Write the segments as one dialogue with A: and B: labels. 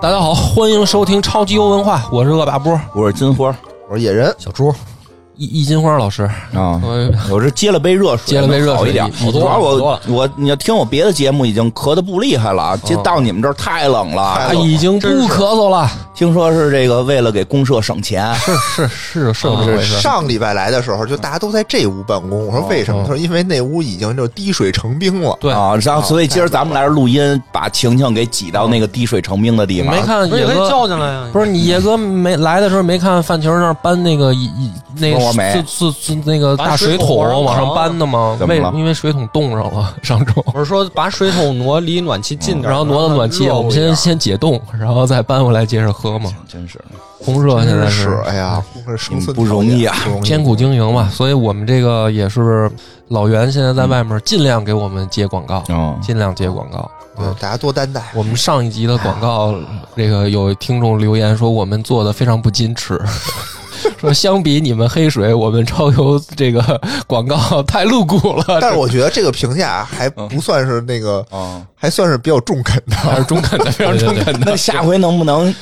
A: 大家好，欢迎收听超级优文化，我是恶霸波，
B: 我是金花
C: 我说野人，
A: 小猪，易易金花老师，
B: 啊，
A: 嗯，
B: 我是接了杯热水，
A: 接了杯热水
B: 能好一点。
A: 好多
B: 主
A: 了
B: 要
A: 好多
B: 我
A: 了
B: 我你要听我别的节目已经咳的不厉害了，接到你们这儿太冷
A: 他
B: 了。
A: 哎已经不咳嗽了，
B: 听说是这个为了给公社省钱，
A: 是是是有这回事，
C: 上礼拜来的时候，就大家都在这屋办公。我说为什么？他说因为那屋已经就滴水成冰了。
A: 对
B: 啊，然后所以今儿咱们来这儿录音，把晴晴给挤到那个滴水成冰的地
A: 你
B: 方
A: 没。看
D: 不是
A: 野
D: 也可以
A: 哥？
D: 叫进来呀？
A: 不是你野哥没来的时候没看范球那儿搬那个一一那
B: 蜂窝煤
A: 个是是那个大
D: 把水
A: 水
D: 桶
A: 桶
D: 往上
A: 往上
D: 扛
A: 搬的吗？
B: 怎么
A: 为
B: 了
A: 因为水桶冻上了 上周，
D: 我是说把水桶挪离暖气近点儿，
A: 然后挪到暖气，
D: 让它
A: 我们先先解冻，然后再搬回来接着喝嘛。
B: 真是的
A: 红热现在
C: 是
A: 是，
C: 哎呀，公社生存
B: 不容易啊
C: 条件不容易
A: 艰苦经营嘛，所以我们这个也是老袁现在在外面尽量给我们接广告，
B: 嗯，
A: 尽量接广告。
C: 对大家多担待。
A: 我们上一集的广告，这个有听众留言说我们做的非常不矜持， 说相比你们黑水，我们超游这个广告太露骨了。
C: 但是我觉得这个评价还不算是那个，
B: 嗯
C: 还算是比较中肯的。
A: 还是中肯的，非常中肯的。
B: 那下回能不能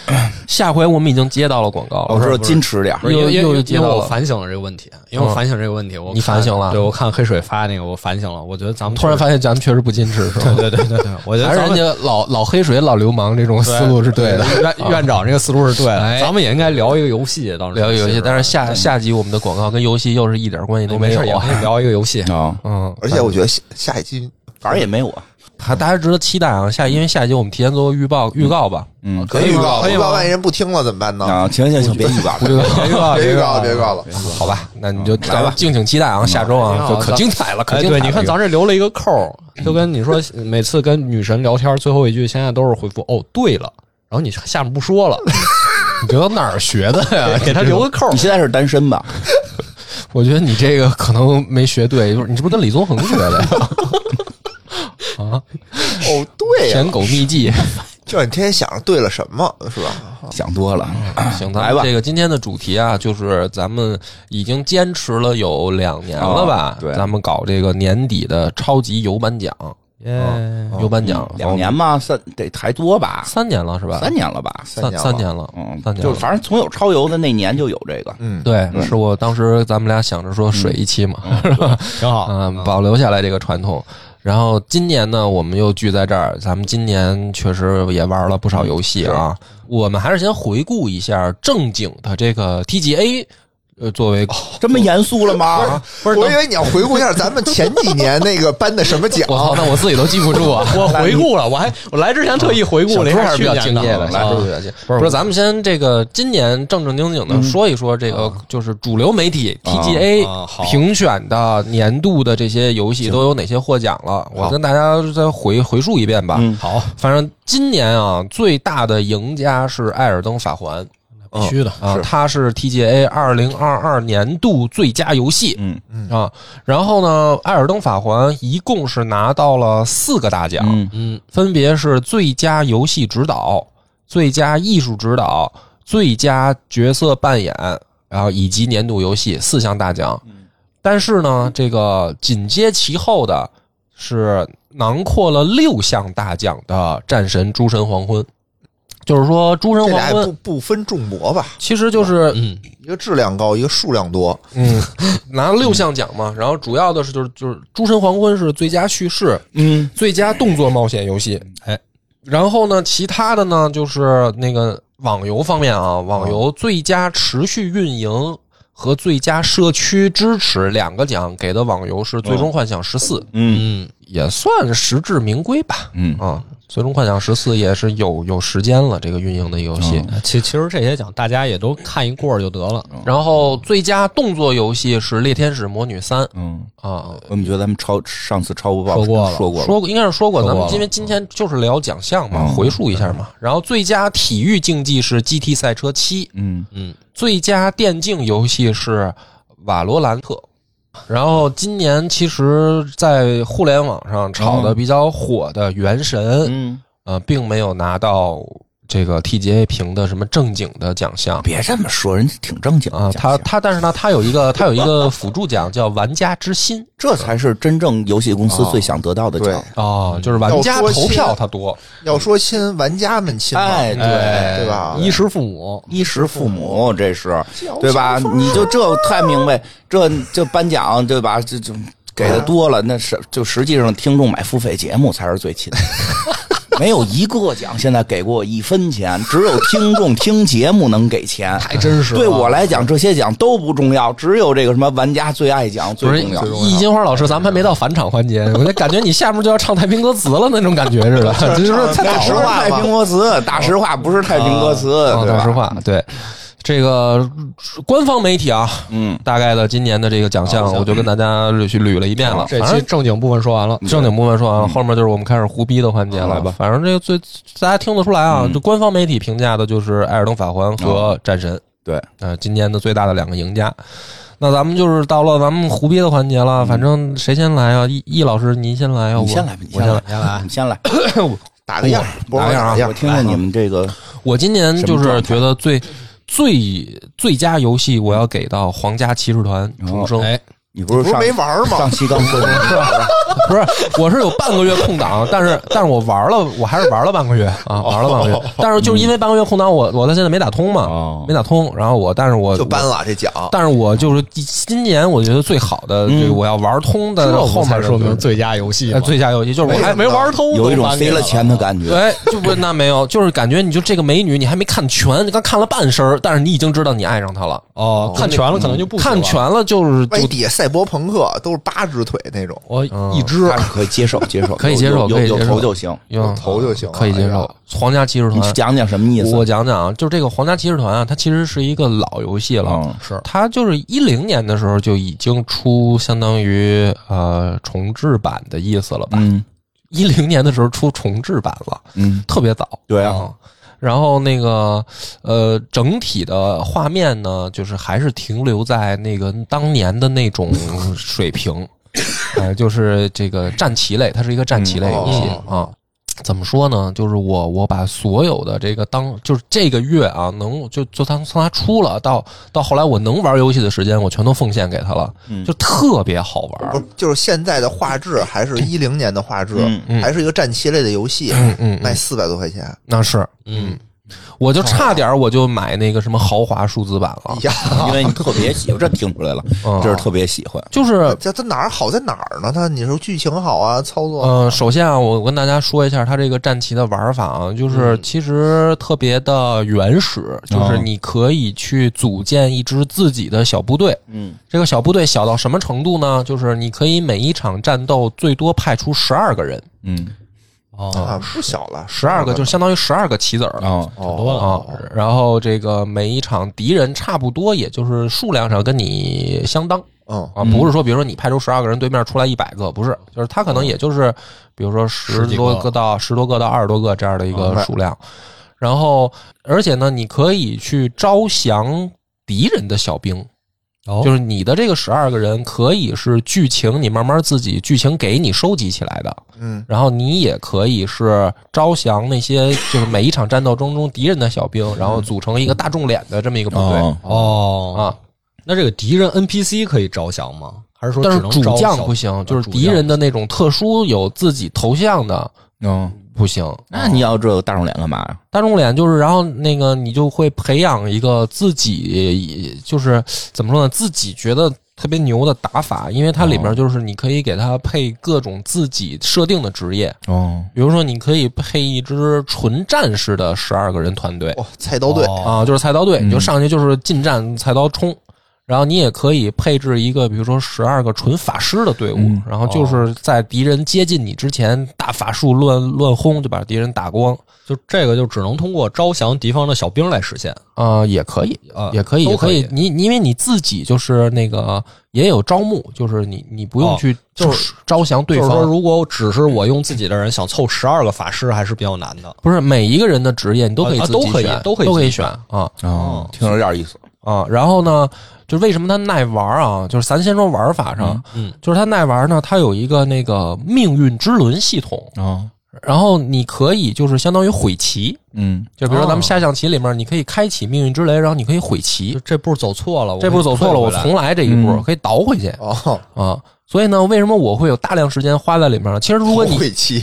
A: 下回我们已经接到了广告
B: 我
A: 了，
B: 说矜持点儿
D: 不？是因为
A: 又
D: 因
A: 又
D: 为
A: 接
D: 因为
A: 到
D: 我
A: 了嗯
D: 反省了这个问题，啊因为我反省这个问题，我
A: 你
D: 看
A: 反省了
D: 对，我看黑水发那个，我反省了，我觉得咱们
A: 突然发现咱们确实不矜持，是吧？
D: 对对对对，我觉得
A: 还是
D: 咱
A: 人
D: 们
A: 家老老黑水、老流氓这种思路是对的。啊
D: 院院长这个思路是对
A: 哎
D: 的，咱们也应该聊一个游戏，当时
A: 聊一个游戏，但是下
B: 对
A: 下集我们的广告跟游戏又是一点关系都
D: 没事
A: 有
D: 儿也
A: 啊
D: 可。以聊一个 游戏。
B: 啊，
A: 嗯，
C: 而且我觉得下下一期
B: 反正也没我，
A: 还大家值得期待啊！下因为下集我们提前做个预报预告吧，
B: 嗯，
C: 可以预告，
D: 可以吗
C: 预告万一人不听了怎么办呢？
B: 啊，行行行，别预告了，
D: 别告
C: 别预告了，别预告了。
A: 好吧？那你就
B: 来吧
A: 敬请期待啊！下周啊，
D: 嗯
A: 可可精彩了，可
D: 哎，
A: 精彩
D: 对，
A: 了！
D: 你看咱这留了一个扣儿，就跟你说，每次跟女神聊天最后一句，现在都是回复哦，对了，然后你下面不说了，
A: 你这都哪儿学的呀？
D: 给他留个扣儿
B: 你。现在是单身吧？
A: 我觉得你这个可能没学对，就是你这不是跟李宗恒学的 呀？啊，
C: 哦， 对呀，
A: 舔狗秘籍，
C: 就你天天想着对了什么，是吧？
B: 想多了，
A: 行，咱
B: 来
A: 们
B: 吧
A: 这个今天的主题啊，就是咱们已经坚持了有两年了吧
B: 啊？对
A: 咱们搞这个年底的超级游班奖，
D: 耶
A: 游班奖
B: 两年嘛，三得还多吧，
A: 三年了是吧？
B: 三年了吧，
A: 三
C: 年了
A: 三年了，
B: 嗯，
A: 三年
B: 就
A: 了。
B: 是反正从有超游的那年就有这 个，
C: 嗯，
A: 对，
B: 嗯
A: 是我当时咱们俩想着说水一期嘛，
D: 挺好。
A: 嗯，保留下来这个传统。然后今年呢，我们又聚在这儿，咱们今年确实也玩了不少游戏啊。我们还是先回顾一下正经的这个 TGA，呃，作为
B: 这么严肃了吗？
D: 不是
C: 我以为你要回顾一下咱们前几年那个颁的什么奖
A: 我。操，那我自己都记不 住啊。
D: 我回顾了，我还我来之前特意回顾了一
A: 还
D: 下
A: 哦是比
D: 去
A: 较
D: 年
A: 敬
D: 的
A: 业的，
D: 啊
A: 小猪比较敬业。不是，咱嗯们先这个今年正正经经的说一说这个，就是主流媒体
B: 啊
A: TGA
D: 啊好
A: 评选的年度的这些游戏都有哪些获奖了？我跟大家再回回述一遍吧。
B: 嗯
D: 好，
A: 反正今年啊，最大的赢家是《艾尔登法环》
D: 必须的。
A: 啊，它是 TGA 二零二二年度最佳游戏
B: 嗯
A: 啊。然后呢，《艾尔登法环》一共是拿到了四个大奖，
B: 嗯
D: 嗯，
A: 分别是最佳游戏指导、最佳艺术指导、最佳角色扮演，然后以及年度游戏四项大奖。但是呢，这个紧接其后的是囊括了六项大奖的《战神：诸神黄昏》，就是说《诸
C: 这
A: 神
C: 俩
A: 黄
C: 也
A: 昏
C: 不》不分众博吧，
A: 其实就是
D: 嗯，
C: 一个质量高，一个数量多。
A: 嗯，拿了六项奖嘛。然后主要的是就是就是《诸神黄昏》是最佳叙事，
B: 嗯，
A: 最佳动作冒险游戏。
D: 哎，
A: 然后呢，其他的呢就是那个网游方面啊，网游最佳持续运营和最佳社区支持两个奖给的网游是《最终幻想十四》，
B: 嗯
D: 嗯，
A: 也算实至名归吧。
B: 嗯
A: 啊，《最终幻想十四》也是有有时间了，这个运营的游戏。
B: 嗯
D: 其其实这些奖大家也都看一过儿就得了。
A: 然后最佳动作游戏是《猎天使魔女三》
B: 嗯，
A: 啊，
B: 我们觉得咱们超上次超播报
D: 说过了
B: 哦说过了，
A: 说过，应该是说过。
D: 说
A: 咱
D: 过
A: 们因为今天就是聊奖项嘛，
B: 嗯
A: 回溯一下嘛。然后最佳体育竞技是 GT 赛车七，
B: 嗯
D: 嗯，
A: 最佳电竞游戏是瓦罗兰特。然后今年其实，在互联网上炒的比较火的《原神》，
B: 嗯
A: 呃，并没有拿到这个 TGA 评的什么正经的奖项
B: 别这么说，人家挺正经的
A: 啊，
B: 讲
A: 他
B: 讲
A: 他但是呢，他有一个他有一个辅助奖叫玩家之心
B: 这才是真正游戏公司最想得到的
C: 对
B: 奖。，嗯
A: 哦，就是玩家
C: 要多些
A: 投票他多，
C: 要说亲，玩家们亲嘛，
B: 哎，
D: 哎
B: 对，
C: 对吧？
D: 衣食父母，
B: 衣食父母，这是对吧？你就这太明白，这这颁奖对吧？这就给的多了，那是就实际上听众买付费节目才是最亲的。没有一个奖现在给过我一分钱，只有听众听节目能给钱。
D: 太真实了。
B: 对我来讲，这些奖都不重要，只有这个什么玩家最爱奖
A: 不
B: 最
A: 是
B: 重要。
A: 易金花老师，咱们还没到返场环节， 我就感觉你下面就要唱太平歌词了那种感觉似的，就是说太
B: 大
A: 早
B: 实
A: 了。
B: 话，太平歌词，大实话不是太平歌词，
A: 啊，
B: 对吧
A: 大实话，对这个官方媒体啊，
B: 嗯，
A: 大概的今年的这个奖项，我就跟大家捋去捋了一遍了。
D: 这
A: 啊反
D: 期
A: 正
D: 正经部分说完了，
A: 嗯正经部分说
B: 嗯
A: 完了，后面就是我们开始胡逼的环节了吧？反正这个最大家听得出来
B: 嗯
A: 啊，就官方媒体评价的就是《艾尔登法环》和《战神》，
B: 哦对，
A: 呃，今年的最大的两个赢家。那咱们就是到了咱们胡逼的环节了，反正谁先来啊？易易老师您先来啊，我
B: 嗯你先来吧，你
A: 我先
B: 先
A: 来
B: 来。，你先来，
C: 打个样，不
A: 打个样啊
C: 打
B: 哎我听听你们这个
A: 我今年就
B: 什么
A: 是
B: 状态
A: 觉得最最最佳游戏，我要给到《皇家骑士团：重
B: 哦
A: 生》
D: 哎，
B: 你不
C: 不
B: 是
C: 是
B: 上
C: 没玩吗？
B: 上期刚说 的
A: 不是，我是有半个月空档，但是但是我玩了，我还是玩了半个月啊，玩了半
D: 哦
A: 个月。但是就是因为半个月空档，我我到现在没打通嘛
B: 哦，
A: 没打通。然后我，但是我
C: 就颁了这奖，
A: 但是我就是今年我觉得最好的，这个我要玩通的
D: 嗯这
A: 呃后
D: 不
A: 面
D: 才
A: 的
D: 说
A: 就是
D: 明最佳游戏
A: 呃
D: 吗，
A: 最佳游戏，就是我还
D: 没玩通，
B: 有一种塞了钱的感觉。嗯
A: 哎，就不那没有，就是感觉你就这个美女，你还没看全，你刚看了半身儿，但是你已经知道你爱上她了。
D: 哦，看全了可能就不
A: 看
D: 行了。
A: 全了就是
C: 万
A: 就嗯
C: 一底下赛博朋克都是八只腿那种，
D: 我哦一只
B: 但是可以接受，接受，
A: 可以接受
B: 有
A: 可以
B: 有
A: 接受
B: 有
A: 嗯
B: 头就行。
A: 有
C: 头就行了
A: 可以接
C: 哎
A: 受
C: 呀。
A: 皇家骑士
B: 你
A: 团，
B: 讲讲什么意思？
A: 我讲讲啊，就是这个皇家骑士团啊，它其实是一个老游戏了，
B: 嗯
D: 是
A: 它就是一零年的时候就已经出相当于呃重置版的意思了吧？
B: 嗯
A: 一零年的时候出重置版了，
B: 嗯，
A: 特别早。
B: 对啊
A: 嗯然后那个呃，整体的画面呢，就是还是停留在那个当年的那种水平，呃，就是这个战棋类，它是一个战棋类游戏、啊。怎么说呢？就是我我把所有的这个当就是这个月啊，能就就当从它出了到到后来我能玩游戏的时间，我全都奉献给它了，就特别好玩
C: 不。是就是现在的画质还是一零年的画质
B: 嗯，
C: 还是一个战棋类的游戏，
A: 嗯
C: 卖四百多块钱，
A: 那是，嗯，我就差点儿我就买那个什么豪华数字版了
C: 哎。呀，
B: 因为你特别喜欢，这听出来了，
A: 嗯
B: 这是特别喜欢。
A: 就是，
C: 这它哪儿好在哪儿呢？它你说剧情好啊，操作
A: 呃，首先啊，我跟大家说一下它这个战棋的玩法啊，就是其实特别的原始，就是你可以去组建一支自己的小部队。
B: 嗯，
A: 这个小部队小到什么程度呢？就是你可以每一场战斗最多派出十二个人，
B: 嗯
D: 哦，
C: 啊，不小了，
A: 十二个就相当于十二个棋子儿
B: 啊，
D: 挺多了
A: 啊。然后这个每一场敌人差不多也就是数量上跟你相当。
C: 嗯，
A: 啊，不是说比如说你派出十二个人，对面出来一百个，不是，就是他可能也就是，比如说十
D: 十几个
A: 多个到十多个到二十多个这样的一个数量。然后，而且呢，你可以去招降敌人的小兵，
D: 哦
A: 就是你的这个十二个人可以是剧情你慢慢自己剧情给你收集起来的，
C: 嗯，
A: 然后你也可以是招降那些就是每一场战斗中中敌人的小兵，然后组成一个大众脸的这么一个部队
B: 哦
D: 哦
A: 啊。
D: 那这个敌人 NPC 可以招降吗？还是说
A: 但是
D: 只能
A: 主
D: 招
A: 将
D: 小呃
A: 不行，就是
D: 主
A: 敌
D: 将
A: 人的那种特殊有自己头像的
B: 嗯，
A: 不行。
B: 那你要这个大众脸干嘛呀？
A: 大众脸就是，然后那个你就会培养一个自己，就是怎么说呢，自己觉得特别牛的打法，因为它里面
D: 哦
A: 就是你可以给它配各种自己设定的职业，
B: 哦，
A: 比如说你可以配一支纯战士的十二个人团队，
C: 哇，菜刀队
D: 哦
A: 啊，就是菜刀队，你就上去就是近战菜刀冲。然后你也可以配置一个，比如说十二个纯法师的队伍，
B: 嗯
A: 然后
D: 哦
A: 就是在敌人接近你之前，大法术乱乱轰就把敌人打光
D: 就这个就只能通过招降敌方的小兵来实现
A: 啊、也可以，
D: 啊，
A: 也可以，
D: 都
A: 也可
D: 可
A: 以。你你因为你自己就是那个也有招募，就是你你不用
D: 哦
A: 去
D: 就是
A: 招降对
D: 就是
A: 方，
D: 说，如果只是我用自己的人想凑十二个法师，还是比较难的。
A: 不是每一个人的职业你都可以
D: 啊啊
A: 自己
D: 都可以
A: 选
D: 都可以
A: 都可以
D: 自己
A: 选啊。
B: 哦，听着有点意思。
A: 啊，然后呢，就是为什么它耐玩啊？就是咱先说玩法上，
D: 嗯嗯
A: 就是它耐玩呢，它有一个那个命运之轮系统，
B: 哦，
A: 然后你可以就是相当于毁棋，
B: 嗯，
A: 就比如说咱们
D: 哦
A: 下象棋里面，你可以开启命运之雷，然后你可以毁棋
D: 就。这步走错了，我
A: 这步走错了，我
D: 退回来
A: 重来这一步，
B: 嗯
A: 可以倒回去
C: 哦，
A: 啊。所以呢，为什么我会有大量时间花在里面呢？其实如果你
C: 晦气，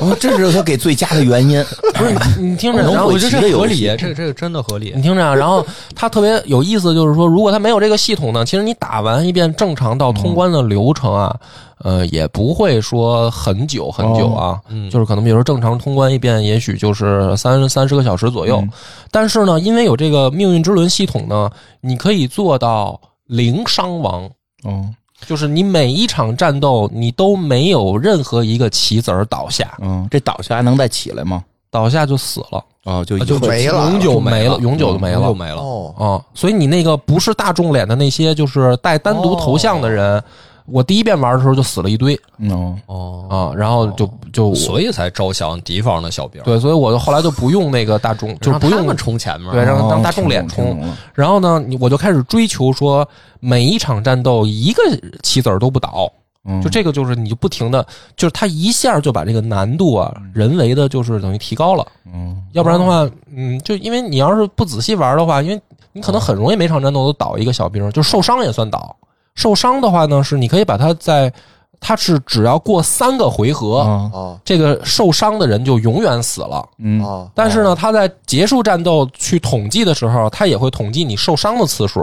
B: 哦这是他给最佳的原 因。
A: 不是你你听着，
B: 能
A: 然后
B: 回
D: 我觉得
B: 棋的
D: 这
B: 游
D: 合
B: 戏
D: 理，这个这个真的合理
A: 你。听着啊，然后它特别有意思，就是说，如果它没有这个系统呢，其实你打完一遍正常到通关的流程啊，呃，也不会说很久很久啊，
D: 嗯
A: 就是可能比如说正常通关一遍，也许就是三三十个小时左右。
B: 嗯
A: 但是呢，因为有这个命运之轮系统呢，你可以做到零伤亡，
B: 嗯
A: 就是你每一场战斗你都没有任何一个棋子儿倒下，
B: 嗯，这倒下还能再起来吗？
A: 倒下就死了，
B: 哦，就
C: 就没了
D: 永久没
A: 了，永久就没
D: 永
A: 了
D: 久。没了。
C: 哦，
A: 哦，所以你那个不是大众脸的那些，就是带单独头像的人，我第一遍玩的时候就死了一堆
B: 哦，
D: 哦，
A: 啊，然后就就
D: 所以才招降敌方的小兵，，
A: 对，所以我就后来就不用那个大众，就
D: 就是是
A: 不
D: 他
A: 用
D: 们冲前面，
A: 对，让当大众
B: 听懂
A: 脸
B: 哦听
A: 充。
B: 懂了
A: 然后呢，你我就开始追求说，每一场战斗一个棋子儿都不倒，
B: 嗯
A: 就这个就是你就不停的，就是他一下就把这个难度啊，
D: 嗯
A: 人为的就是等于提高了。
B: 嗯
A: 要不然的话，嗯，就因为你要是不仔细玩的话，因为你可能很容易每场战斗都倒一个小兵，就受伤也算倒。受伤的话呢，是你可以把他在，他是只要过三个回合，
B: 嗯
C: 哦，
A: 这个受伤的人就永远死了。
B: 嗯
C: 哦，
A: 但是呢，他在结束战斗去统计的时候，他也会统计你受伤的次数。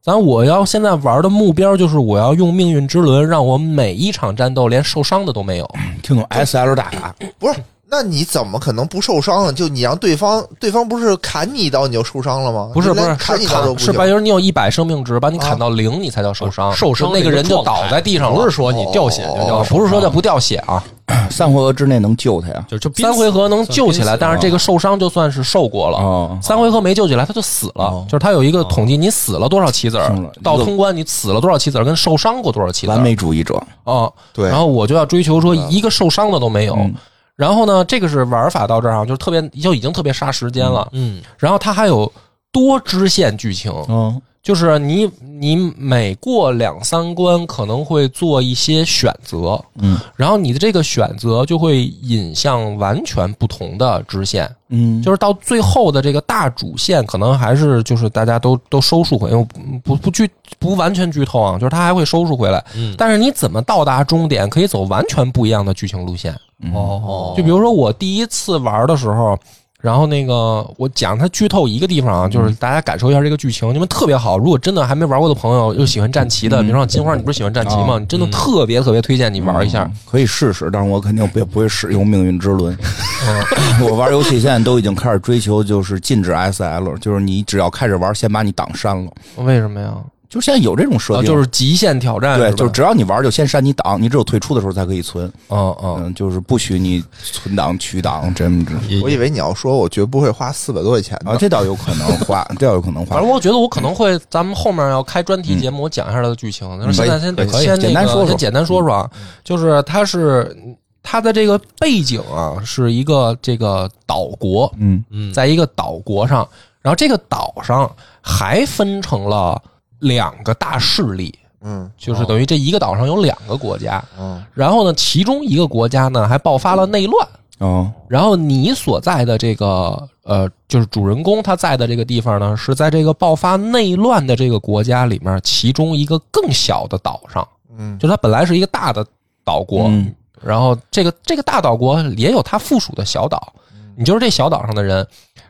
A: 咱我要现在玩的目标就是我要用命运之轮，让我每一场战斗连受伤的都没有。
B: 听懂 S L 大法，
C: 不是，那你怎么可能不受伤呢？就你让对方，对方不是砍你一刀你就受伤了吗？
A: 不是
C: 就
A: 不
C: 连
A: 是
C: 砍你
A: 是
C: 一刀都
A: 砍
C: 不
A: 是
C: 行
A: 吧？就是你有一百生命值，把你砍到零，你才叫受伤。
D: 啊受伤
A: 就那个人就
D: 状态
A: 倒在地上了，
D: 不是说你掉血就
A: 哦
D: 叫受伤，
A: 不是说叫不掉血啊，
B: 三回合之内能救他呀？
D: 就就
A: 三回合能救起来，但是这个受伤就算是受过
D: 啊
A: 了。
B: 哦，
A: 三回合没救起来，他就死了
B: 哦。
A: 就是他有一个统计，你死了多少棋子儿
B: 听了，
A: 到
B: 一个
A: 通关你死了多少棋子儿，跟受伤过多少棋子儿
B: 哦完美主义者，
A: 啊。
C: 对
A: 然后我就要追求说一个受伤的都没有。
B: 嗯
A: 然后呢，这个是玩法到这儿啊，就是特别就已经特别杀时间了。
D: 嗯，
A: 然后它还有多支线剧情，
B: 嗯
A: 就是你你每过两三关可能会做一些选择，
B: 嗯
A: 然后你的这个选择就会引向完全不同的支线，
B: 嗯，
A: 就是到最后的这个大主线，可能还是就是大家都都收束回，因为我不不剧不完全剧透啊，就是它还会收束回来，
D: 嗯
A: 但是你怎么到达终点，可以走完全不一样的剧情路线。
D: 哦
A: 就比如说我第一次玩的时候，然后那个我讲它剧透一个地
B: 嗯
A: 方啊，就是大家感受一下这个剧情，你们特别好。如果真的还没玩过的朋友，又喜欢战棋的，
B: 嗯
A: 比如说金花，你不是喜欢战棋吗？
B: 哦
A: 你真的特别特别推荐你玩一下
B: 嗯。可以试试，但是我肯定不不会使用命运之轮。
A: 哦
B: 我玩游戏现在都已经开始追求就是禁止 S L，就是你只要开始玩，先把你档删了。
A: 为什么呀？
B: 就现在有这种设
A: 啊，
B: 定，
A: 就是极限挑战，
B: 对，
A: 吧
B: 就是只要你玩就先删你档，你只有退出的时候才可以存。
A: 嗯嗯，
B: 嗯，就是不许你存档取档这么着。
C: 我以为你要说我绝不会花四百多块钱
B: 啊，
C: 的，
B: 这倒有可能花，这倒有可能
A: 反
B: 花。
A: 正我觉得我可能会，咱们后面要开专题节目，我讲一下它的剧情。但是现
B: 可以
A: 在先
B: 嗯可以
A: 先那个
B: 简单说说嗯
A: 先简单说说啊，就是它是它的这个背景啊，是一个这个岛国，
B: 嗯
D: 嗯
A: 在一个岛国上，然后这个岛上还分成了两个大势力，
C: 嗯
A: 就是等于这一个岛上有两个国家。
C: 嗯，
A: 然后呢，其中一个国家呢还爆发了内乱。
B: 哦
A: 然后你所在的这个呃，就是主人公他在的这个地方呢，是在这个爆发内乱的这个国家里面，其中一个更小的岛上。
C: 嗯，
A: 就是它本来是一个大的岛国，
B: 嗯
A: 然后这个这个大岛国也有它附属的小岛，你就是这小岛上的人。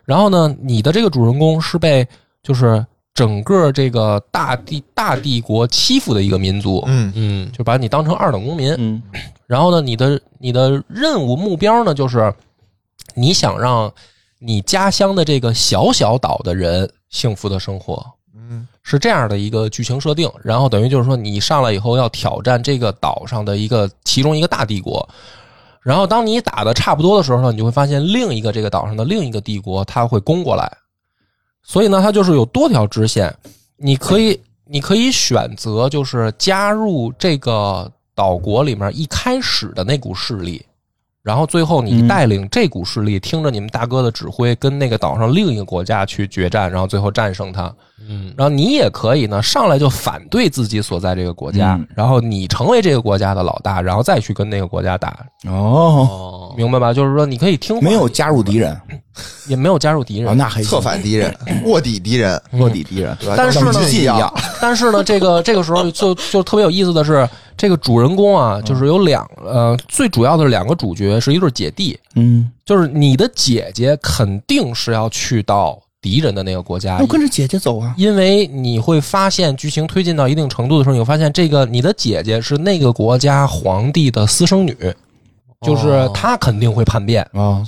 A: 然后呢，你的这个主人公是被就是整个这个大帝大帝国欺负的一个民族，
C: 嗯
D: 嗯
A: 就把你当成二等公民。
B: 嗯
A: 然后呢，你的你的任务目标呢，就是你想让你家乡的这个小小岛的人幸福的生活，
C: 嗯，
A: 是这样的一个剧情设定。然后等于就是说，你上来以后要挑战这个岛上的一个其中一个大帝国。然后当你打的差不多的时候呢，你就会发现另一个这个岛上的另一个帝国，它会攻过来。所以呢，它就是有多条支线，你可以你可以选择就是加入这个岛国里面一开始的那股势力，然后最后你带领这股势力，听着你们大哥的指挥，跟那个岛上另一个国家去决战，然后最后战胜他。
D: 嗯，
A: 然后你也可以呢，上来就反对自己所在这个国家，
B: 嗯
A: 然后你成为这个国家的老大，然后再去跟那个国家打，
B: 哦，
D: 哦，
A: 明白吧？就是说你可以听话
B: 没有加入敌人，
A: 也没有加入敌人
B: 哦，，那还行
C: 策反敌人，卧底敌人，
B: 落地敌人，
C: 对吧？
A: 但是呢
C: 跟我们一样，
A: 但是呢，这 个这个时候就就特别有意思的是，这个主人公
B: 嗯
A: 啊，就是有两呃，最主要的是两个主角是一对姐弟，
B: 嗯，
A: 就是你的姐姐肯定是要去到敌人的那个国家
B: 那我，跟着姐姐走啊，
A: 因为你会发现剧情推进到一定程度的时候，你会发现这个你的姐姐是那个国家皇帝的私生女，
B: 哦
A: 就是她肯定会叛变，
B: 啊，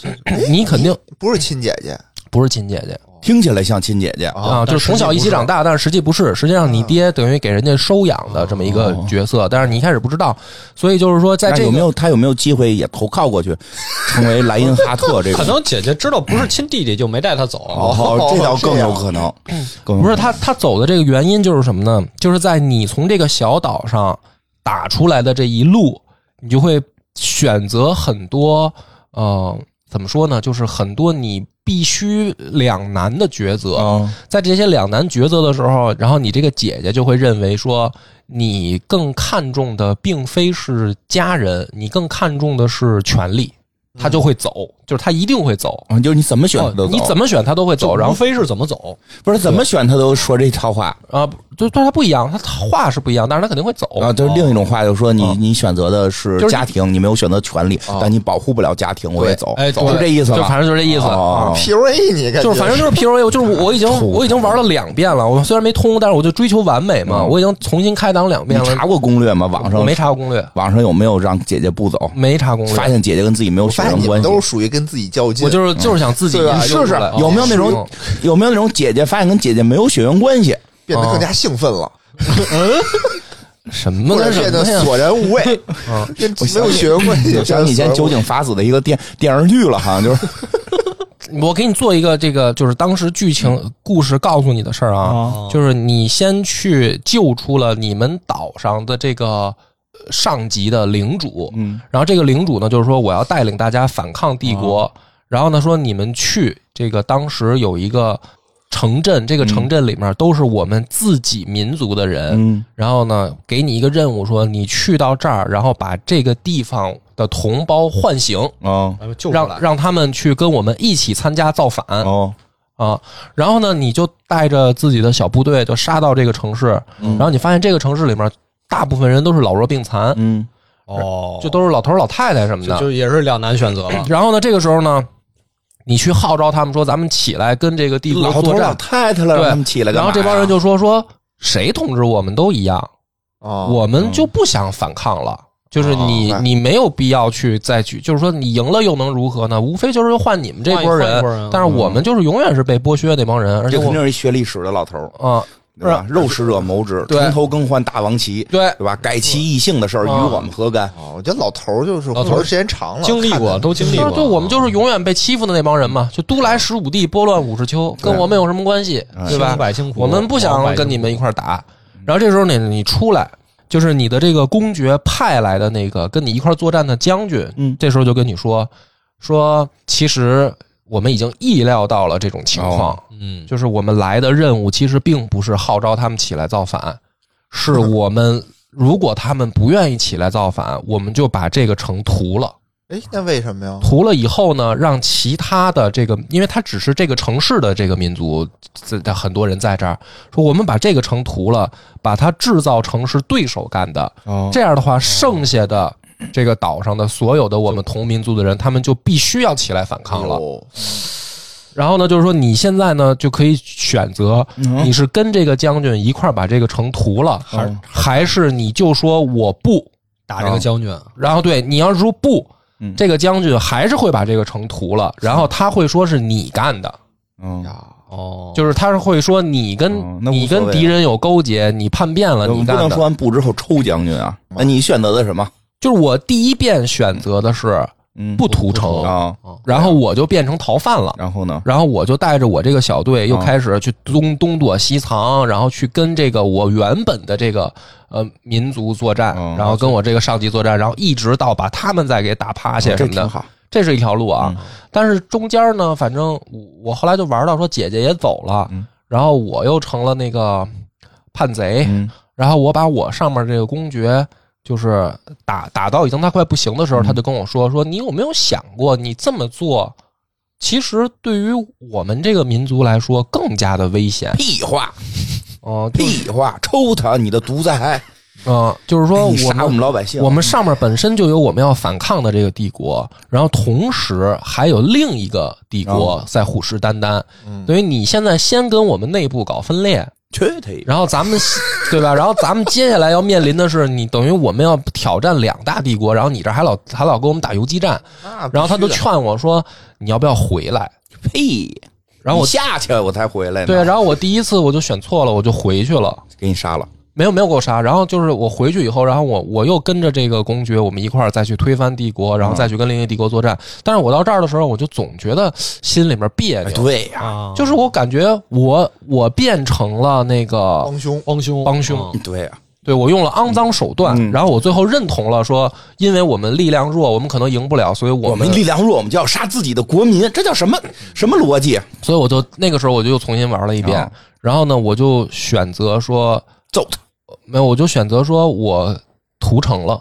A: 你肯 定
C: 不是亲姐姐
A: 不是亲姐姐。
B: 听起来像亲姐姐，
A: 啊，就
D: 但
A: 是从小一
D: 实
A: 起
D: 际不是
A: 长大，但是实际不是，实际
B: 嗯
A: 上你爹等于给人家收养的这么一个角色，但是你一开始不知道，所以就是说，在
B: 哦那
A: 这
B: 有没
A: 个
B: 有他有没有机会也投靠过 去，成为莱因哈特这
D: 可
B: 种？
D: 能姐姐知道不是亲弟弟，就没带他走。
B: 哦，这倒更有可能，更有
A: 不是
B: 可
A: 他他走的这个原因就是什么呢？就是在你从这个小岛上打出来的这一路，你就会选择很多，呃，怎么说呢？就是很多你必须两难的抉择。
B: 能啊，
A: 在这些两难抉择的时候，然后你这个姐姐就会认为说，你更看重的并非是家人，你更看重的是权利，她就会走，就是她一定会走。哦
B: 啊就是你怎么选嗯他都走，
A: 你怎么选她都会走，
D: 就
A: 然
D: 无
A: 后
D: 哦非是怎么走，
B: 不是怎么选他都说这套话
A: 啊，就对她不一样，她话是不一样，但是她肯定会走。
B: 啊？就是另一种话，就说你你选择的哦是
A: 就是
B: 家庭，你哦没有选择权利，但你保护不了家庭，我也
A: 对
B: 走，
D: 哎对
B: 是这意思
A: 就
B: 吧？
A: 反正就是这意思，啊
B: 哦
C: ，PUA 你感觉
A: 就是反正就是 PUA，就是我我已 经我已经玩了两遍了，我虽然没通，但是我就追求完美
B: 嗯
A: 嘛，我已经重新开档两
B: 你
A: 遍了。
B: 查过攻略吗？网
A: 我
B: 上
A: 没查过攻略，
B: 网上有没有让姐姐不走？
A: 没查攻略，
B: 发现姐姐跟自己没有
C: 我
B: 血
C: 发现
B: 缘
C: 你
B: 关
C: 们
B: 系，
C: 都是属于跟自己较劲，
A: 我就是就是想自己
C: 对吧
A: 研究
C: 是
A: 出
C: 是
A: 来
B: 嗯有没有那种
A: 哦
B: 有没有那种姐姐发现跟姐姐没有血缘关系？
C: 变得更加兴奋了，
A: 什么
C: 或者
A: 跟什
C: 变
A: 么
C: 得
A: 呀？
C: 索然无味，跟没有 学问。
B: 我想起以前酒井法子的一个电电视剧了，好像就是
A: 我给你做一个这个，就是当时剧情故事告诉你的事儿啊
B: 哦，
A: 就是你先去救出了你们岛上的这个呃上级的领主，
B: 嗯，
A: 然后这个领主呢，就是说我要带领大家反抗帝
B: 哦
A: 国，然后呢说你们去这个当时有一个城镇，这个城镇里面都是我们自己民族的人，
B: 嗯
A: 然后呢，给你一个任务说，你去到这儿，然后把这个地方的同胞唤醒，
B: 哦
D: 哎救出来
A: 让让他们去跟我们一起参加造反
B: 哦，
A: 啊。然后呢，你就带着自己的小部队就杀到这个城市，
B: 嗯
A: 然后你发现这个城市里面大部分人都是老弱病残，
B: 嗯
D: 哦，
A: 就都是老头儿老太太什么
D: 就
A: 的。
D: 就也是两难选择了。
A: 然后呢，这个时候呢，你去号召他们说，咱们起来跟这个帝国
B: 老头啊
A: 作
B: 老
A: 战。
B: 太太了，让
A: 对
B: 他们起来，
A: 然后这帮人就说说，谁统治我们都一样。
C: 我
B: 啊
A: 我们就不想反抗
B: 嗯
A: 了。就是你
C: 哦，
A: 你没有必要去再去，就是说你赢了又能如何呢？无非就是换你们这波
D: 换一换一
A: 人
D: 波人，嗯
A: 但是我们就是永远是被剥削那帮人，而且
B: 这肯
A: 我
B: 定是一学历史的老头儿，
A: 啊，
B: 对吧？肉食者谋之，
A: 对
B: 重头更换大王旗，
A: 对
B: 对吧？改其异姓的事儿与
A: 啊
B: 我们何干？
C: 哦，我觉得老头儿就是
D: 老头儿
C: 活得时间长了，
D: 经历过，
C: 看着
D: 都经历
A: 对
D: 过。
A: 对，我们就是永远被欺负的那帮人嘛，就都来十五地，拨乱五十秋，跟我们有什么关系，
B: 哎
A: 对吧
D: 清？白清
A: 嗯
D: 苦
A: 我们不想跟你们一块儿打。
B: 嗯
A: 然后这时候你你出来，就是你的这个公爵派来的那个跟你一块儿作战的将军，
B: 嗯
A: 这时候就跟你说说，其实我们已经意料到了这种情况，
D: 嗯，
A: 就是我们来的任务其实并不是号召他们起来造反，是我们如果他们不愿意起来造反，我们就把这个城屠了。
C: 哎，那为什么呀？
A: 屠了以后呢，让其他的这个，因为它只是这个城市的这个民族这的很多人在这儿说，我们把这个城屠了，把它制造成是对手干的，
B: 哦
A: 这样的话，剩下的这个岛上的所有的我们同民族的人，他们就必须要起来反抗
B: 哎
A: 了。
C: 哦
A: 然后呢，就是说你现在呢就可以选择，
B: 嗯
A: 你是跟这个将军一块儿把这个城屠了，还还是你就说我不，
D: 打
A: 嗯
D: 这个将军，
A: 然后对你要是说不
B: 嗯，
A: 这个将军还是会把这个城屠了，然后他会说是你干的，
B: 嗯，
D: 哦，
A: 就是他是会说你
B: 哦
A: 跟
B: 那无所谓
A: 你跟敌人有勾结，你叛变了，
B: 我
A: 你
B: 们不
A: 干
B: 能说
A: 的。
B: 完不之后抽将军啊。那你选择的什么？
A: 就是我第一遍选择的是
B: 嗯，
A: 不屠城，
B: 啊，
A: 然后我就变成逃犯了。
B: 然后呢？
A: 然后我就带着我这个小队
B: 哦
A: 又开始去东东躲西藏，然后去跟这个我原本的这个呃民族作战
B: 哦，
A: 然后跟我这个上级作战，然后一直到把他们再给打趴下
B: 哦这
A: 什么
B: 挺
A: 的。
B: 好，
A: 这是一条路啊。
B: 嗯
A: 但是中间呢，反正我我后来就玩到说姐姐也走了，
B: 嗯
A: 然后我又成了那个叛贼，
B: 嗯
A: 然后我把我上面这个公爵就是打打到已经他快不行的时候，
B: 嗯
A: 他就跟我说说你有没有想过你这么做，其实对于我们这个民族来说更加的危险。
B: 屁话，
A: 哦、就
B: 屁话，抽他！你的独裁，哎
A: 嗯、就是说
B: 你
A: 我
B: 杀我
A: 们
B: 们老百姓，
A: 我们上面本身就有我们要反抗的这个帝国，然后同时还有另一个帝国在虎视眈眈，
C: 哦嗯
A: 等于你现在先跟我们内部搞分裂，
B: 去他一
A: 然后咱 们对吧？然后咱们接下来要面临的是，你等于我们要挑战两大帝国，然后你这还老还老跟我们打游击战，
C: 那必须的
A: 然后他就劝我说你要不要回来？
B: 屁！
A: 然后我
B: 你下去我才回来呢，
C: 啊
A: 对，然啊后我第一次我就选错了，我就回去了。
B: 给你杀了。
A: 没有没有给我杀，然后就是我回去以后，然后我我又跟着这个公爵，我们一块儿再去推翻帝国，然后再去跟另一个帝国作战。但是我到这儿的时候，我就总觉得心里面别
B: 哎，
A: 扭，
B: 对呀，
D: 啊，
A: 就是我感觉我我变成了那个，
C: 帮凶，
D: 帮凶
A: 帮凶
D: 啊
B: 对呀，
A: 对我用了肮脏手段，
B: 嗯
A: 然后我最后认同了说，因为我们力量弱，我们可能赢不了，所以我
B: 我
A: 们
B: 们力量弱，我们就要杀自己的国民，这叫什么什么逻辑？啊
A: 所以我就那个时候我就又重新玩了一遍
B: 哦，
A: 然后呢，我就选择说
B: 揍他！
A: 没有，我就选择说我屠城了。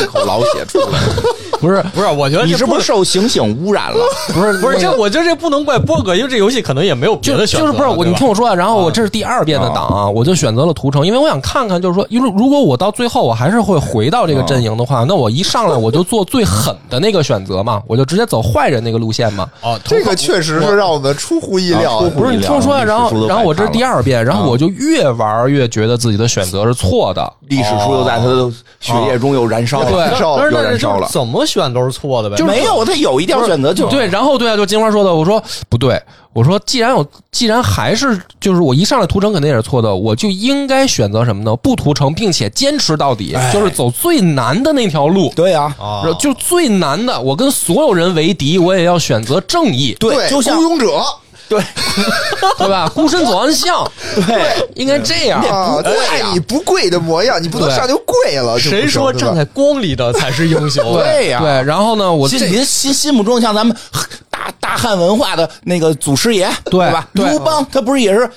B: 一口老血出 来，
A: 不是
D: 不是？我觉得
B: 你
D: 这
B: 是不是受刑醒污染了？
A: 不是
D: 不是
A: 那个
D: 这？我觉得这不能怪波哥，因为这游戏可能也没有别
A: 就
D: 的选择
A: 就
D: 了，
A: 是不是我？
D: 对
A: 你
D: 吧
A: 听我说啊，然后我这是第二遍的档啊，我就选择了屠城，因为我想看看，就是说，因为如果我到最后我还是会回到这
D: 啊
A: 个阵营的话，那我一上来我就做最狠的那个选择嘛，我就直接走坏人那个路线嘛。
D: 哦，
C: 这个确实是让我们出乎意料
B: 啊
C: 的
B: 出。乎
A: 不是你听我说啊，
B: 历史
A: 然
B: 书
A: 后
B: 都
A: 然后我这是
B: 白看了
A: 第二遍，然
D: 啊
A: 后我就越玩越觉得自己的选择是错的。
B: 历史书又在他的血液中又燃烧了，
A: 对
B: 燃烧了，
D: 但是
B: 又
D: 但
B: 燃
D: 是
B: 烧
D: 就是
B: 了。
D: 怎么选都是错的呗，
B: 没有，他有一条选择就
A: 对，然后对啊，就金花说的，我说不对，我说既然有，既然还是就是我一上来屠城肯定也是错的，我就应该选择什么呢？不屠城，并且坚持到底，
D: 哎
A: 就是走最难的那条路，
B: 对啊，
D: 啊
A: 然后就最难的，我跟所有人为敌，我也要选择正 义，
B: 对，就
C: 孤
B: 像
C: 勇者
B: 对
A: 对吧？孤身走暗巷，
B: 对，
A: 应该这样。
C: 啊，对爱你不跪的模样，你不能
A: 对
C: 上就跪了。就不
D: 谁
C: 行
D: 说
C: 对
D: 站
C: 吧
D: 在光里的才是 英雄？
A: 哦
B: 对啊呀
A: 对，然后呢，我这
B: 心您心心目中像咱们大大汉文化的那个祖师爷，
A: 对
B: 吧？
A: 对
B: 刘邦他不是也是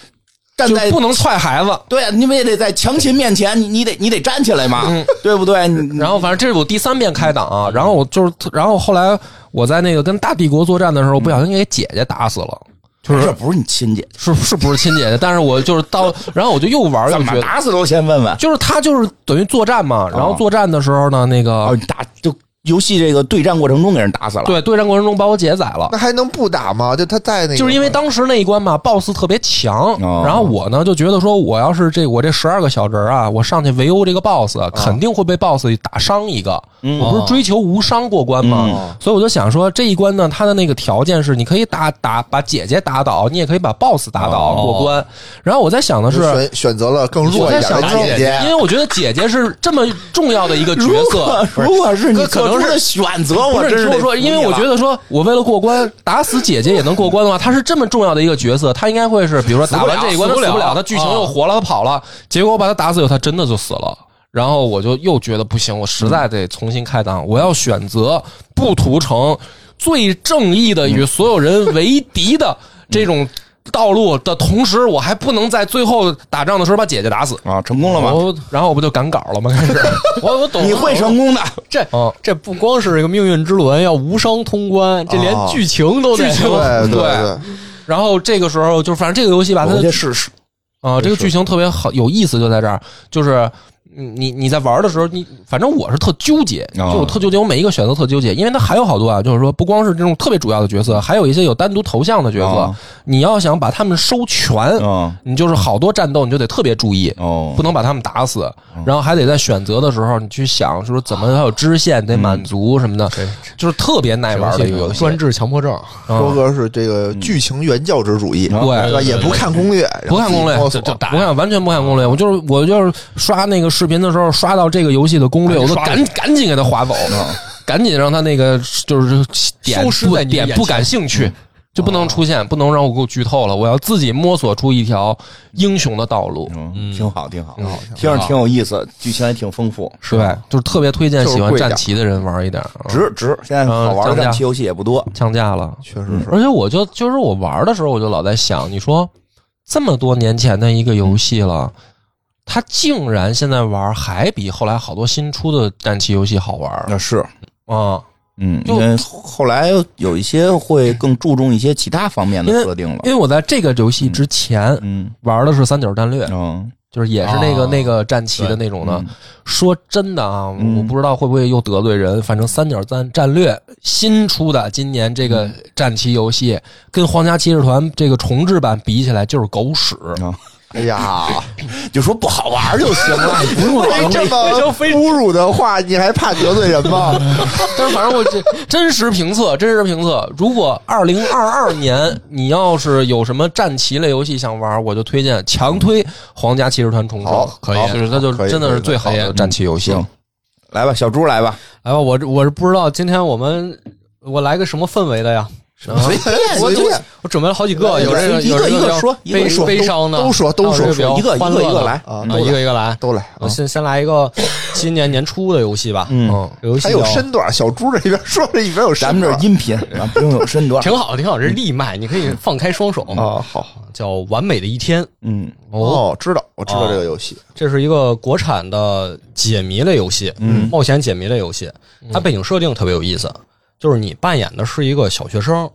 B: 站
A: 就
B: 在
A: 不能踹孩子。
B: 对啊，你们也得在强秦面前，你你得你得站起来嘛，对不对？你
A: 嗯然后反正这是我第三遍开档啊，然后我就是，然后后来我在那个跟大帝国作战的时候，不小心给姐姐打死了，就是
B: 这不是你亲姐，
A: 是是不是亲姐姐？但是我就是 到，然后我就又玩又
B: 怎
A: 觉
B: 么
A: 得，啊
B: 打死都先问问。
A: 就是他就是等于作战嘛，然后作战的时候呢，那
B: 啊哦，
A: 个
B: 你打就游戏这个对战过程中给人打死了，啊
A: 对对战过程中把我姐宰了
C: 那。还能不打吗？就他在那个，
A: 就是因为当时那一关嘛，BOSS 特别强，
B: 哦
A: 然后我呢就觉得说，我要是这我这十二个小人儿啊，我上去围殴这个 BOSS，肯
C: 哦
A: 定会被 BOSS 打伤一个。
B: 嗯
A: 我不是追求无伤过关吗？
B: 嗯
A: 所以我就想说，这一关呢，它的那个条件是，你可以打打把姐姐打倒，你也可以把 BOSS 打倒、
B: 哦
A: 过关。然后我在想的是，
C: 选选择了更弱
A: 我
C: 一
A: 在
C: 点
A: 想
C: 的
A: 说
C: 姐
A: 因
C: 姐，
A: 为我觉得姐姐是这么重要的一个角
B: 如
A: 色
B: 果。如果是你
A: 可可能
B: 做出
A: 是
B: 的选择，
A: 不
B: 我
A: 是，
B: 真
A: 你听
B: 得
A: 我说，
B: 服你
A: 因为我
B: 了
A: 觉得说，我为了过关，打死姐姐也能过关的话，她是这么重要的一个角色，她应该会是，比如说打完这一关她
D: 死
A: 死
D: 不了
A: 不了，
D: 啊
A: 她剧情又活了，她跑了，结果我把她打死以后，她真的就死了。然后我就又觉得不行，我实在得重新开档，我要选择不屠城，最正义的与所有人为敌的这种道路的同时，我还不能在最后打仗的时候把姐姐打死。
B: 啊，成功了吗？
A: 我然后我不就赶稿了吗？开始，
D: 我我懂了，
B: 你会成功的，
D: 这
A: 哦嗯
D: 这不光是一个命运之轮，要无伤通关，这连
C: 哦
D: 剧情都得
A: 剧情
C: 对
A: 对
C: 对，
A: 然后这个时候就反正这个游戏吧，它
B: 我
A: 的
B: 去试试。
A: 啊，这个剧情特别好，有意思就在这儿，就是嗯你你在玩的时候，你反正我是特纠结，就
B: 啊
A: 我特纠结，我每一个选择特纠结，因为它还有好多啊，就是说不光是这种特别主要的角色，还有一些有单独头像的角色
B: 啊，
A: 你要想把他们收全，
B: 嗯，
A: 你就是好多战斗你就得特别注意。
B: 哦
A: 不能把他们打死，然后还得在选择的时候，你去想说怎么还有支线得
B: 嗯
A: 满足什么的，就是特别耐玩的一个游戏。
D: 专治强迫症，
A: 嗯
C: 波哥是这个剧情原教旨主义，
A: 对
C: 对吧？也不看攻略，
A: 不看攻略
C: 然后自己摸索嗯
A: 不看，完全不看攻略。我就是我就是刷那个视频的时候，刷到这个游戏的攻
C: 啊
A: 略，我都赶赶紧给
C: 嗯
A: 它划走，赶紧让他那个就是点
D: 消失
A: 不
D: 在你的
A: 点
D: 眼前
C: 嗯
A: 不感兴趣，就不能出现，不能让我给我剧透了。我要自己摸索出一条英雄的道路。
B: 嗯，挺好，挺好，
A: 挺好
B: 听着挺有意思，剧情也挺丰富，
A: 是对，就是特别推荐
C: 就是
A: 喜欢
C: 贵
A: 战
C: 点儿
A: 棋的人玩一点儿，嗯
B: 值值。现在好玩
A: 嗯
B: 的
A: 降价
B: 战棋游戏也不多，
A: 降价了。
C: 确实是，
A: 而且我就就是我玩的时候，我就老在想，你说这么多年前的一个游戏了，它竟然现在玩还比后来好多新出的战棋游戏好玩儿
B: 那是，
A: 啊！
B: 嗯，
A: 就
B: 因为后来有一些会更注重一些其他方面的设定了
A: 因，为我在这个游戏之前
B: 嗯
A: 玩的是三角战略，
B: 嗯，
A: 就是也是那个
D: 哦
A: 那个战棋的那种的。说真的啊，
B: 嗯
A: 我不知道会不会又得罪人，反正三角战战略新出的今年这
B: 嗯
A: 个战棋游戏，跟皇家骑士团这个重置版比起来就是狗屎。
B: 嗯
C: 哎呀，
B: 就说不好玩就行了，不用
C: 哎，这么侮辱的话，你还怕得罪人吗？
A: 但是反正我这真实评测，真实评测，如果二零二二年你要是有什么战棋类游戏想玩，我就推荐强推《皇家骑士团重生》，
C: 好
D: 可以
A: 就是它 就
C: 可以
A: 真的是
C: 可以哎嗯
A: 最好
D: 可以
A: 的 战棋游戏。
B: 行，来吧，小猪来吧，
D: 来吧，哎我这我是不知道今天我们我来个什么氛围的呀？
C: 随便
D: 我
C: 随便，
D: 我准备了好几个，有这个
B: 一
D: 有
B: 个
D: 这
B: 一个
D: 比较
B: 说一个
D: 悲
B: 一个
D: 悲伤的，哦
C: 都说都说
D: 还有这个
B: 一
D: 比较
B: 个一
D: 欢
B: 个
D: 乐
B: 一个
D: 的
B: 来
C: 啊
D: 啊，
C: 都来
D: 一个一个来。
C: 都来啊
D: 我！先先来一个今年年初的游戏吧，
B: 嗯，
A: 嗯，
D: 这游戏
C: 还有
D: 叫
C: 身段，小猪这一边说着一边有身
B: 咱们
C: 段
B: 这是音频，啊不用有身 段，
D: 挺好，挺好，这是立麦，你可以放开双手，
C: 啊，好好
D: 叫《完美的一天》。
B: 嗯
C: 哦，知道我知道这个游戏，
D: 这是一个国产的解谜类游戏，
B: 嗯
D: 冒险解谜类游戏。
A: 嗯
D: 它背景设定特别有意思，就是你扮演的是一个小学生，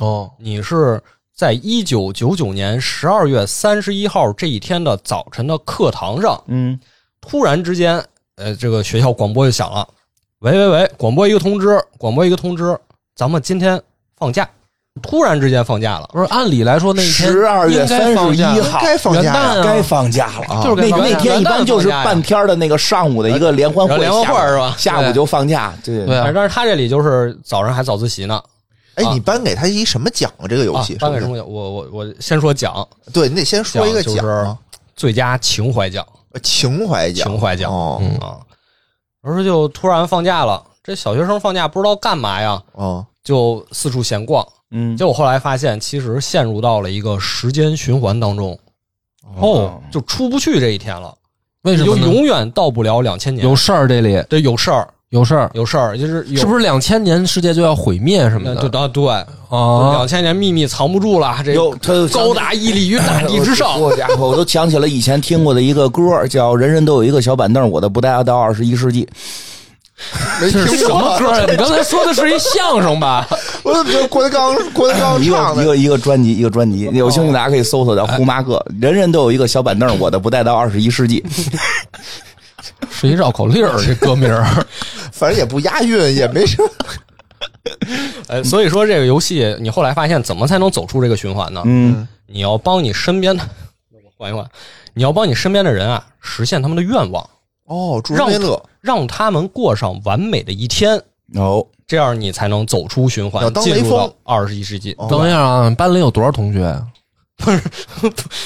A: 哦，
D: 你是在一九九九年十二月三十一号这一天的早晨的课堂上，
B: 嗯
D: 突然之间，呃，这个学校广播就响了，喂喂喂，广播一个通知，广播一个通知，咱们今天放假，突然之间放假了。
A: 不是，按理来说那一天
B: 12月
A: 应该放假
B: 31号
C: 该放
A: 元
C: 假呀
D: 嗯
A: 旦啊
B: 该放假了啊！
A: 就是该
B: 那
A: 放假
B: 那天一般就是
D: 元旦放假呀呃
B: 半天的那个上午的一个联欢会，
D: 联欢会
B: 下午
D: 是吧
B: 下午
A: 对
B: 就放假，对
A: 对啊
D: 但是他这里就是早上还早自习呢，
C: 哎，
D: 啊
C: 你颁给他一什么奖啊？这个游
D: 啊
C: 戏，
D: 颁给
C: 是
D: 什
C: 不
D: 么奖？我我我先说奖，
C: 是？对你得先说一个
D: 奖
C: 奖啊，呃
D: 最佳情怀奖，
C: 情怀奖，
D: 情怀奖
C: 哦
A: 嗯
D: 啊。而是就突然放假了，这小学生放假不知道干嘛呀，
C: 哦，
D: 就四处闲逛。
B: 嗯
D: 结果后来发现，其实陷入到了一个时间循环当中，
A: 哦，
D: 就出不去这一天了，
A: 为什
D: 就
A: 么呢？
D: 永远到不了两千年。
A: 有事儿这里
D: 对有事儿，
A: 有事儿，
D: 有事儿，就是有
A: 是不是两千年世界就要毁灭什么
D: 那就
A: 的
D: 啊对，
A: 啊？
D: 两千年秘密藏不住了，这
B: 有他就想
D: 高达屹立于 大地之上。
B: 我家伙，我都想起了以前听过的一个歌，叫《人人都有一个小板凳》，我的不带到二十一世纪。
C: 没听
A: 这是什
C: 过
A: 么歌啊？你刚才说的是一相声吧？
C: 我怎么觉得郭德纲郭德 纲
B: 一个
C: 唱
B: 一
C: 的？
B: 个一个专辑，一个专辑，
D: 哦
B: 有兴趣大家可以搜索叫胡麻哥，人人都有一个小板凳，我的不带到二十一世纪。
A: 是一绕口令儿，这歌名儿
C: 反正也不押韵，也没什么。
D: 呃，所以说这个游戏，你后来发现怎么才能走出这个循环呢？
B: 嗯
D: 你要帮你身边的， 我缓一缓，你要帮你身边的人啊，实现他们的愿望，
C: 哦，助人为乐，
D: 让他们过上完美的一天，
B: 哦，
D: 这样你才能走出循
C: 要
D: 环，
C: 当
D: 进
C: 雷
D: 入
C: 锋哦
D: 到二十一世纪。
A: 等一下啊，班里有多少同学？啊 不是，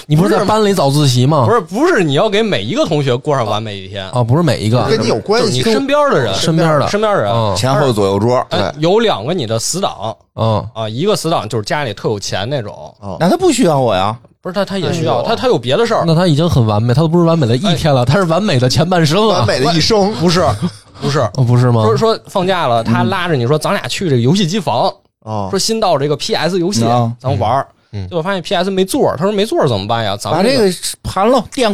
A: 你不是在班里早自习吗？
D: 不是不是，你要给每一个同学过上完美一天，
A: 啊，不是每一个，
C: 跟你有哦关
D: 就是你
C: 系。哦
D: 身边的人，
A: 身边的
D: 身边的人，
A: 嗯
B: 前后左右桌，
D: 哎，有两个你的死党
A: 嗯，
D: 啊，一个死党就是家里特有钱那种，
B: 那他不需要我呀。
D: 不是他他也
C: 哎
D: 需要
C: 呦
D: 他他有别的事儿，
A: 那他已经很完美，他都不是完美的一天了，他是完美的前半生啊，
C: 完美的一生，
D: 不是不是，
A: 哦，不是吗？
D: 说说放假了，他拉着你说咱俩去这个游戏机房，
C: 哦
D: 说新到这个 PS 游戏
B: 啊
D: 咱们玩儿，结果发现 PS 没座儿，他说没座儿怎么办呀？咱
B: 把
D: 们
B: 这个盘喽，垫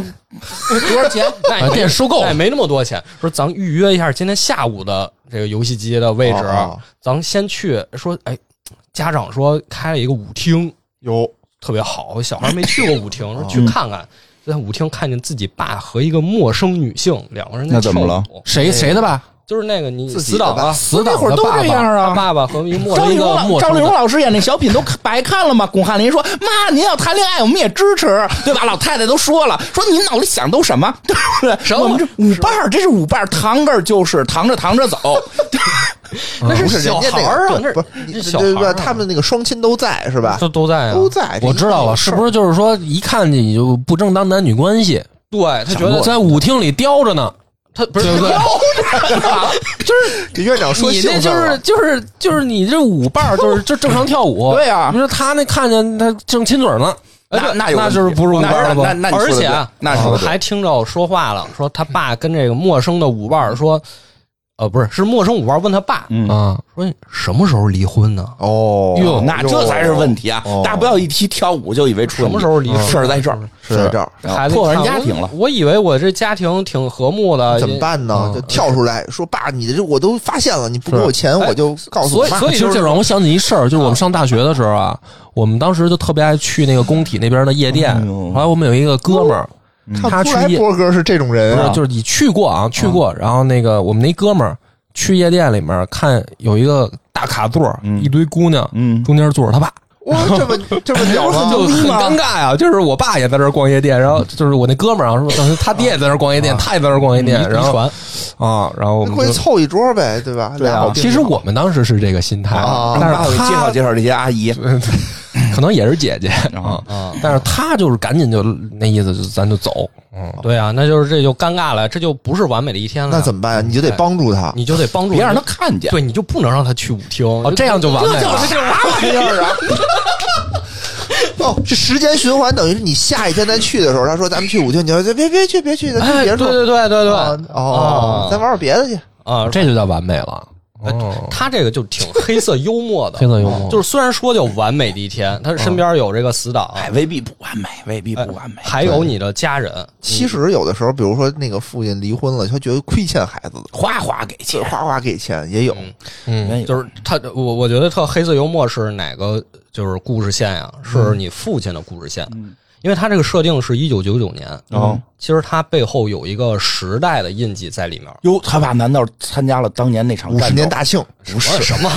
B: 多少钱？
D: 那也
A: 把
D: 没
A: 店收购
D: 那也没那么多钱，说咱预约一下今天下午的这个游戏机的位置，
C: 哦
D: 咱先去说，哎，家长说开了一个舞厅，
C: 有
D: 特别好，小孩没去过舞厅，说去看看。在舞厅看见自己爸和一个陌生女性两个人在
B: 那怎么
D: 跳
B: 了
D: 舞
A: 谁谁的吧？
D: 就是那个你
C: 自己
D: 死
C: 的
D: 党啊
C: 吧，
A: 死党
B: 那会儿
A: 的
B: 都
A: 爸
B: 这样
A: 爸，
D: 他
B: 啊。
D: 爸爸和一个陌
B: 赵
D: 生
B: 丽
D: 一
B: 蓉
D: 个
B: 老
D: 陌
B: 赵
D: 生
B: 丽
D: 的
B: 蓉老师演那小品都白看了吗？巩汉林说：“妈，您要谈恋爱，我们也支持，对吧？”老太太都说了，说您脑里想都什么，对不对？
D: 什么
B: 我们这舞伴儿，这是舞伴儿，躺这儿就是躺着躺着走，
D: 那
C: 不
D: 是
C: 是
D: 小
C: 人家
D: 孩
C: 那
D: 儿啊，
C: 个对不
D: 是
C: 是
D: 这
C: 你
D: 小孩
C: 对
D: 儿啊
C: 吧？他们那个双亲都在是吧？
D: 都都在啊，
C: 都在，
A: 我知道了，是不是就是说一看见你就不正当男女关系？
D: 对他觉得
A: 在舞厅里叼着呢，
D: 他不是
A: 对不对
D: 他
C: 给院长说
A: 你
C: 姓
A: 那
C: 事
A: 就
C: 儿
A: 是
C: 了
A: 就是就是你这舞伴儿就是就正常跳舞，
B: 对呀
A: 你说他那看见他正亲嘴儿呢，
D: 哎
B: 那
D: 对
B: 那有
A: 那
B: 问题
A: 就是不是舞伴了吧
B: 那那那你
D: 哦而
B: 说得
D: 且啊
B: 对那说
D: 我
B: 得对
D: 还听着说话了，说他爸跟这个陌生的舞伴儿说，呃，不是，是陌生舞伴儿问他爸，
B: 嗯
A: 啊，
D: 说你什么时候离婚呢？
C: 哦，
A: 哟
B: 那这才是问题啊
C: 哦！
B: 大家不要一提跳舞就以为出嗯
D: 什么时候离婚？
B: 事儿在这儿，
C: 是在这儿，
D: 孩子
B: 破坏
D: 一
B: 人家
D: 看
B: 庭了
D: 我。我以为我这家庭挺和睦的，
C: 啊怎么
D: 也？
C: 办呢
A: 嗯？
C: 就跳出来说：“爸，你这我都发现了，你不给
A: 是
C: 我钱，
D: 哎
C: 我就告诉
D: 所
C: 我
D: 以
C: 妈。
D: 所以
A: 其
D: 就
A: 实
D: 是
A: 这让我想起一事儿，就是我们上大学的时候啊，我们当时就特别爱去那个工体那边的夜店
B: 哎。呦
A: 后来我们有一个哥们儿，他
C: 看不
A: 去
C: 出来
A: 夜
C: 波哥是这种人
A: 不
C: 啊
A: 是，就是你去过啊，去过。然后那个我们那哥们儿去夜店里面看有一个大卡座，
B: 嗯
A: 一堆姑娘，
B: 嗯，
A: 中间坐着他爸，
C: 哇，这么 这么屌吗？
A: 就很尴尬呀、就是我爸也在这儿逛夜店，然后就是我那哥们儿啊，说当时他爹也在这儿逛夜店，他也在这儿逛夜
D: 一
A: 店，然
D: 一
A: 后
D: 传，
B: 哦
A: 啊，然后我
C: 那
A: 们
C: 过去
A: 就
C: 凑一桌呗，对吧？
B: 对啊
C: 俩好
A: 其实我们当时是这个心态，
C: 啊
B: 让爸
A: 但
B: 爸
A: 是
B: 给
A: 他
B: 介绍介绍这些阿姨，
A: 可能也是姐姐啊
B: 啊，
D: 啊，
A: 但是他就是赶紧就那意思，就咱就走，
D: 对啊，那就是这就尴尬了，这就不是完美的一天了。
C: 那怎么办呀？你
A: 哎
C: 就得帮助他。
D: 你就得帮助
B: 别让他看见。
D: 对，你就不能让他去舞厅
A: 哦，这样就完美了。
C: 玩意儿啊？ 哦，这时间循环等于是你下一天再去的时候，他说咱们去舞厅，你说别别去别去，咱
D: 哎，
C: 去别
D: 对
C: 处。
D: 对对对对，
C: 啊哦，咱玩会儿别的去。
D: 啊，哎
A: 这就叫完美了。哦，
D: 他这个就挺黑色幽默的 嗯
A: 黑，色幽默
D: 就是虽然说叫完美的一天，他身边有这个死党，
B: 哎，未必不完美，未必不完美。
D: 哎还有你的家人，
C: 其实有的时候，比如说那个父亲离婚了，他觉得亏欠孩子的，
B: 花花给
C: 就
B: 钱，
C: 哗哗给钱也有。
A: 嗯，
D: 就是他，我我觉得特黑色幽默是哪个就是故事线呀、是你父亲的故事线，
B: 嗯
D: 因为他这个设定是一九九九年，
B: 哦
D: 其实它背后有一个时代的印记在里面。
B: 哟，他爸难道参加了当年那场
C: 五
B: 战争
C: 十年大庆，
D: 不是什么，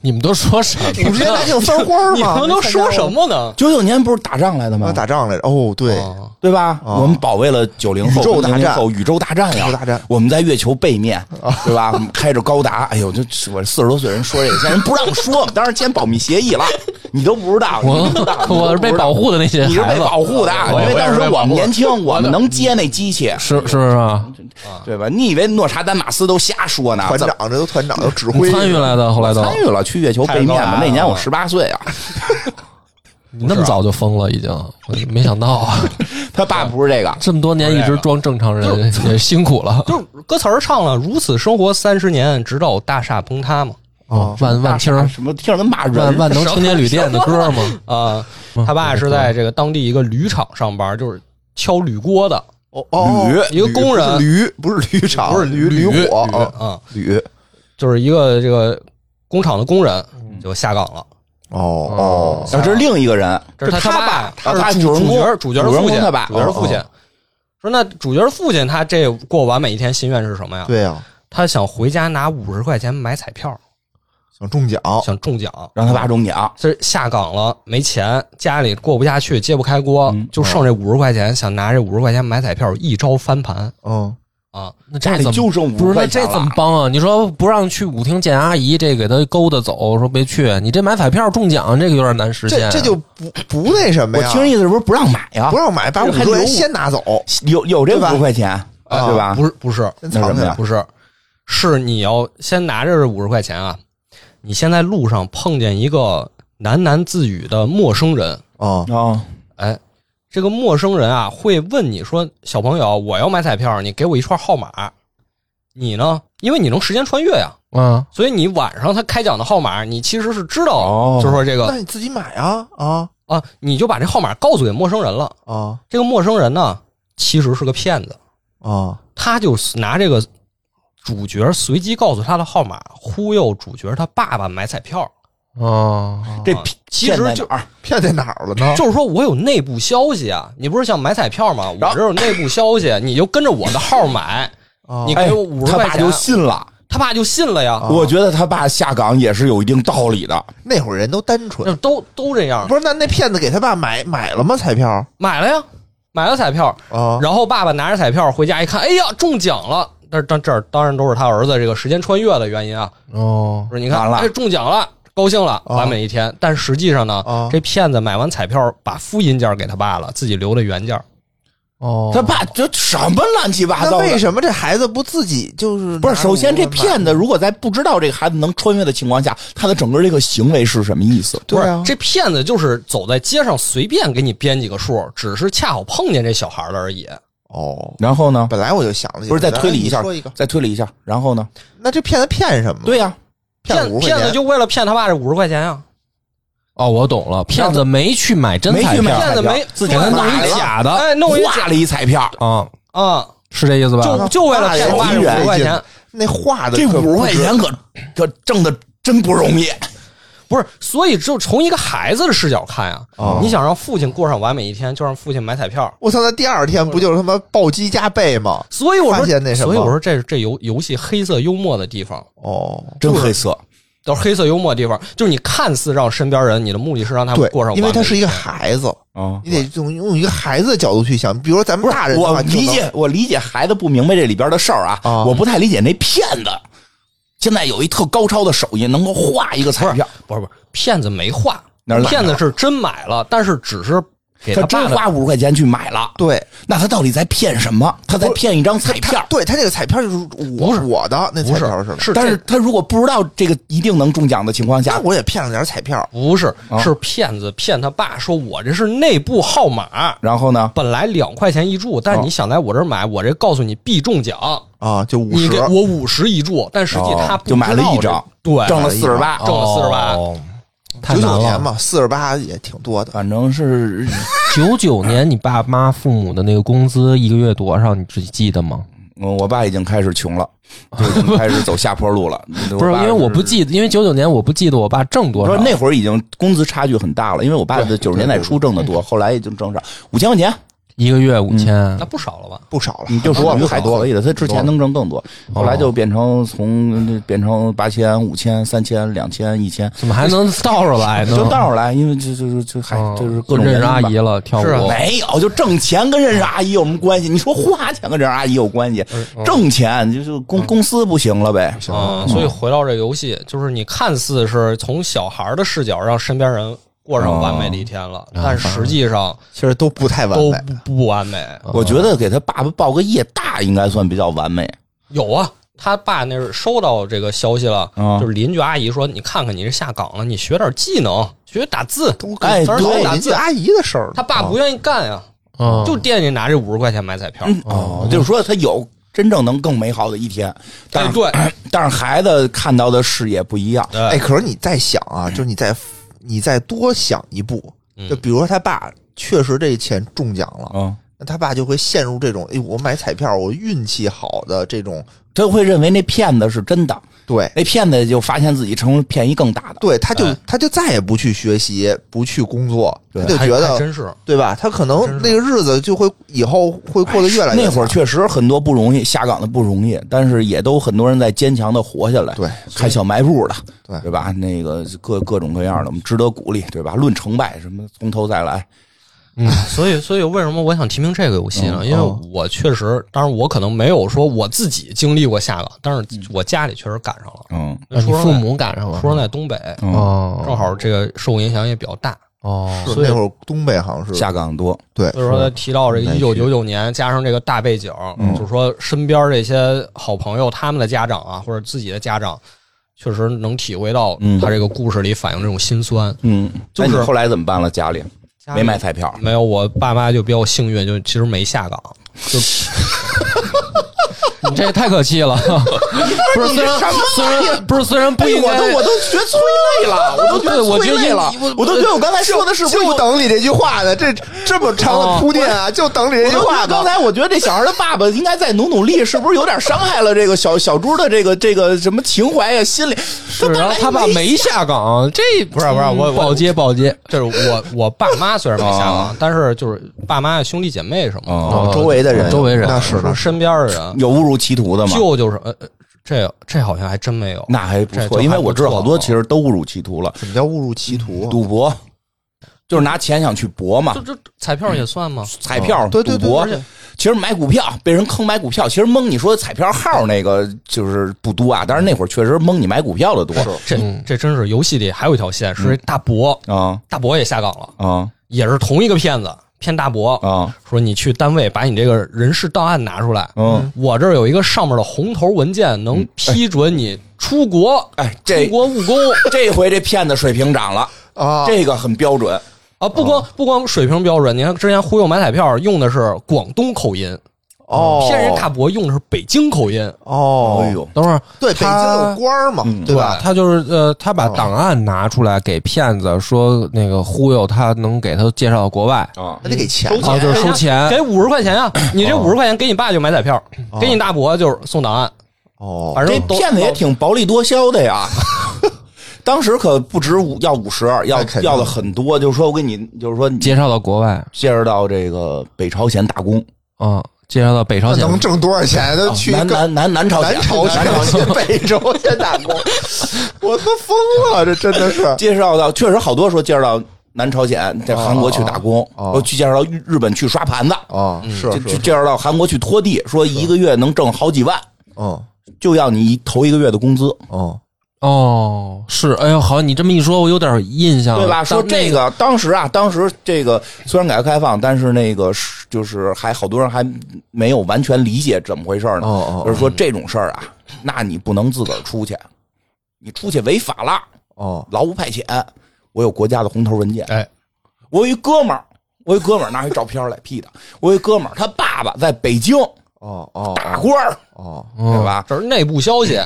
A: 你们都说什么？
C: 五十年大庆翻花儿
D: 你
C: 嘛？
D: 们都说什么呢？
B: 九九年不是打仗来的
C: 我
B: 吗？
C: 打仗来着。哦，对，
D: 哦
B: 对吧？
C: 哦
B: 我们保卫了九零后、
C: 宇宙大
B: 零
C: 战
B: 零后宇宙大战呀！
C: 宇宙大战哦
B: 我们在月球背面，对吧？我们开着高达，哎呦，这我四十多岁人说这个，现在人不让说，当时签保密协议了，你都不知道，
A: 我
B: 你都不知道
A: 我是被保。护的那些
B: 你都不
A: 孩
B: 知道你是被
A: 子，
B: 保护的，
A: 我
B: 因
C: 哦
B: 为
A: 我也
B: 当
A: 是
B: 时
A: 被
B: 我
A: 保
B: 们
A: 护的
B: 年轻，我们能接那机器，
A: 是是不是啊？
B: 对吧？你以为诺查丹马斯都瞎说呢？
C: 团
B: 啊怎
C: 长
B: 么
C: 这都团长都指
A: 你
C: 挥
A: 参与来的，后来都
B: 参与了去月球背面
D: 太高
B: 嘛？
D: 了
B: 那年我十八岁啊，
A: 你那么早就疯了，已经，我没想到啊，
B: 他爸不是这个，
A: 这么多年一直装正常人，也辛苦了。
D: 就是歌词儿唱了“如此生活三十年，直到大厦崩 塌”嘛。
C: 啊。
A: 万万青儿，
B: 什么听着跟骂人
A: 万万能青 年旅店的歌吗？
D: 啊、他爸是在这个当地一个铝厂上班，就是敲铝锅的。
C: 哦哦，
D: 一个工人
C: 驴不是驴场，
D: 不是
C: 驴
D: 驴
C: 驴火
D: 驴
C: 啊，
D: 啊，
B: 哦
C: 驴。
D: 就是一个这个工厂的工人就下岗了。
C: 哦哦，
B: 啊，这是另一个人，
D: 这是
B: 他
D: 他
B: 爸，啊
D: 他
B: 他
D: 是
B: 主
D: 主
B: 人
D: 主角
B: 公，
D: 主角
B: 主人
D: 的父
B: 公
D: 亲，
B: 他爸，哦
D: 主角的父亲。说那主角的父亲，他这过完每一天心愿是什么呀？
C: 对啊呀，
D: 他想回家拿五十块钱买彩票，
C: 想中奖，
B: 哦
D: 想中奖。
B: 让他爸中奖，
D: 这下岗了，没钱，家里过不下去，揭不开锅，
B: 嗯
D: 就剩这五十块钱，想拿这五十块钱买彩票，一招翻盘
C: 嗯，
D: 啊！
A: 那这
B: 家里
A: 怎么
B: 就剩五
A: 不是？
B: 十
A: 那
B: 块
A: 这
B: 钱
A: 怎么
B: 了。
A: 帮啊？你说不让去舞厅见阿姨，这给他勾搭走，说别去。你这买彩票中奖，这个有点难实现
C: 这
A: 啊。
C: 这就不不那什么
B: 我
C: 呀，
B: 听意思是不是不让买呀
C: 不？让买，把
B: 这
C: 五
B: 还
C: 十块
B: 留
C: 钱先拿走，
B: 有有这
C: 对吧
B: 五十块钱，
C: 啊
B: 对啊吧？
D: 不是不是
B: 那
C: 先
B: 什
C: 藏起
B: 么
C: 来
B: 呀。
D: 不是，是你要先拿着这五十块钱啊！你先在路上碰见一个喃喃自语的陌生人，
C: 啊
B: 哦，
D: 哎，这个陌生人啊会问你说：“小朋友，我要买彩票，你给我一串号码。”你呢？因为你能时间穿越呀、
A: 啊，
D: 所以你晚上他开奖的号码，你其实是知道，
B: 哦
D: 就是说这个
C: 那你自己买啊啊
D: 啊，你就把这号码告诉给陌生人了。
C: 啊
D: 这个陌生人呢，其实是个骗子，
C: 啊！
D: 他就拿这个主角随机告诉他的号码忽悠主角他爸爸买彩票。
A: 哦，
B: 这
D: 啊
B: 骗
D: 其实
B: 骗在
D: 就
B: 哪儿
C: 骗在哪儿了呢？
D: 就是说我有内部消息啊，你不是想买彩票吗？我
B: 然后
D: 这有内部消息，你就跟着我的号买，
C: 啊
D: 你
B: 哎
D: 给我五十
B: 他
D: 块
B: 爸
D: 钱，啊
B: 就信了。
D: 他爸就信了呀。
B: 我觉得他爸下岗也是有一定道理的。
C: 那会儿人都单
D: 那
C: 纯，
D: 都都这样
C: 不，是？那那骗子给他爸买买了吗？彩票
D: 买了呀，买了彩票，
C: 啊
D: 然后爸爸拿着彩票回家一看，哎呀，中奖了。但是当这儿当然都是他儿子这个时间穿越的原因啊，
A: 哦，
D: 不是？你看，
B: 完了
D: 哎，中奖了，高兴了，完美一天。但实际上呢，
C: 啊
D: 这骗子买完彩票，把复印件给他爸了，自己留的原件。
A: 哦
B: 他爸这什么乱七八
C: 那
B: 糟
C: 为
B: 的？
C: 什么这孩子不自己就是？
B: 不是，首先这骗
C: 子，
B: 子如果在不知道这个孩子能穿越的情况下，他的整个这个行为是什么意思？
C: 对啊
D: 不是这骗子就是走在街上随便给你编几个数，只是恰好碰见这小孩了而已。
C: 哦，
B: 然后呢？
C: 本来我就想了几个，
B: 不是再推理一下
C: 咱说一个，，
B: 再推理一下，然后呢？
C: 那这骗子骗什么？
B: 嗯对呀，
C: 骗
D: 骗
C: 五十
D: 骗
C: 块
D: 子
C: 钱。
D: 就为了骗他爸这五十块钱啊呀、
A: 哦，我懂了，骗子没去买真
B: 没
A: 彩
B: 去
A: 票，
B: 买
D: 骗
B: 彩
D: 子
B: 票
D: 没
B: 自己
A: 给他弄
B: 买
A: 一
B: 了
A: 假的
D: 哎，弄一假
B: 画了一彩票，
A: 啊，
D: 啊，
A: 是这意思吧？
D: 就就为了骗他爸这
B: 那
D: 五十块
C: 人
D: 钱，
C: 那画的
B: 这
C: 可不
B: 五十块
C: 值
B: 钱可可挣的真不容易。
D: 不是，所以就从一个孩子的视角看呀、
C: 哦
D: 你想让父亲过上完美一天，就让父亲买彩票。
C: 我操！那第二天不就是他妈暴击加倍吗？
D: 所以我
C: 发
D: 说，
C: 现那什么
D: 所以我说这是这游游戏黑色幽默的地方，
C: 哦，
B: 真黑色，
D: 都是黑色幽默的地方，就是你看似让身边人，你的目的是让他们
C: 对
D: 过上，完美一天，
C: 因为他是一个孩子，
B: 啊
C: 你得用用一个孩子的角度去想。比如咱们嗯大人的话
B: 我理，解，我理解孩子不明白这里边的事儿啊，
C: 啊
B: 我不太理解那骗子。现在有一特高超的手艺，能够画一个彩票，
D: 不是不是骗子没画
B: 哪儿来的，
D: 骗子是真买了，但是只是给
B: 他
D: 爸
B: 真
D: 爸
B: 花五十块钱去买了。
C: 就能对
B: 那他到底在骗什么？他在骗一张彩票
C: 他，对他这个彩票就是我我的那彩票是吧
D: 是
B: 但是他
D: 这
B: 如果不知道这个一定能中奖的情况
C: 那
B: 下，
C: 我也骗了点彩票，
D: 不是
C: 哦
D: 是骗子骗他爸说，我这是内部号码，
B: 然后呢？
D: 本来两块钱一注，但
C: 哦
D: 是你想在我这儿买，我这告诉你必中奖，
C: 啊，就五
D: 你
C: 十
D: 给我五十一注，但实际他
B: 哦
D: 不
B: 就买了
D: 知道
B: 一
D: 这
B: 张，
D: 对，
B: 挣了四十八，
D: 挣了48
A: 哦太
C: 九
A: 难
C: 九年
A: 了。
C: 嘛，四十八也挺多的。
B: 反正是
A: 九九年你爸妈父母的那个工资一个月多少？你自己记得吗？
B: 嗯我爸已经开始穷了，就已经开始走下坡 路了。
A: 不是，因为我不
B: 记。
A: 记得，因为九九年我不记得我爸挣多
B: 说
A: 少。
B: 那会儿已经工资差距很大了，因为我爸的九十年代初挣的多，后来已经挣上五千块钱，
A: 一个月五千，
D: 那不少了吧？
C: 不少了，
A: 嗯
B: 你就说
C: 还多
B: 我
C: 了
B: 还多可以了。他之前能挣更多，后
A: 哦
B: 来就变成从变成八千、五千、三千、两千、一千，
A: 怎么还能倒着来呢？
B: 就倒着来，因为就就就还
A: 哦
B: 哎就是各种
A: 认识
B: 原因
A: 阿
B: 吧
A: 姨。了，跳舞
D: 是啊
B: 没有，就挣钱跟认识阿姨有什么关系？你说花钱跟认识阿姨有关系？
A: 嗯哦
B: 挣钱就是公公司不行了呗，
D: 啊，所以回到这游戏，就是你看似是从小孩的视角让身边人过上完美的一天
B: 哦
D: 了，但实际上
C: 其实都不
B: 嗯
C: 太完
D: 都
C: 美。
D: 不不完美。
B: 我觉得给他爸爸报个夜大应该算比较完美。
D: 有啊，他爸那是收到这个消息了，
B: 啊
D: 就是邻居阿姨说：“你看看你这下岗了，你学点技能，学打字。
C: 都
B: 哎
C: 都是
B: 对
C: 邻居阿姨的事儿呢。”
D: 他爸不愿意干呀、
A: 嗯
D: 就惦记拿这五十块钱买彩票。
B: 嗯哦，就是说他有真正能更美好的一天，但
D: 哎，
B: 是、
D: 对，
B: 但是孩子看到的视野不一样。
C: 哎，
D: 哎，
C: 可是你再想啊，就是你再你再多想一步，
D: 嗯
C: 就比如说他爸确实这钱中奖了，
B: 嗯，
C: 那他爸就会陷入这种，哎，我买彩票，我运气好的这种，
B: 他会认为那骗子是真的，
C: 对
B: 那骗子就发现自己成了骗一更大的。
C: 对，他就、
D: 哎
C: 他就再也不去学习，不去工作，他
B: 对
C: 就觉
D: 还还
C: 得
D: 真是啊
C: 对吧？他可能那个日子就会以后会过得越来越
B: 那会儿
C: 惨
B: 确实很多不容易，下岗的不容易，但是也都很多人在坚强的活下来。
C: 对，
B: 开小卖部的，
C: 对
B: 对吧？那个各各种各样的，我们值得鼓励，对吧？论成败，什么从头再来，
D: 所以，所以为什么我想提名这个游戏呢？
B: 嗯
D: 因
B: 哦
D: 为我确实，当然我可能没有说我自己经历过下岗，但是我家里确实赶上了。
B: 嗯
A: 嗯啊你
D: 出生
A: 父
D: 在
A: 母赶上了
D: 出生在东北，
B: 嗯，
A: 哦，
D: 正好这个受影响也比较大。
A: 哦，
C: 是
D: 所以
C: 那会儿东北好像是
B: 下岗多，
C: 对
A: 嗯
D: 所以说他提到这个一九九九年，加上这个大背景，
A: 嗯
D: 就是说身边这些好朋友他们的家长啊，或者自己的家长，确实能体会到
B: 嗯
D: 他这个故事里反映这种心酸。
B: 嗯。
D: 就是
B: 那你后来怎么办了？家里
D: 家里
B: 没买彩 票，
D: 没有，我爸妈就比较幸运，就其实没下岗。
A: 你这也太可 气了。不是，虽然虽然不是，虽然不应
B: 哎我
A: 该
B: 都我，都觉催泪了，我都觉
A: 对
B: 得
A: 我
B: 催
A: 觉得
B: 泪
A: 应
B: 了，
A: 我
B: 我都觉得我刚才说的是
C: 就等你这句话呢，这这么长的铺垫啊，就等
B: 我
C: 你这句
B: 都觉
C: 话
B: 得刚
C: 呢。
B: 才我觉得这小孩的爸爸应该再努努力，是不是有点伤害了这个小小猪的这个这个什么情怀呀、心理？
A: 是，然后他爸没下岗，这不
D: 是不是我我
A: 保洁保洁，
D: 就是我我爸妈虽然没下岗
A: 哦
B: 啊，
D: 但是就是爸妈兄弟姐妹什么
B: 哦
C: 周围的人，
A: 周围人
C: 那是
D: 的，就
C: 的
D: 是，身边的人，
B: 有误入歧途的吗？
D: 舅舅是呃呃，这这好像还真没有。
B: 那还不
D: 这就
B: 错，因为
D: 还不
B: 我知道
D: 错
B: 好多
D: 啊
B: 其实都误入歧途了，
C: 什么叫误入歧途啊？
B: 赌博就是拿钱想去搏嘛
D: 就，这彩票也算吗？
B: 彩票、
C: 对对
B: 赌
C: 对
B: 博
C: 而且，
B: 其实买股票被人坑买股票，其实蒙你说彩票号那个就是不多啊，但是那会儿确实蒙你买股票的多
D: 这
A: 嗯
D: 这真
A: 哦
D: 是游戏里还有一条线是大伯，
B: 啊
D: 大伯也下岗了，
B: 啊
D: 也是同一个骗子。骗大伯，
A: 哦
B: 啊，
D: 说你去单位把你这个人事档案拿出来，
A: 哦
B: 嗯，
D: 我这儿有一个上面的红头文件，
A: 嗯
D: 能批准你出国，
B: 哎，
D: 出
B: 这
D: 国务工
B: 这回这骗子水平涨了，
C: 啊，
B: 这个很标准。
D: 啊！不光不光水平标准，你看之前忽悠买彩票用的是广东口音，
C: 哦，
D: 嗯骗人大伯用的是北京口音，
C: 哦，
B: 哎，呦，
A: 等会儿
C: 对，北京有
A: 他
C: 官儿嘛，对吧？
A: 他就是呃，他把
B: 嗯
C: 哦
A: 档案拿出来给骗子说那个忽悠他能给他介绍到国外，
B: 啊，
C: 那得给钱
A: 然后就是收钱。
D: 给五十块钱啊！你这五十块钱给你爸就买彩票，给你大伯就是送档案，
C: 哦，
D: 反
B: 这
D: 正都
B: 骗子也挺薄利多销的 呀。当时可不止五要五十，要
C: 那肯定
B: 要的很多。就是说我给你，就是说你
A: 介绍到国外
B: 介绍到这个北朝鲜打工，
A: 啊，介绍到北朝
C: 那
A: 鲜，
C: 能挣多少钱？都去
B: 南
C: 各
B: 南南南朝鲜，
C: 南朝鲜、北朝鲜打 工，我都疯了，这真的是
B: 介绍到确实好多说介绍到南朝鲜，在韩国去打工，
C: 哦
B: 说去介绍到日本去刷盘子，
C: 啊，是
B: 就是去，介绍到韩国去拖地，说一个月能挣好几万，
C: 嗯
B: 就要你头一个月的工资，
C: 嗯，
A: 哦，是，哎呦，好，你这么一说，我有点印
D: 啊
A: 象了，
B: 对吧？
A: 当
B: 说这
A: 那个
B: 个当时啊，当时这个虽然改革开放，但是那个是就是还好多人还没有完全理解怎么回事呢。
C: 哦哦
B: 就是说这种事儿啊，那你不能自个儿出去，你出去违法了，
C: 哦
B: 劳务派遣。我有国家的红头文件，
D: 哎，
B: 我有一哥们儿，我有一哥们儿拿一照片来 P 的，我有一哥们儿，他爸爸在北京
C: 哦哦
B: 打官儿，
C: 哦
B: 对吧？
D: 这是内部消息，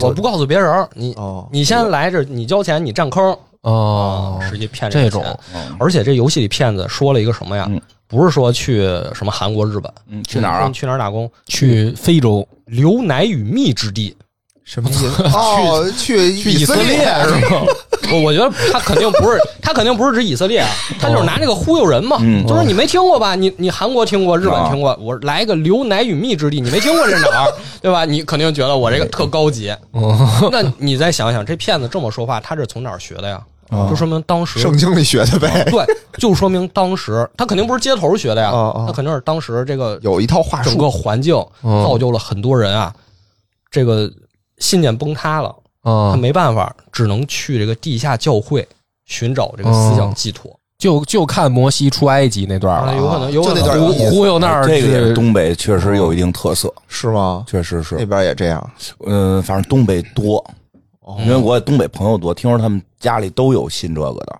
D: 我不告诉别人儿。你
C: 哦
D: 你先来这儿，你交钱，你占坑
A: 哦，
D: 实际骗
A: 这
D: 人
A: 种
D: 钱。而且这游戏里骗子说了一个什么呀？
A: 嗯
D: 不是说去什么韩国、日本，
B: 嗯，去哪儿啊？
D: 去哪儿打工？
A: 去非洲
D: 流奶与蜜之地。
A: 什么？
C: 哦，去
A: 去以色列是吗？
D: 我我觉得他肯定不是，他肯定不是指以色 列啊，他就是拿这个忽悠人
A: 哦
D: 嘛。
B: 嗯
D: 就是你没听过吧？你你韩国听过，日本听过，我来一个流奶与蜜之地，你没听过这哪儿？对吧？你肯定觉得我这个特高级。
A: 哦
D: 那你再想想，这骗子这么说话，他这从哪儿学的呀？
A: 哦
D: 就说明当时
C: 圣经里学的呗，
D: 对，就说明当时他肯定不是街头学的呀
C: 哦哦，
D: 他肯定是当时这个
C: 有一套话
D: 整
C: 术哦
D: 个环境
A: 嗯
D: 造就了很多人啊，这个信念崩塌了，
C: 哦
D: 他
A: 啊，
D: 没办法，只能去这个地下教会寻找这个思想寄托。
A: 就就看摩西出埃及那段
D: 啊，有
A: 了，
D: 可能，有可
C: 哦就那段啊
D: 能
A: 忽
C: 有意思
A: 忽悠那儿
B: 哎这个也是
A: 去
B: 东北，确实有一定特色，
C: 是吗？
B: 确实是
C: 那。边也这样
B: 嗯，反正东北多，因为我东北朋友多，听说他们家里都有信这个的。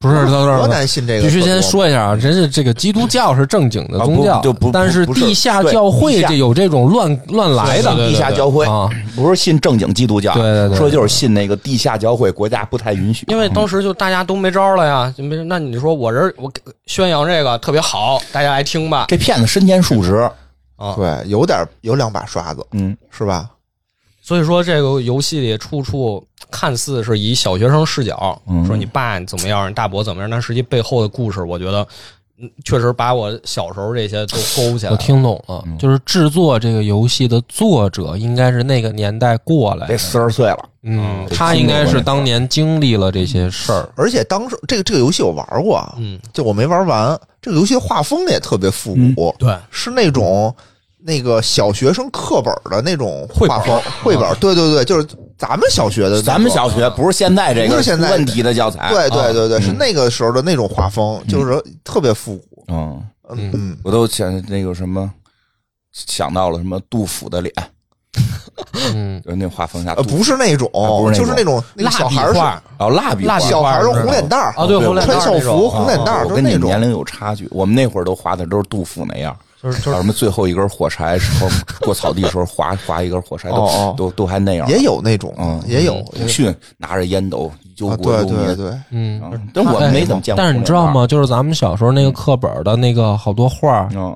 A: 不是到那
C: 河
A: 儿
C: 南信这个
A: 必须
C: 可多
A: 先说一下啊，人家这个基督教是正经的
B: 啊
A: 宗
B: 不
A: 教
B: 就不，
A: 但是
B: 不是
A: 地下
B: 对
A: 教会
B: 地下
A: 这有这种乱乱来的
D: 对对
B: 地下教会
A: 啊，
B: 不是信正经基督教，
A: 对对对
B: 说就是信那个地下教会，国家不太允许。
D: 因为当时就大家都没招了呀，就没那你说我这儿我给宣扬这个特别好，大家来听吧。
B: 这骗子身兼数职，
D: 啊，
C: 对，有点有两把刷子
B: 嗯，
C: 是吧？
D: 所以说这个游戏里处处看似是以小学生视角，
B: 嗯
D: 说你爸怎么样，你大伯怎么样，但实际背后的故事，我觉得嗯确实把我小时候这些都勾起来
A: 我
D: 了。
A: 听懂了，
B: 嗯
A: 就是制作这个游戏的作者应该是那个年代过来
B: 得
A: 的，
B: 四十岁了，
A: 嗯，他应该是当年经历了这些事儿，
C: 而且当时这个这个游戏我玩过，啊
D: 嗯，
C: 就我没玩完，这个游戏画风也特别复古，
D: 对，
C: 是那种那个小学生课本的那种
D: 绘本
C: 画风绘本，对对对，就是咱们小学的那种，
B: 咱们小哎学不是现在这
C: 不
B: 个
C: 是现在
B: 出问题的教材。
C: 对对对对，是那个时候的那种画风，就是特别复古，
B: 嗯，
C: 嗯嗯，
B: 我都想那个什么，想到了什么杜甫的脸，
A: 嗯，
B: 就是那画风下
C: 呃，
B: 杜甫，
C: 不是那种
B: 啊不是那，种
C: 就是那种那个
D: 蜡
C: 小
D: 笔
C: 孩儿
D: 画
C: 是
B: 然后哦蜡笔
D: 蜡笔
B: 画
C: 小孩儿是
D: 画
C: 红脸蛋儿
D: 啊，对，
B: 对
D: 红脸蛋
C: 穿
D: 儿
C: 校
D: 那种
C: 服红脸蛋
B: 啊
C: 儿
B: 我
C: 都是
B: 跟你
C: 那
B: 们
C: 种
B: 年。龄有差距，我们那会儿都画的都是杜甫那样，
D: 就是就
B: 叫
D: 是
B: 什么最后一根火柴时候过草地的时候划划一根火柴，都
C: 哦哦
B: 都都还那样。
C: 也有那种，
B: 嗯
C: 也有
B: 鲁迅拿着烟斗一揪
C: 啊，
B: 国
C: 对
B: 中
C: 对
B: 烟，
C: 对，
A: 嗯。
B: 嗯但我没怎么见过。
A: 但是你知道？吗？就是咱们小时候那个课本的那个好多画儿，
B: 嗯，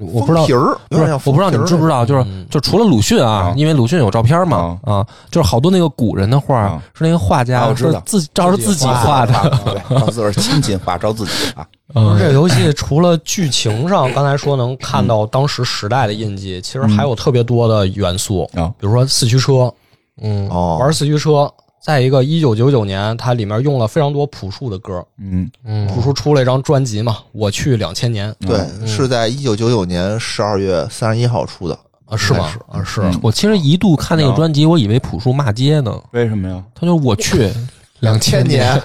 A: 我不知道
C: 封皮儿，
A: 不是，我不知道你们知不知
C: 道，
A: 道，就是就除了鲁迅啊
B: 啊，
A: 因为鲁迅有照片嘛，啊，就是好多那个古人的画儿
B: 啊
A: 是那个画
B: 啊
A: 家
B: 我知道
A: 是自己照着自己画的，
B: 对，照自个儿亲亲画，照自己画。
A: 嗯
D: 这个游戏除了剧情上，刚才说能看到当时时代的印记，其实还有特别多的元素，
B: 嗯啊
D: 比如说四驱车，
A: 嗯，
C: 哦
D: 玩四驱车。再一个，一九九九年，它里面用了非常多朴树的歌，
B: 嗯，
D: 朴树出了一张专辑嘛，《我去两千年》
A: 嗯
C: 对，是在一九九九年十二月三十一号出的，
D: 啊，是吗？啊，是
A: 我其实一度看那个
B: 啊
A: 专辑，我以为朴树骂街呢，
B: 嗯为什么呀？
A: 他就我去两千
C: 千年
A: 年，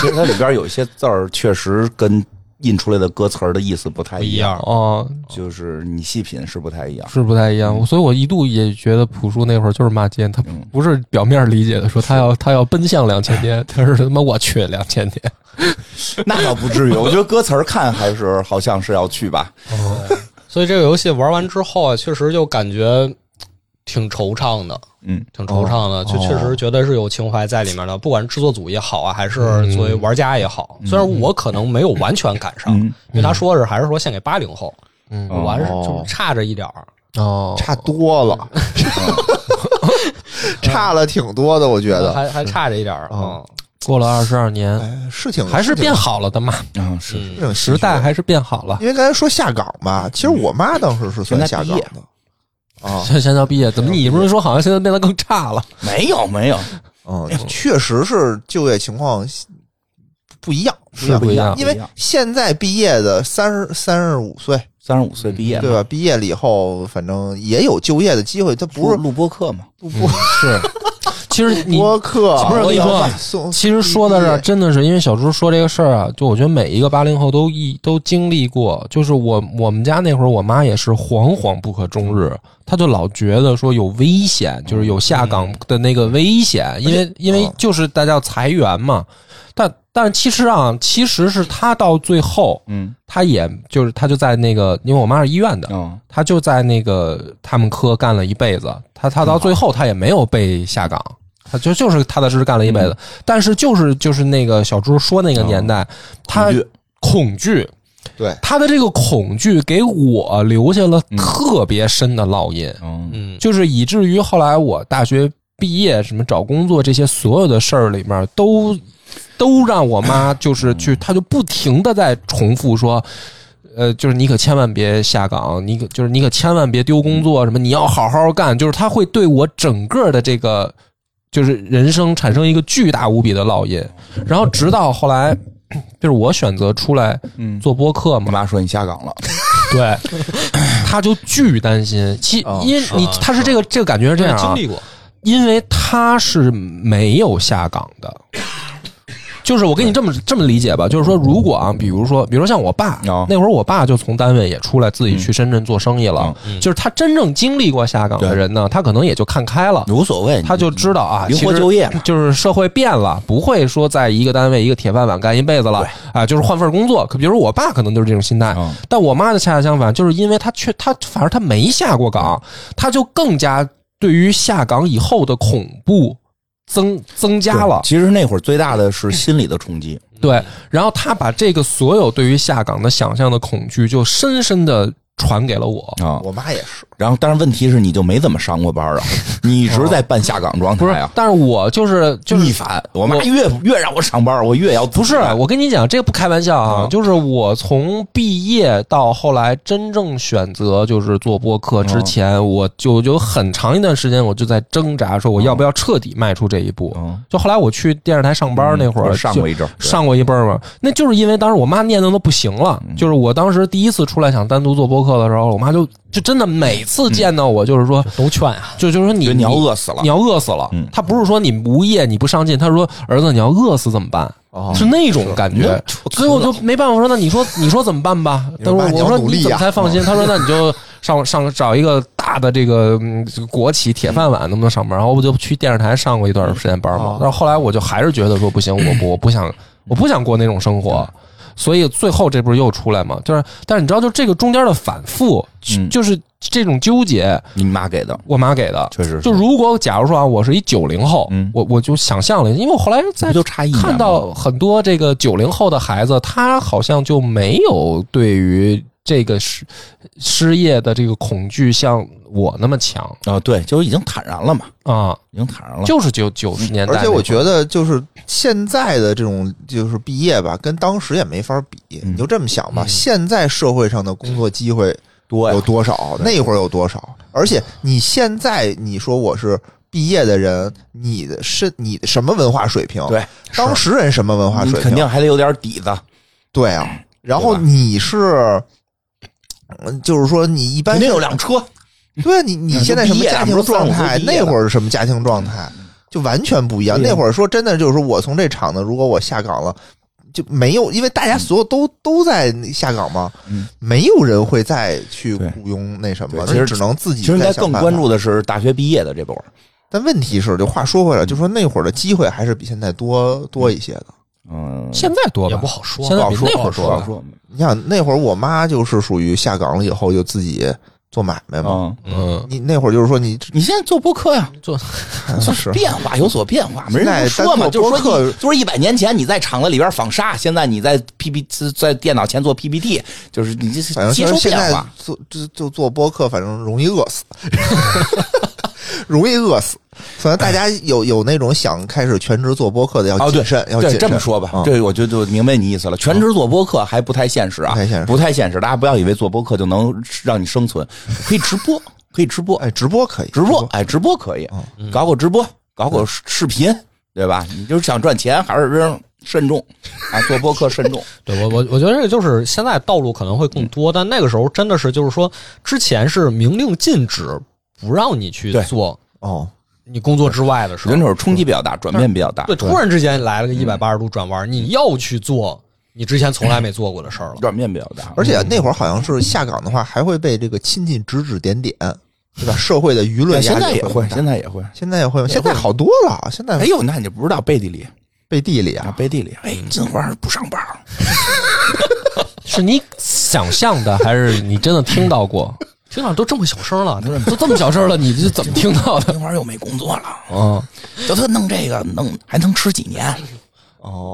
B: 其实它里边有一些字儿确实跟印出来的歌词儿的意思不太
D: 不一
B: 样，
D: 样。
A: 哦，
B: 就是你细品是不太一样。
A: 是不太一样。所以我一度也觉得朴树那会儿就是骂街，他
B: 嗯
A: 不是表面理解的说他要他要奔向两千年，他是他妈我去两千年。
B: 那倒不至于，我觉得歌词儿看还是好像是要去吧。
D: 所以这个游戏玩完之后啊，确实就感觉挺惆怅的，
B: 嗯，
D: 挺
A: 哦
D: 惆怅的，就确实觉得是有情怀在里面的。不管是制作组也好啊，还
A: 嗯
D: 是作为玩家也好，虽然我可能没有完全赶上，
B: 嗯
D: 因为他说是还是说献给八零后，
A: 嗯
D: 我还是
C: 哦
D: 就是差着一点儿。
A: 哦，
C: 差多了，
A: 嗯
C: 差了挺多的，我觉得
D: 还还差着一点儿
C: 哦
D: 嗯，
A: 过了二十二年，
C: 哎是挺
A: 嗯还是
C: 挺
A: 变好了的嘛，
B: 嗯，是
C: 是挺
A: 时代
C: 唏嘘的。
A: 还是变好了。
C: 因为刚才说下岗吧，其实我妈当时是算下岗
B: 现在
C: 的啊，
A: 现在要毕业，怎么你不是说好像现在变得更差了？
B: 没有没有，
C: 嗯，
A: 哎
C: 确实是就业情况不一样，不一
A: 是
C: 样
A: 啊不一样
C: 因为现在毕业的三十三十五岁，
B: 三十五岁毕业
C: 对
B: 嘛，
A: 啊
C: 吧？毕业了以后，反正也有就业的机会，他不
B: 不是
C: 是
B: 录播课嘛？
C: 不不
A: 是，其实你
C: 播客，
A: 不是我跟你说啊
C: 说
A: 其实说到这儿，真的是因为小猪说这个事儿啊，就我觉得每一个八零后都一都经历过。就是我我们家那会儿，我妈也是惶惶不可终日，她就老觉得说有危险，就是有下岗的那个危险，因为因为就是大家要裁员嘛。但但其实啊，其实是她到最后，
B: 嗯
A: 她也就是她就在那个，因为我妈是医院的，
B: 嗯，
A: 她就在那个他们科干了一辈子，她她
B: 嗯
A: 到最后她也没有被下岗，她就就是踏踏实实干了一辈子。但是就是就是那个小猪说那个年代，她
B: 哦
A: 恐
B: 恐惧
A: 惧，
C: 对
A: 她的这个恐惧给我留下了特别深的烙印，
B: 嗯
D: 嗯，
A: 就是以至于后来我大学毕业什么找工作这些所有的事儿里面都。都让我妈就是去，她就不停的在重复说，呃，就是你可千万别下岗，你可就是你可千万别丢工作，什么你要好好干，就是他会对我整个的这个就是人生产生一个巨大无比的烙印。然后直到后来，就是我选择出来
B: 嗯，
A: 做播客
B: 我
A: 嘛，
B: 妈说你下岗了，
A: 对，他就巨担心。其
B: 哦
A: 因
D: 是
A: 你
D: 啊
A: 他是这个这个感觉是这样
D: 经
A: 啊，
D: 历过，
A: 因为他是没有下岗的。就是我跟你这么这么理解吧，就是说，如果啊，比如说，比如说像我爸、
B: 哦
A: 那会儿，我爸就从单位也出来自
B: 嗯
A: 己去深圳做生意了。
D: 嗯
A: 就是他真正经历过下岗的人呢，他可能也就看开了，
B: 无所谓，
A: 他就知道啊，
B: 嗯灵活
A: 其实
B: 就业嘛
A: 就是社会变了，不会说在一个单位一个铁饭碗干一辈子了啊，就是换份工作。可比如我爸可能就是这种心态，
B: 嗯
A: 但我妈就恰恰相反，就是因为她却她反而她没下过岗，她就更加对于下岗以后的恐怖增增加了
B: 对。其实那会儿最大的是心理的冲击，
A: 对，然后她把这个所有对于下岗的想象的恐惧，就深深的传给了我。
B: 啊
C: 我妈也是，
B: 然后，但是问题是，你就没怎么上过班 啊，你一直在半下岗状
A: 哦不是
B: 态啊，，
A: 但是我就是就是
B: 逆反。我妈
A: 我
B: 越越让我上班，我越要
A: 不是，啊我跟你讲，这个不开玩笑啊，
B: 啊
A: 就是我从毕业到后来真正选择就是做播客之前，
B: 哦
A: 我就有很长一段时间我就在挣扎，说我要不
B: 哦
A: 要彻底迈出这一步。
B: 嗯
A: 就后来我去电视台上班那会儿，
B: 我嗯上过一阵儿，嗯
A: 就上过一辈儿嘛，那就是因为当时我妈念叨的不行了，就是我当时第一次出来想单独做播客的时候，我妈就就真的每次见到我就是说，
D: 都劝啊，
A: 就就是说你
B: 觉得你要饿死了
A: 你要饿死了
B: 嗯。
A: 他不是说你无业你不上进，他说儿子你要饿死怎么办？
C: 哦
A: 是那种感觉，所以我就没办法说，那你说你说怎么办吧？
C: 你
A: 他
C: 说
A: 说
C: 妈你要
A: 我说
C: 努力
A: 你怎么
C: 呀嗯
A: 才放心？他说那你就上上找一个大的这个嗯国企铁饭碗能不能上班？然后我就去电视台上过一段时间班嘛
C: 嗯哦。
A: 但是后来我就还是觉得说不行，我不我不想我不想过那种生活。
C: 嗯
A: 所以最后这不是又出来嘛？就是，但是你知道，就这个中间的反复，就
B: 嗯
A: 就是这种纠结，
B: 你妈给的，
A: 我妈给的，
B: 确实是
A: 就如果假如说啊，我是一九零后，
B: 嗯
A: 我我就想象了，因为我后来在
B: 不就差一年吗
A: 看到很多这个九零后的孩子，他好像就没有对于这个失失业的这个恐惧像我那么强
B: 啊，对，就已经坦然了嘛，
A: 啊，
B: 已经坦然了。
A: 就是九九十年代
C: 而
A: 那
C: 且
A: 会儿，
C: 我觉得就是现在的这种就是毕业吧，跟当时也没法比。
B: 嗯
C: 你就这么想吧，现在社会上的工作机会
B: 多呀
C: 有多少？那会儿有多少？而且你现在你说我是毕业的人，你的是你的什么文化水平？
B: 对，
C: 当时人什么文化
B: 你
C: 水平？
B: 肯定还得有点底子，
C: 对啊。然后
B: 对吧
C: 你是，嗯就是说你一般
B: 肯定有嗯辆车。
C: 对啊，你你现在什么家庭状态？
B: 毕业嗯
C: 那
B: 了
C: 会儿是什么家庭状态？就完全不一样。
A: 对呀
C: 那会儿说真的，就是我从这厂子，如果我下岗了，就没有，因为大家所有都都在下岗嘛，没有人会再去
B: 对
C: 雇佣那什么，
B: 嗯对其实
C: 只能自己。
B: 其实应该更关。注的是大学毕业的这波儿，
C: 但问题是，就话说回来，就说那会儿的机会还是比现在多多一些的。
B: 嗯，
A: 现在多吧，
D: 也不好说
A: 现在
D: 不
A: 比那会儿
D: 好说
B: 不
A: 多
B: 好
A: 吧。
B: 说，
C: 你想那会儿，我妈就是属于下岗了以后就自己做买卖嘛。
B: 嗯，
A: 嗯，
C: 你那会儿就是说你
B: 你现在做播客呀，
A: 做
C: 嗯是
B: 变化有所变化，没人
C: 现在
B: 不说嘛，
C: 单做
B: 就是
C: 播
B: 说
C: 客
B: 一，就是一百年前你在厂子里边纺纱，现在你在 PPT 在电脑前做 PPT，就是你这是
C: 反正
B: 接
C: 就
B: 受
C: 是现
B: 变
C: 在
B: 化。
C: 做就就做播客，反正容易饿死， 容易饿死。反正大家有有那种想开始全职做播客的，要
B: 哦，对
C: 谨慎，，要谨
B: 对，
C: 慎。
B: 这么说吧，
C: 嗯
B: 这我就就明白你意思了。全职做播客还不太现实啊，
C: 不太现实
B: 不太现实。大家不要以为做播客就能让你生存，可以直播，可以直播，
C: 哎，直播嗯可以，
B: 直播，哎，直播可以，搞搞直播，搞搞视视频，对吧？你就是想赚钱，还是慎重啊，做播客 慎重。
D: 对我我我觉得这个就是现在道路可能会
C: 嗯
D: 更多，但那个时候真的是就是说，之前是明令禁止不让你去
B: 对
D: 做
C: 哦，
D: 你工作之外的事
B: 人
D: 儿。
B: 手冲击比较
C: 嗯
B: 大，转变比较大，
D: 对，突然之间来了个一百八十度转弯，你要去做你之前从来没做过的事儿
C: 嗯
D: 了。
B: 转变比较大。嗯
C: 而且那会儿好像是下岗的话，还会被这个亲戚指指点点，对吧？社会的嗯舆
B: 对
C: 论压
B: 哎现在
C: 力
B: 也会，
C: 现
B: 现在也会。
C: 现在也会吗，现在好多了，现在
B: 哎呦，那你不知道背地里
C: 背地里啊
B: 啊，，背地里，哎，金花不上班儿，
A: 是你想象的，还是你真的听到过？
D: 听到都这么小声了，
C: 嗯
A: 都 这么小声了，你是怎么听到 的？
B: 金花又没工作了，
C: 哦
A: 嗯，
B: 就他弄这个弄还能吃几年？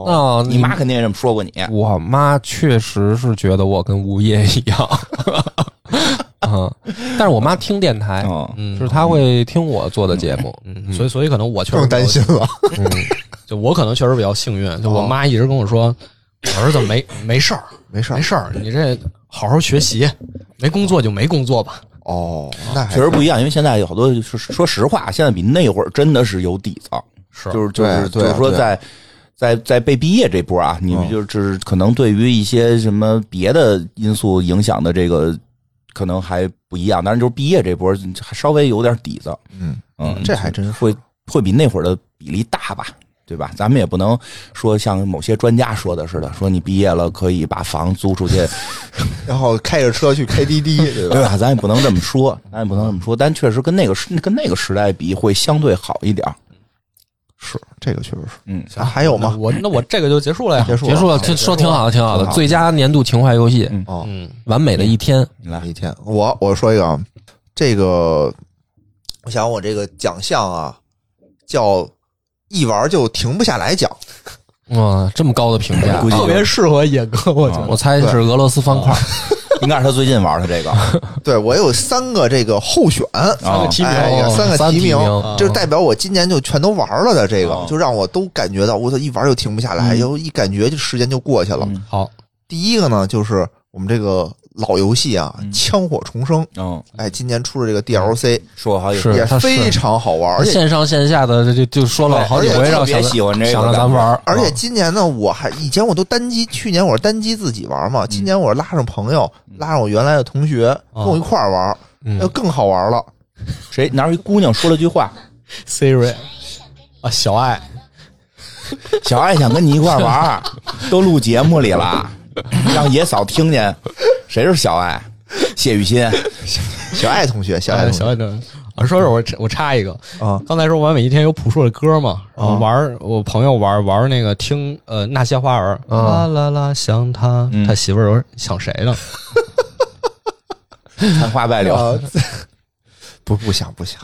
A: 那
B: 你妈肯定也这么说过你。
A: 啊嗯我妈确实是觉得我跟无业一样， 嗯，但是我妈听电台，
B: 嗯，
A: 就是她会听我做的节目，
D: 嗯，所以所以可能我确实
C: 更担心了。
D: 就我可能确实比较幸运，就我妈一直跟我说，我儿子没没事儿，
C: 没事儿
D: 没事儿，你这好好学习，没工作就没工作吧。
C: 哦，那还
B: 确实不一样，因为现在有好多，就是说实话，现在比那会儿真的是有底子，
D: 是
B: 就是就是
C: 对
B: 就
C: 对
B: 是说
C: 对
B: 在。在在被毕业这波啊，你们就是可能对于一些什么别的因素影响的这个，可能还不一样。但是就是毕业这波，还稍微有点底子，
C: 嗯，
B: 嗯，
C: 这还真是
B: 会会比那会儿的比例大吧，对吧？咱们也不能说像某些专家说的似的，说你毕业了可以把房租出去，
C: 然后开着车去 KDD，对吧？
B: 对吧？咱也不能这么说，咱也不能这么说，但确实跟那个时跟那个时代比会相对好一点儿。
C: 是这个确实是。
B: 嗯，
C: 啊还有
D: 那
C: 吗？
D: 我那我这个就结束了呀。
C: 结束
A: 结束了，这说挺好的，挺好的，最佳年度情怀游戏，
B: 嗯
C: 哦，
D: 嗯，
A: 完美的一天，
B: 你来，
C: 一天，我我说一个，啊，这个我想我这个奖项啊，叫一玩就停不下来奖。
A: 哇，这么高的评价
B: 估，计
D: 特别适合野哥，我觉得
A: 嗯我猜是俄罗斯方块，
B: 应该是他最近玩的这个
C: 对我有三个这个候选，
D: 三个
B: 啊，
D: 提
C: 哎
D: 名
C: 呀，
A: 哦
C: 三
A: 三
C: 个
A: 提
C: 提名
A: 名，嗯
C: 就代表我今年就全都玩了的这个
B: 哦，
C: 就让我都感觉到我操，一玩就停不下来，
B: 嗯
C: 就一感觉就时间就过去了。
B: 嗯
D: 好，
C: 第一个呢，就是我们这个老游戏啊，
B: 嗯
C: 枪火重生》，
B: 嗯，
C: 哎，今年出的这个 DLC
B: 说好几
A: 是
B: 回，
C: 也
A: 它是
C: 非常好玩，而且
A: 线上线下的这就就说了好几回，
B: 对
A: 让
B: 特别
A: 想
B: 喜欢这个
A: 想让咱玩儿，
C: 而且
A: 啊
C: 今年呢，我还以前我都单机，去年我是单机自己玩嘛，今年我拉上朋友，拉上我原来的同学跟我一块儿玩，那就更好玩了。
B: 谁哪有一姑娘说了句话，
D: Siri 啊，小爱，
B: 小爱想跟你一块儿玩儿，都录节目里了，让野嫂听见，谁是小爱？谢雨欣，
C: 小爱同学，小爱
D: 哎
C: 同学
D: 小爱的啊，说说我插我插一个
C: 啊，
D: 刚才说完美一天有朴树的歌嘛，然后玩儿我朋友玩儿玩儿那个听呃那些花儿，
C: 啊
D: 啦啦啦想他，
C: 嗯
D: 他媳妇儿说想谁呢？
B: 看花败柳，
C: 啊，不不想不想。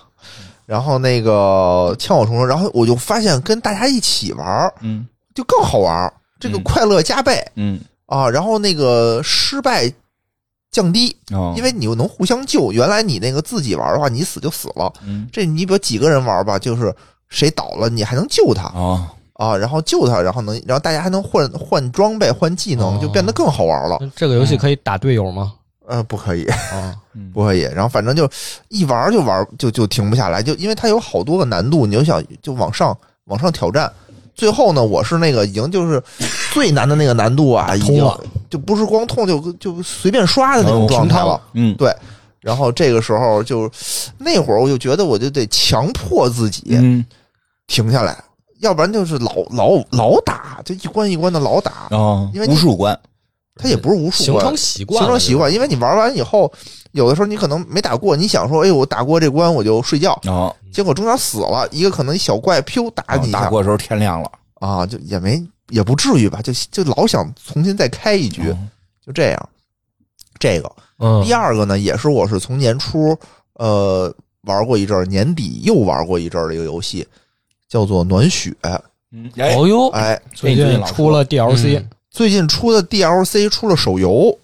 C: 然后那个《枪火重生》，然后我就发现跟大家一起玩儿
B: 嗯
C: 就更好玩儿，这个快乐加倍、
B: 嗯，
C: 啊。然后那个失败降低，
B: 哦
C: 因为你又能互相救。原来你那个自己玩的话，你死就死了。
B: 嗯
C: 这你比如几个人玩吧，就是谁倒了，你还能救他
B: 哦，
C: 啊，然后救他，然后能，然后大家还能换换装备、换技能，
D: 哦
C: 就变得更好玩了。
D: 这个游戏可以打队友吗？
C: 呃，不可以，
D: 啊，
C: 不可以。然后反正就一玩就玩，就就停不下来，就因为它有好多个难度，你就想就往上往上挑战。最后呢，我是那个赢，就是最难的那个难度啊，已经
D: 了
C: 就不是光痛就就随便刷的那种
B: 哦
C: 状态了。
B: 嗯，
C: 对，然后这个时候就那会儿我就觉得我就得强迫自己
B: 嗯
C: 停下来，要不然就是老老老打，就一关一关的老打，
B: 哦
C: 因为你
B: 无数关，
C: 它也不是无数啊
D: 嗯形
C: 关，
D: 成习惯了，
C: 形成习惯，因为你玩完以后，有的时候你可能没打过，你想说，哎，我打过这关我就睡觉，
B: 哦，
C: 结果中间死了一个，可能一小怪，噗打你一
B: 打
C: 下
B: 过的时候天亮了，
C: 啊，就也没也不至于吧，就就老想重新再开一局，
B: 嗯
C: 就这样。这个
A: 嗯，
C: 第二个呢，也是我是从年初呃玩过一阵儿，年底又玩过一阵儿的一个游戏，叫做《暖雪》。
B: 嗯，哎，
A: 哦哟，
C: 哎，
D: 最近出了 DLC，
A: 嗯
C: 最近出的 DLC 出了手游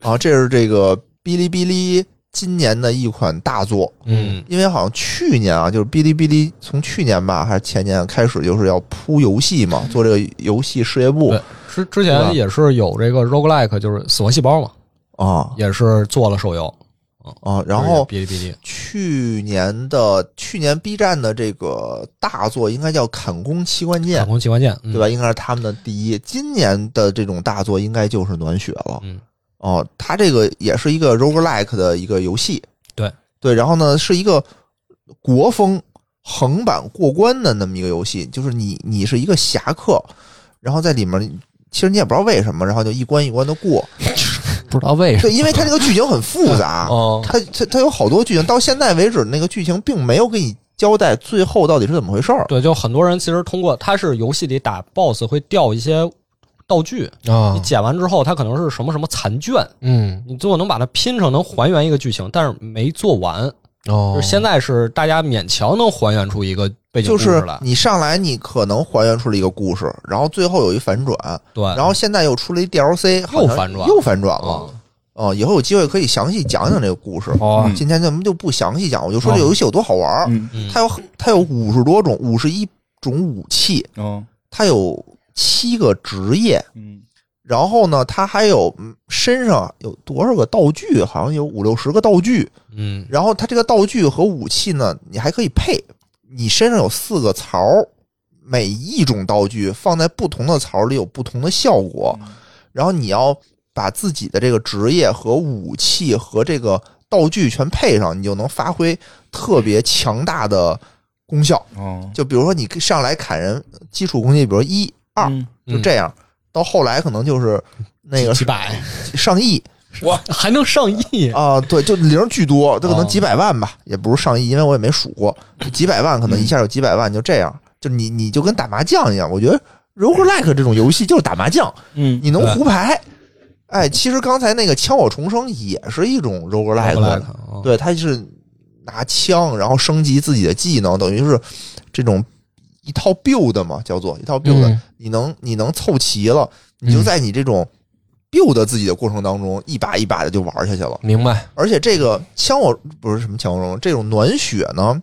C: 啊，这是这个哔哩哔哩今年的一款大作，
D: 嗯，
C: 因为好像去年啊，就是哔哩哔哩从去年吧还是前年开始，就是要铺游戏嘛，做这个游戏事业部
D: 对之之
C: 对吧
D: 前也是有这个 roguelike，就是死亡细胞嘛，
C: 啊
D: 也是做了手游，
C: 啊，然后
D: 就是哔哩哔哩，
C: 去年的去年 B 站的这个大作应该叫《砍工七关键
D: 掌》，控机关键，嗯
C: 对吧？？应该是他们的第一。今年的这种大作应该就是《暖雪》了。
D: 嗯，
C: 哦，它这个也是一个 roguelike 的一个游戏。
D: 对
C: 对，然后呢，是一个国风横版过关的那么一个游戏，就是你你是一个侠客，然后在里面，其实你也不知道为什么，然后就一关一关的过。
A: 不知道为什
C: 对，因为它这个剧情很复 杂。
A: 么，哦，
C: 它它它有好多剧情，到现在为止，那个剧情并没有给你交代最后到底是怎么回事儿。
D: 对，就很多人其实通过它是游戏里打 BOSS 会掉一些道具，
A: 啊
D: 你，捡完之后它可能是什么什么残卷，
A: 嗯，
D: 你最后能把它拼成能还原一个剧情，但是没做完，
A: 哦，
D: 就是现在是大家勉强能还原出一个背景
C: 就
D: 故事
C: 是
D: 来，
C: 你上来，你可能还原出了一个故事，然后最后有一反转，
D: 对，
C: 然后现在又出了一 DLC，好像
D: 嗯反转
C: 又反转了。
D: 啊，
C: 哦，以后有机会可以详细讲讲这个故事。
A: 哦
C: 今天咱们就不详细讲，我就说这
A: 哦
C: 游戏有多好玩儿。
B: 啊嗯
D: 嗯
C: 它有它有五十多种，五十一种武器，
B: 嗯
C: 它有七个职业，
B: 嗯，
C: 然后呢，它还有嗯身上有多少个道具？好像有五六十个道具。
D: 嗯
C: 然后它这个道具和武器呢，你还可以配。你身上有四个槽儿，每一种道具放在不同的槽儿里有不同的效果。
D: 嗯
C: 然后你要把自己的这个职业和武器和这个道具全配上，你就能发挥特别强大的功效。
D: 嗯
B: 哦，
C: 就比如说你上来砍人，基础攻击，比如一二，
B: 嗯
C: 就这样。到后来可能就是那个
D: 几 百
C: 上亿，
D: 还能上亿，
C: 啊、对，就零巨多，这可能
D: 哦
C: 几百万吧，也不是上亿，因为我也没数过，就几百万可能一下有几百万，就这样，就你你就跟打麻将一样，我觉得 roguelike 这种游戏就是打麻将，
B: 嗯，
C: 你能胡牌。哎，其实刚才那个枪火重生也是一种 roguelike，
A: 嗯
D: 来
C: 对，它是拿枪然后升级自己的技能，等于是这种一套 build 嘛，叫做一套 build，、
A: 嗯
C: 你能你能凑齐了，你就
A: 嗯
C: 在你这种 build 自己的过程当中，一把一把的就玩下去了。
A: 明白，
C: 而且这个枪火不是什么枪火中，这种暖血呢，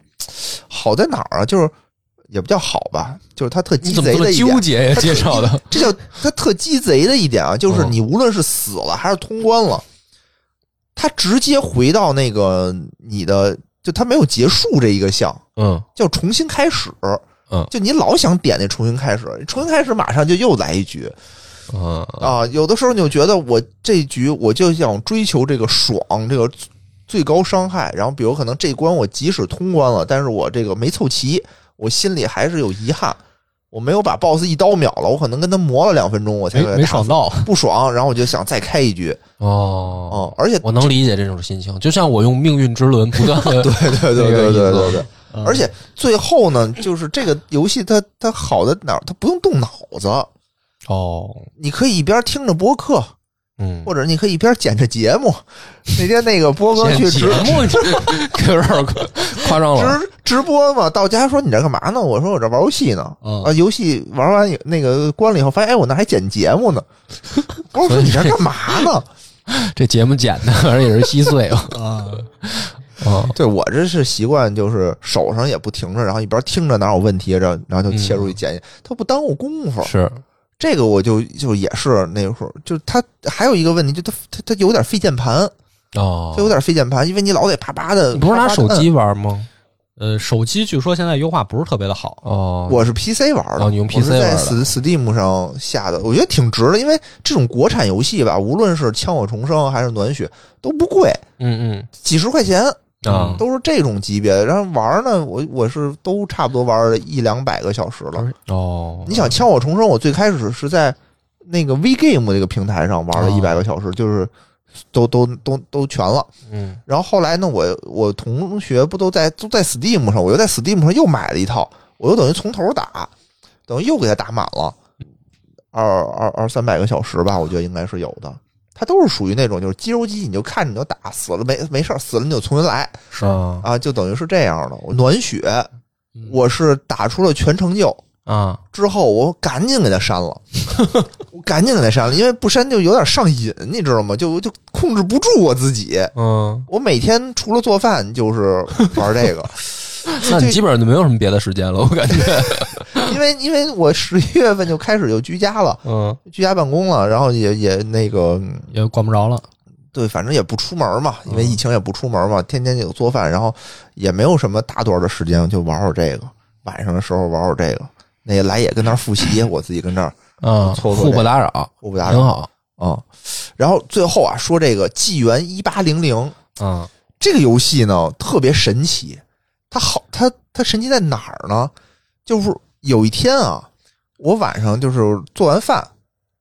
C: 好在哪儿啊？就是也不叫好吧，就是它特
A: 你
C: 鸡
A: 怎么
C: 贼
A: 这么
C: 的一
A: 纠
C: 点。
A: 结呀？介
C: 它特
A: 绍的，
C: 这叫它特鸡贼的一点啊，就是
A: 嗯
C: 你无论是死了还是通关了，它直接回到那个你的，就它没有结束这一个项，
A: 嗯，
C: 叫重新开始。
A: 嗯
C: 就你老想点那重新开始，重新开始马上就又来一局
A: 嗯，
C: 啊！有的时候你就觉得我这一局我就想追求这个爽，这个最高伤害。然后比如可能这关我即使通关了，但是我这个没凑齐，我心里还是有遗憾，我没有把 BOSS 一刀秒了，我可能跟他磨了两分钟，我才
D: 没
C: 给他
D: 没
C: 打
D: 爽到，
C: 不爽，然后我就想再开一局。
A: 哦，
C: 嗯，而且
A: 我能理解这种心情，就像我用命运之轮不断的 对
C: 对对对对对 对，
D: 嗯
C: 而且最后呢，就是这个游戏它它好在哪儿？它不用动脑子，
D: 哦，
C: 你可以一边听着播客，
A: 嗯，
C: 或者你可以一边剪着节目。那天那个波哥去
A: 剪
C: 直
A: 节目这这有点夸张了，
C: 直直播嘛，到家说你这干嘛呢？我说我这玩游戏呢。
A: 哦
D: 嗯
C: 啊，游戏玩完以那个关了以后，发现哎，我那还剪节 目呢。不是说你这干嘛呢？
A: 这节目剪的而且是稀碎了，
D: 啊，
A: 嗯，
C: 对我这是习惯，就是手上也不停着，然后一边听着哪有问题，然后然后就切入去剪辑，它不耽误功夫。
A: 嗯是，
C: 这个我就就也是那会儿，就是它还有一个问题，就它它它有点费键盘，
A: 哦
C: 它，有点费键盘，因为你老得啪啪的。
A: 你不是拿
C: 啪啪
A: 手
C: 地摁
A: 机玩吗？
D: 呃，手机据说现在优化不是特别的好，
A: 哦，
C: 我是 PC 玩的，
A: 哦你用 PC
C: 我是在
A: 玩的
C: Ste- Steam 上下的，我觉得挺值的，因为这种国产游戏吧，无论是《枪火重生》还是《暖血》，都不贵，
A: 嗯嗯，
C: 几十块钱
A: 啊
C: 都是这种级别的。然后玩儿呢，我我是都差不多玩了一两百个小时了。
A: 哦，
C: 你想《枪火重生》，我最开始是在那个 V Game 这个平台上玩了
A: 啊
C: 一百个小时，就是都都都都全了。
A: 嗯
C: 然后后来呢，我我同学不都在都在 Steam 上，我又在 Steam 上又买了一套，我又等于从头打，等于又给它打满了，二二二三百个小时吧，我觉得应该是有的。它都是属于那种就是肌肉记忆，你就看着你就打，死了没没事儿，死了你就重新来
A: 是啊
C: 啊，就等于是这样的。我暖血，我是打出了全成就，
A: 啊
C: 之后，我赶紧给他删了， 我赶紧给他删了，因为不删就有点上瘾，你知道吗？就就控制不住我自己。
A: 嗯，
C: 我每天除了做饭就是 玩这个，
A: 那你基本上就没有什么别的时间了，我感觉。
C: 因为因为我十一月份就开始就居家了，
A: 嗯，
C: 居家办公了，然后也也那个嗯
D: 也管不着了。
C: 对，反正也不出门嘛，因为疫情也不出门嘛，天天就做饭，然后也没有什么大段的时间，就玩会儿这个，晚上的时候玩会儿这个。那来也跟那儿复习，我自己跟那儿
A: 啊，
C: 凑合
A: 互不打扰，
C: 互不打
A: 挺
C: 扰
A: 好。
C: 啊、然后最后啊，说这个《纪元一八零零》
A: 啊
C: 这个游戏呢，特别神奇。它好，它它神奇在哪儿呢？就是有一天啊，我晚上就是做完饭，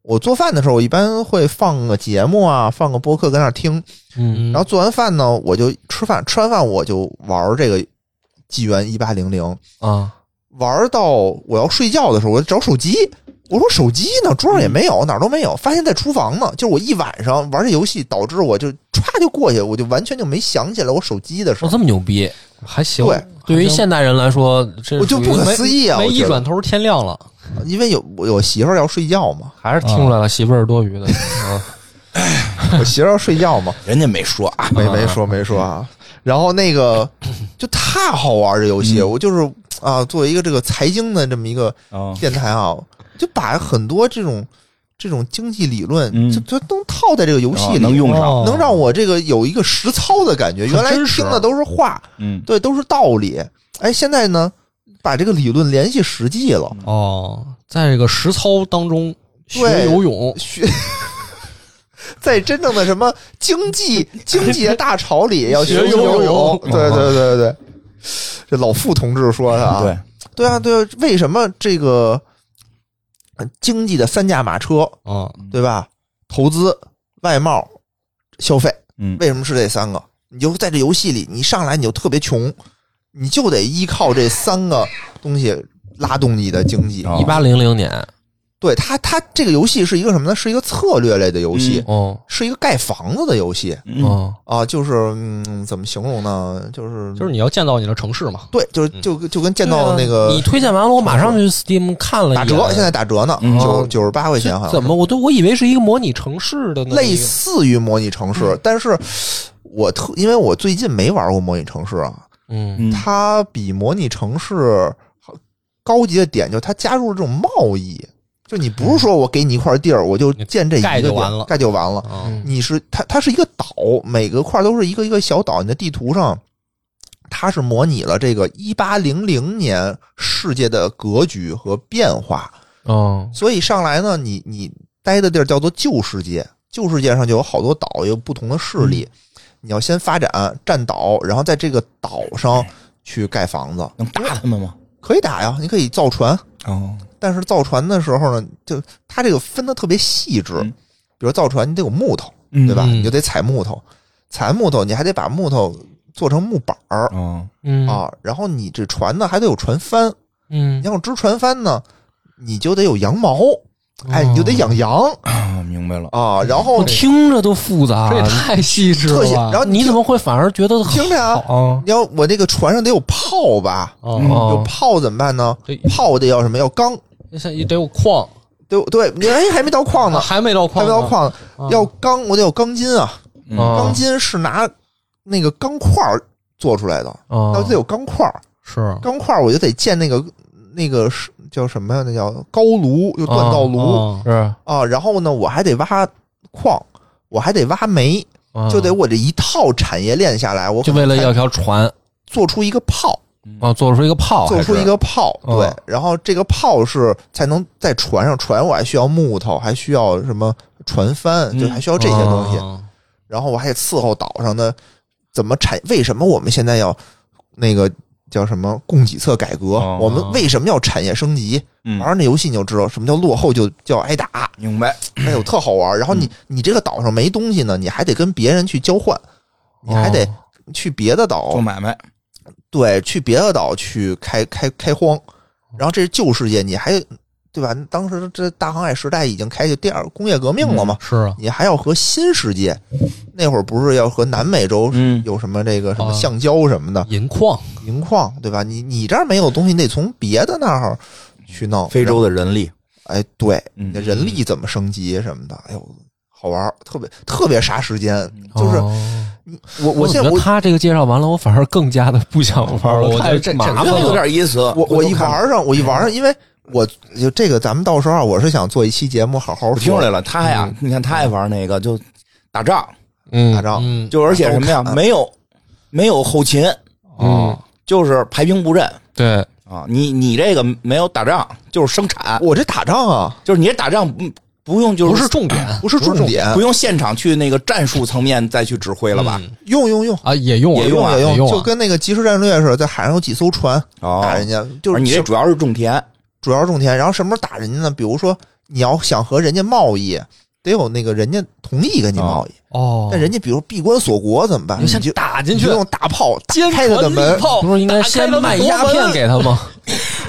C: 我做饭的时候，我一般会放个节目啊，放个播客跟那儿听。
A: 嗯
D: 嗯
C: 然后做完饭呢，我就吃饭，吃完饭我就玩这个《纪元一八零零》，
A: 啊
C: 玩到我要睡觉的时候，我找手机。我说手机呢，桌上也没有，哪儿都没有，发现在厨房呢。就是我一晚上玩这游戏，导致我就歘就过去，我就完全就没想起来我手机的事
A: 我
C: 儿。
A: 这么牛逼！
D: 还行，
C: 对
A: 对于现代人来说，这
C: 我就不
A: 属于，
C: 可思议啊！
D: 没
C: 我
D: 一
C: 觉得
D: 转头天亮了，
C: 因为有我有媳妇儿要睡觉嘛
A: 还是听出来了，媳妇儿是多 余的。啊
C: 我媳妇儿要睡觉嘛，
B: 人家没说啊，
C: 没没说没说啊。然后那 个就太好玩儿这游戏，我就是啊，作为一个这个财经的这么一个
B: 嗯
C: 电台啊，就把很多这种这种经济理论，
B: 嗯
C: 就就都套在这个游戏里，
B: 能用上，
D: 哦
C: 能让我这个有一个实操的感觉。
D: 很
C: 原来
D: 真实
C: 听
B: 啊
C: 的都是话，
B: 嗯，
C: 对，都是道理。哎，现在呢，把这个理论联系实际了，
B: 嗯
D: 哦，在这个实操当中学
C: 对
D: 游泳，
C: 学。在真正的什么经济经济的大潮里，要学
D: 学游
C: 游
D: 泳
C: 对对对对对，这老傅同志说的啊，
B: 嗯对，
C: 对啊对啊，为什么这个呃经济的三驾马车，
D: 啊，
C: 对吧？投资、外贸、消费，
B: 嗯
C: 为什么是这三个？你就在这游戏里，你上来你就特别穷，你就得依靠这三个东西拉动你的经济。
B: 哦
A: 一八零零年，
C: 对它，它这个游戏是一个什么呢？是一个策略类的游戏，
A: 哦
C: 是一个盖房子的游戏
B: 嗯
A: 哦
C: 啊。就是嗯，怎么形容呢？就是
D: 就是你要建造你的城市嘛，
C: 对，就是就就跟见到那
A: 对啊
C: 个
A: 你推荐完了，我马上就去 Steam 看了一眼。
C: 打折，现在打折呢，
B: 嗯
C: 九九十八块
A: 这
C: 钱好像
A: 怎么我都我以为是一个模拟城市的那么一个
C: 类似于模拟城市，但是我特因为我最近没玩过模拟城市啊，
A: 嗯
B: 嗯，
C: 它比模拟城市高级的点就是它加入了这种贸易，就你不是说我给你一块地儿，我就建这一个
D: 盖就完
C: 点
D: 了
C: 盖就完了。
D: 啊，
A: 嗯
C: 你是它，它是一个岛，每个块都是一个一个小岛。你的地图上，它是模拟了这个一八零零年世界的格局和变化。
A: 哦
C: 所以上来呢，你你待的地儿叫做旧世界，旧世界上就有好多岛，有不同的势力。你要先发展占岛，然后在这个岛上去盖房子，
B: 能打他们吗？
C: 可以打呀，你可以造船。
B: 哦，
C: 但是造船的时候呢，就它这个分的特别细致，
B: 嗯
C: 比如造船你得有木头，
B: 嗯
C: 对吧？
D: 嗯
C: 你就得采木头，采木头你还得把木头做成木板儿、
B: 哦，
A: 嗯
C: 啊，然后你这船呢还得有船帆，
A: 嗯
C: 你要有织船帆呢，你就得有羊毛，哎，
A: 哦
C: 你就得养羊。
B: 啊明白了，
C: 啊，然
A: 我
C: 后
A: 听着都复杂，
D: 这也太细致了
C: 特写，
D: 吧，
C: 然后
A: 你
C: 听
A: 怎么会反而觉得好
C: 听着啊？
A: 啊？
C: 你要我那个船上得有炮吧？
D: 哦，
C: 嗯有
A: 哦，哎
C: 炮怎么办呢
D: 对？
C: 炮我得要什么？要钢，
D: 那像也得有矿，
C: 对对，你哎还没到 矿呢，
D: 还没到
C: 还
D: 矿
C: 没
D: 呢，
C: 到矿呢，
A: 嗯
D: 啊
C: 要钢我得有钢筋啊，
B: 嗯
A: 啊
C: 钢筋是拿那个钢块儿做出来的，
A: 哦
C: 要得有钢块儿，
D: 是
C: 钢块儿我就得建那个那个是叫什么呀？那叫高炉，就锻造炉
D: 啊
A: 是
C: 啊。然后呢，我还得挖矿，我还得挖煤，
A: 啊
C: 就得我这一套产业链下来，我
A: 就
C: 可
A: 为
C: 能
A: 了
C: 才
A: 要条船
C: 做出一个炮。
A: 啊，做出一个炮，
C: 做出一
A: 还是
C: 个炮，
A: 嗯
C: 对，然后这个炮是才能在船上，船我还需要木头，还需要什么船帆，
A: 哦
B: 嗯
C: 就还需要这些东西。
D: 啊
C: 然后我还得伺候岛上的怎么产？为什么我们现在要那个叫什么供给侧改革？
B: 哦
C: 我们为什么要产业升级？
B: 嗯
C: 玩那游戏你就知道什么叫落后就叫挨打。
B: 明白？
C: 哎呦，特好
B: 嗯
C: 玩。然后你你这个岛上没东西呢，你还得跟别人去交换，你还得去别的岛，
B: 哦做买卖，
C: 对，去别的岛去开开开荒。然后这是旧世界，你还对吧？当时这大航海时代已经开启第二工业革命了嘛，
D: 是啊，
C: 你还要和新世界，那会儿不是要和南美洲
B: 嗯
C: 有什么这个什么
D: 啊
C: 橡胶什么的
D: 银矿
C: 银矿，对吧？你你这儿没有东西，你得从别的那儿去弄。
B: 非洲的人力，
C: 哎，对，
B: 嗯
C: 你的人力怎么升级什么的，哎呦，好玩儿，特别特别杀时间，
A: 哦
C: 就是你我我现
A: 觉
C: 在
A: 得
C: 我
A: 他这个介绍完了，我反而更加的不想玩了，
D: 哦我觉得
A: 太
D: 这
A: 麻
D: 这
A: 烦
B: 这
A: 了。
B: 啊有点意思。
C: 我我一
B: 看，
C: 玩上我一玩上，因为我就这个咱们到时候啊我是想做一期节目好好
B: 我听出
C: 说
B: 来了，他呀，你看他爱玩那个就打仗，
C: 打
A: 嗯
C: 仗，
D: 嗯，
B: 就而且什么呀，没有没有后勤，
D: 啊
A: 嗯，
B: 就是排兵布阵。
A: 对，
B: 啊，你你这个没有打仗，就是生产，
C: 我这打仗啊
B: 就是你这打仗不不用就
D: 不
B: 是
D: 是重点
C: 不是重点，
B: 不用现场去那个战术层面再去指挥了吧？
C: 用用用。
D: 啊，也用啊
B: 也用啊
C: 也
D: 也用啊
C: 就跟那个即时战略似的，在海上有几艘船
B: 哦
C: 打人家，啊就
B: 而
D: 啊
C: 是
B: 你这
C: 什
B: 主要是种田，
C: 主要是种田，然后什么时候打人家呢？比如说你要想和人家贸易，得有那个人家同意跟你贸易，
D: 哦
C: 但人家比如闭关锁国怎么办？
D: 你想
C: 就
D: 打进去
C: 就，用大炮打
D: 尖
C: 开他的
D: 船利
C: 门，
D: 炮，
A: 不是应该
D: 打开
A: 先
D: 了
A: 卖
D: 国
A: 鸦
D: 门
A: 片给他吗？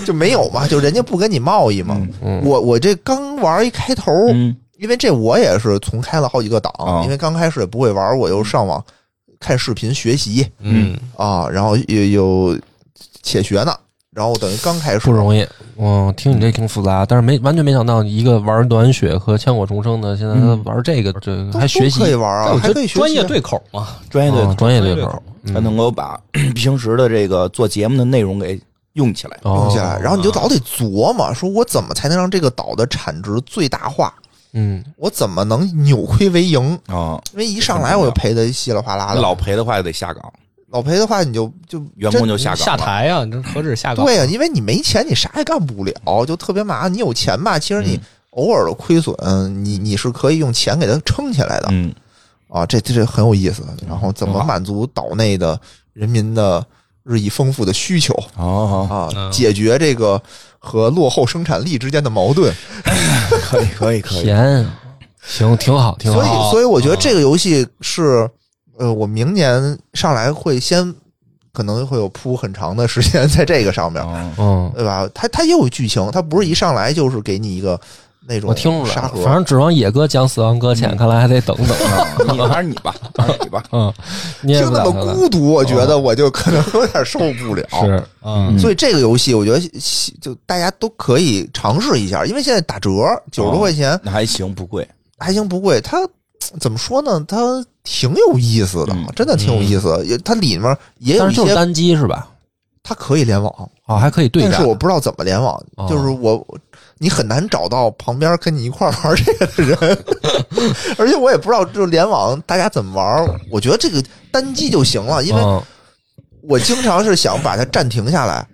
C: 就没有嘛，就人家不跟你贸易
D: 嗯
C: 嘛。我我这刚玩一开头，
B: 嗯，
C: 因为这我也是重开了好几个档，
D: 哦
B: 啊
C: 因为刚开始也不会玩，我又上网看视频学习
D: 嗯，
C: 啊，然后又又且学呢，然后等于刚开始
A: 不容易，嗯，听你这挺复杂，但是没完全没想到，一个玩暖雪和千火重生的，现在他
B: 嗯
A: 玩这个，这
C: 都
A: 还学习
C: 都可以玩啊，
D: 但我
C: 还
D: 觉
C: 可以学
D: 得
C: 习
D: 专业对口嘛，
B: 专业队
A: 啊，专业对
D: 专业对
A: 口
D: 口，
B: 才
A: 嗯，
B: 能够把 平时的这个做节目的内容给用起来。
A: 哦
C: 用起来，然后你就老得琢磨，说我怎么才能让这个岛的产值最大化？
A: 嗯，
C: 我怎么能扭亏为盈？
B: 啊，
C: 因为一上来我就赔的稀里哗啦的，
B: 老赔的话就得下岗，
C: 老赔的话，你就就
B: 员
C: 真
B: 工就下岗
D: 下
B: 了。
D: 台啊，这何止下岗？
C: 对呀、因为你没钱，你啥也干不了，就特别麻烦。你有钱吧，其实
B: 嗯
C: 你偶尔的亏损，你你是可以用钱给它撑起来的、
B: 嗯，
C: 啊。这这这很有意思。然后怎
B: 挺
C: 么
B: 好
C: 满足岛内的人民的日益丰富的需求
B: 哦，
C: 啊？
D: 嗯
C: 解决这个和落后生产力之间的矛盾。
B: 可以，可以，可以。
A: 甜，行，挺好，嗯挺
C: 所以
A: 好，，
C: 所以我觉得这个游戏是，呃，我明年上来会先可能会有铺很长的时间 在这个上面。
B: 哦
A: 嗯，
C: 对吧？它它也有剧情，它不是一上来就是给你一个那种
A: 我听出来
C: 沙
A: 了，
C: 盒，
A: 反正指望野哥讲死亡搁浅，看来还得等等，啊
B: 嗯你还是你吧， 还是你吧。
A: 嗯，你也
C: 听
A: 不
C: 那
A: 打
C: 么
A: 算哦
C: 孤独，我觉得我就可能有点受不了。
A: 是，
D: 嗯，
C: 所以这个游戏，我觉得就大家都可以尝试一下，因为现在打折九十多块
A: 哦
C: 钱
B: 那还行，不贵。
C: 还行不贵。它怎么说呢？它挺有意思的
B: 嗯，
C: 真的挺有意思的。也它里面也有
A: 但
C: 一
A: 是就是
C: 些，
A: 单机是吧？
C: 它可以联网，
A: 啊，还可以对
C: 但
A: 战
C: 是，我不知道怎么联网
A: 哦，
C: 就是我。你很难找到旁边跟你一块儿玩这个的人， 而且我也不知道就是联网大家怎么玩。我觉得这个单机就行了，因
B: 哦
C: 为
A: 嗯
C: 我经常是想把它暂停下来，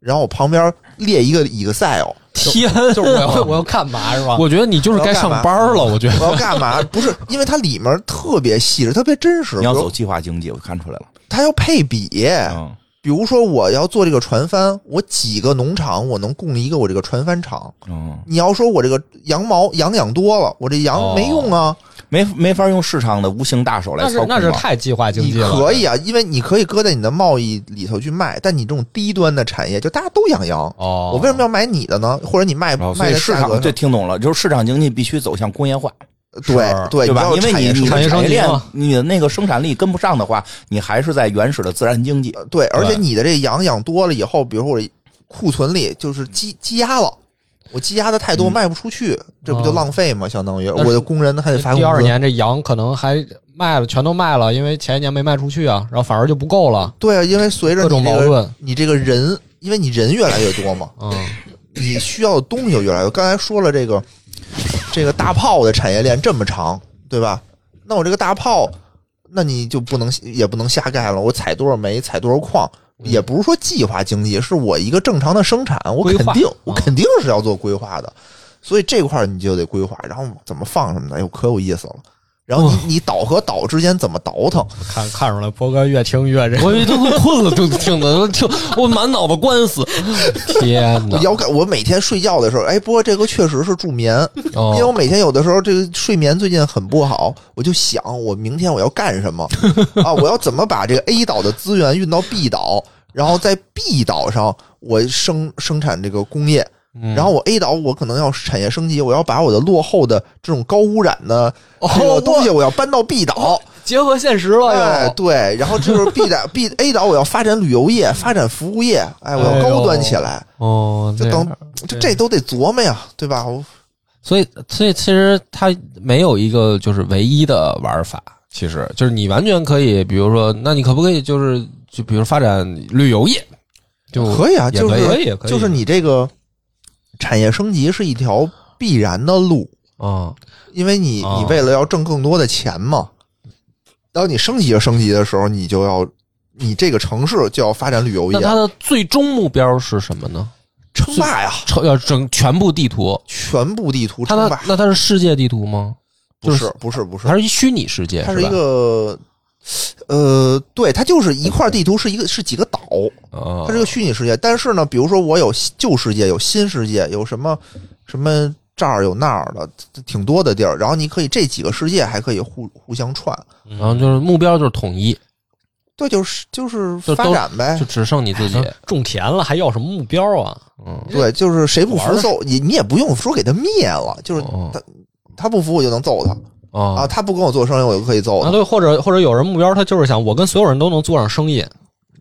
C: 然后我旁边列一个 Excel，
A: 天，啊
D: 就是我 要我要干嘛是
C: 啊
D: 吧？
A: 我觉得你就是该上班了，我觉得
C: 我要干嘛？ 不是，因为它里面特别细致，特别真实。
B: 你要
C: 比如
B: 走计划经济，我看出来了。
C: 它要配比，
B: 嗯，
C: 比如说我要做这个船帆，我几个农场我能供一个我这个船帆厂。
B: 嗯，
C: 你要说我这个羊毛羊养多了，我这
D: 哦
C: 羊没用啊，
B: 没没法用市场的无形大手来
D: 那
B: 操
D: 是
B: 控
D: 那是
B: 吧
D: 太计划经
C: 你
D: 济了，
C: 可以啊，因为你可以搁在你的贸易里头去卖，但你这种低端的产业，就大家都养羊，
D: 哦。
C: 我为什么要买你的呢？或者你卖
B: 然后所
C: 卖
B: 以
C: 的
B: 市
C: 价
B: 场
C: 格
B: 这听懂了，就是市场经济必须走向工业化，
C: 对对
B: 对吧？
C: 要
B: 因为
C: 产业
B: 你
C: 生
B: 你
D: 产
B: 的
D: 业升
B: 产业
D: 级
B: 链
D: 嘛，
B: 你的那个生产力跟不上的话，你还是在原始的自然经济。
C: 对，而且
D: 对
C: 你的这羊养多了以后，比如说我库存里就是积积压了，我积压的太多卖不出去，这不就
D: 嗯哦
C: 浪费吗？相当于
D: 那
C: 我
D: 是
C: 的工人还得发工
D: 第
C: 资。
D: 二年这羊可能还卖了，全都卖了，因为前一年没卖出去啊，然后反而就不够了。
C: 对啊，因为随着
D: 各种
C: 你这
D: 矛
C: 个
D: 盾
C: 你这个人，因为你人越来越多嘛，
D: 嗯，
C: 你需要的东西就越来越多。刚才说了这个这个大炮的产业链这么长，对吧？那我这个大炮，那你就不能也不能瞎干了。我采多少煤，采多少矿，
D: 嗯
C: 也不是说计划经济，是我一个正常的生产，我
D: 规
C: 肯
D: 划
C: 定我
D: 啊
C: 肯定是要做规划的。所以这块儿你就得规划，然后怎么放什么的，哎呦，可有意思了。然
D: 哦
C: 后你你岛和岛之间怎么倒腾？
D: 看看出来，波哥越听 越这
A: 我以为 都快困了，都听的都听，我满脑子官司。天哪
C: 我！要看我每天睡觉的时候，哎，不过这个确实是助眠，
A: 哦
C: 因为我每天有的时候这个睡眠最近很不好，我就想我明天我要干什么啊？我要怎么把这个 A 岛的资源运到 B 岛，然后在 B 岛上我生生产这个工业，
A: 嗯
C: 然后我 A 岛我可能要产业升级，我要把我的落后的这种高污染的这个东西我要搬到 B 岛，
D: 结合现实了又。
C: 哎，对，然后就是 B 岛 B A 岛我要发展旅游业，发展服务业，哎，我要高端起来，
A: 哦，
C: 就
A: 这样
C: 等这这都得琢磨呀，对吧？我
A: 所以，所以其实它没有一个就是唯一的玩法。其实就是你完全可以，比如说，那你可不可以就是就比如发展旅游业，就
C: 可以啊，
A: 也
C: 就
A: 可以啊
C: 是
D: 可以可以
C: 就是你这个产业升级是一条必然的路，
A: 啊、
C: 因为你
A: 哦
C: 你为了要挣更多的钱嘛，当你升级着升级的时候，你就要你这个城市就要发展旅游
A: 那
C: 业，
A: 它的最终目标是什么呢？
C: 称霸呀，
A: 超要整全部地图，
C: 全部地图
A: 它
C: 称
A: 的
C: 霸，
A: 那它是世界地图吗？
C: 不
A: 就是
C: 是不是不是
A: 它，是一虚拟世界，
C: 它
A: 是
C: 是一个。呃，对，它就是一块地图，是一个是几个岛，
A: 啊，
C: 它是个虚拟世界。但是呢，比如说我有旧世界，有新世界，有什么什么这儿有那儿的，挺多的地儿。然后你可以这几个世界还可以互互相串，
A: 然后就是目标就是统一，
C: 对，就是就是
A: 就都
C: 发展呗
A: 就。只剩你自己，
D: 啊
C: 啊
D: 种田了还要什么目标啊？
A: 嗯，
C: 对，就是谁不服揍你，你也不用说给他灭了，就是
A: 哦
C: 他他不服我就能揍他啊，
A: 啊，
C: 他不跟我做生意我就可以揍
D: 啊，
C: 他。
D: 对，或者或者有人目标，他就是想我跟所有人都能做上生意，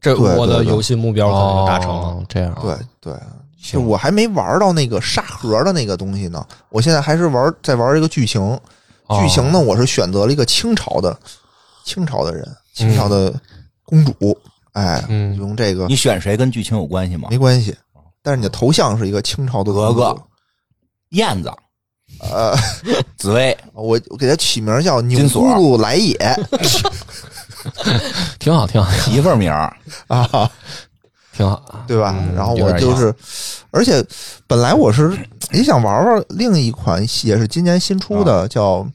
D: 这
C: 对
D: 我的
C: 对对
D: 游戏目标可能就达成了。
A: 哦这样，
C: 对对，就我还没玩到那个沙盒的那个东西呢，我现在还是玩在玩这个剧情。
A: 哦
C: 剧情呢，我是选择了一个清朝的清朝的人，清朝的公主，哎，
A: 嗯
C: 用这个
B: 你选谁跟剧情有关系吗
C: 没？关系。但是你的头像是一个清朝的
B: 格
C: 公主
B: 格，燕子，
C: 呃，
B: 紫薇，
C: 我我给她起名叫钮
B: 金
C: 咕
B: 锁
C: 噜来也
A: 挺好，挺好，
B: 媳妇儿名儿，
C: 啊，
A: 挺好，
C: 对吧？
A: 嗯
C: 然后
A: 有
C: 我
A: 点
C: 就
A: 像
C: 是，而且本来我是也想玩玩另一款，也是今年新出的，叫《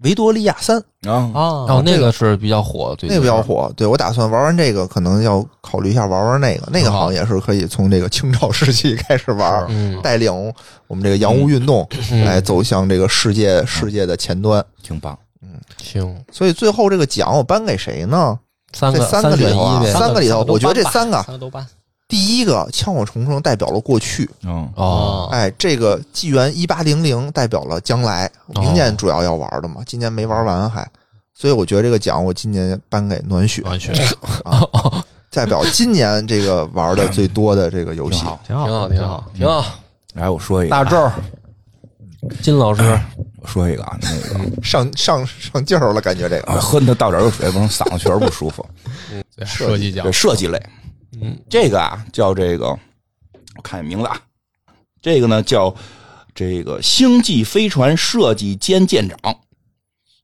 C: 维多利亚三》。哦
B: 然后
D: 啊
A: 然哦后那个是比较火，最
C: 那
A: 近
C: 个比较火，对我打算玩完这个，可能要考虑一下玩玩那个，那个好像也是可以从这个清朝时期开始玩，
A: 嗯
C: 带领我们这个洋务运动
A: 嗯
C: 来走向这个世界世界的前端。
B: 挺棒。
A: 行，
C: 所以最后这个奖我颁给谁呢？
A: 三
C: 这
A: 个
C: 三个
A: 选
C: 里头啊
A: 一呗，
C: 三个里头，我觉得这三个
D: 三个都办
C: 第一个《枪火重生》代表了过去，
B: 嗯，
A: 哦，
D: 哎，
C: 哎，这个纪元一八零零代表了将来，
A: 哦
C: 明年主要要玩的嘛，今年没玩完还，所以我觉得这个奖我今年颁给暖雪，
D: 完全
C: 代表今年这个玩的最多的这个游戏
B: 挺。好
D: 挺
A: 挺
D: 好，
A: 好，挺好，挺好，
B: 来，我说一个，啊
A: 大周儿，金老师，
B: 我说一个啊，那个
C: 上上上劲儿了，感觉这个
B: 啊喝那倒点儿热水，不然嗓子确实不舒服。
D: 对设计奖
B: 对，设计类，
A: 嗯，
B: 这个啊叫这个，我看名字啊，这个呢叫这个星际飞船设计兼舰长。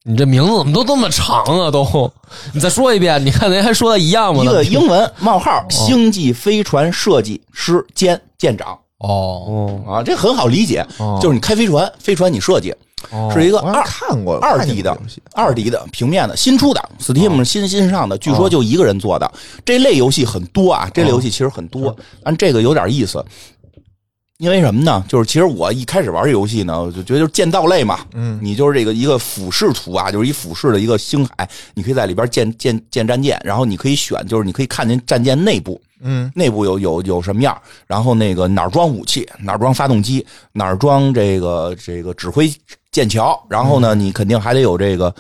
A: 你这名字怎么都这么长啊？都，你再说一遍，你看人还说的一样吗？
B: 一个英文冒号
C: 哦
B: 星际飞船设计师兼舰长
D: 哦，
A: 哦
B: 啊，这很好理解，就是你开飞船，飞船你设计
A: 哦
B: 是一个
C: 哦我好像
B: 二
C: 看过
B: 二
C: 看见
B: D
C: 过
B: 的
C: 这游戏
B: 二 D 的平面的新出的 Steam 新新上的，据说就一个人做的。这类游戏很多啊，这类游戏其实很多，但这个有点意思。因为什么呢？就是其实我一开始玩这游戏呢，我就觉得就是建造类嘛，嗯，你就是这个一个俯视图啊，就是一俯视的一个星海，你可以在里边建建建战舰，然后你可以选，就是你可以看见战舰内部，
C: 嗯，
B: 内部有有有什么样，然后那个哪儿装武器，哪儿装发动机，哪儿装这个这个指挥剑桥，然后呢，你肯定还得有这个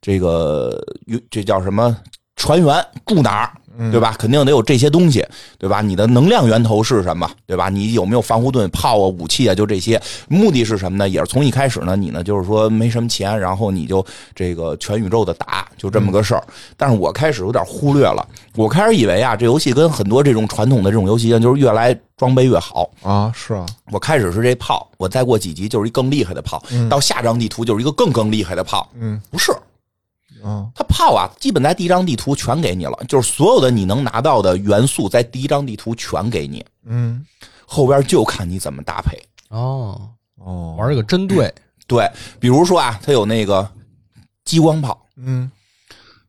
B: 这个这叫什么船员住哪儿。对吧？肯定得有这些东西，对吧？你的能量源头是什么？对吧？你有没有防护盾、炮啊、武器啊？就这些。目的是什么呢？也是从一开始呢，你呢就是说没什么钱，然后你就这个全宇宙的打，就这么个事儿。但是我开始有点忽略了，我开始以为啊，这游戏跟很多这种传统的这种游戏一样，就是越来装备越好。
C: 啊，是啊，
B: 我开始是这炮，我再过几级就是一更厉害的炮，到下张地图就是一个更更厉害的炮。
C: 嗯
B: 不是，
C: 嗯
B: 它炮啊，基本在第一张地图全给你了，就是所有的你能拿到的元素在第一张地图全给你，
C: 嗯
B: 后边就看你怎么搭配。
D: 哦，
C: 哦
D: 玩这个针对
B: 对，比如说啊，它有那个激光炮。
C: 嗯，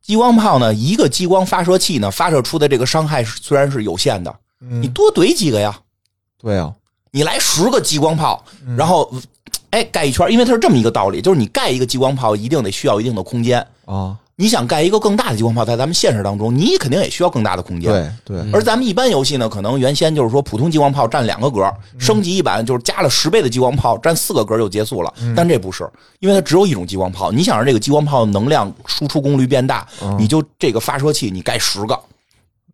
B: 激光炮呢，一个激光发射器呢，发射出的这个伤害是虽然是有限的，
C: 嗯
B: 你多怼几个呀？
C: 对啊，
B: 你来十个激光炮，然后哎盖一圈，因为它是这么一个道理，就是你盖一个激光炮一定得需要一定的空间。
C: 啊，
B: 你想盖一个更大的激光炮，在咱们现实当中，你肯定也需要更大的空间。
C: 对对，
B: 而咱们一般游戏呢，可能原先就是说普通激光炮占两个格，升级一版就是加了十倍的激光炮，占四个格就结束了。但这不是，因为它只有一种激光炮。你想让这个激光炮能量输出功率变大，你就这个发射器你盖十个，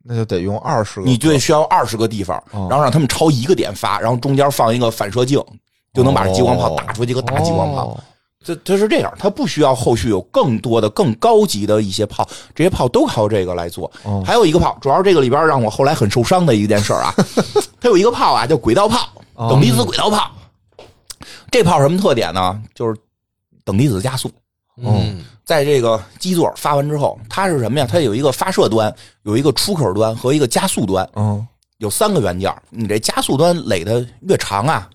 C: 那就得用二十个，
B: 你就需要二十个地方，然后让他们朝一个点发，然后中间放一个反射镜，就能把激光炮打出一个大激光炮。
C: 哦，
B: 这它是这样，它不需要后续有更多的、更高级的一些炮，这些炮都靠这个来做。还有一个炮，主要这个里边让我后来很受伤的一件事儿啊，它有一个炮啊，叫轨道炮，等离子轨道炮。这炮什么特点呢？就是等离子加速。
D: 嗯，
B: 在这个基座发完之后，它是什么呀？它有一个发射端，有一个出口端和一个加速端。
C: 嗯，
B: 有三个元件儿，你这加速端垒的越长啊，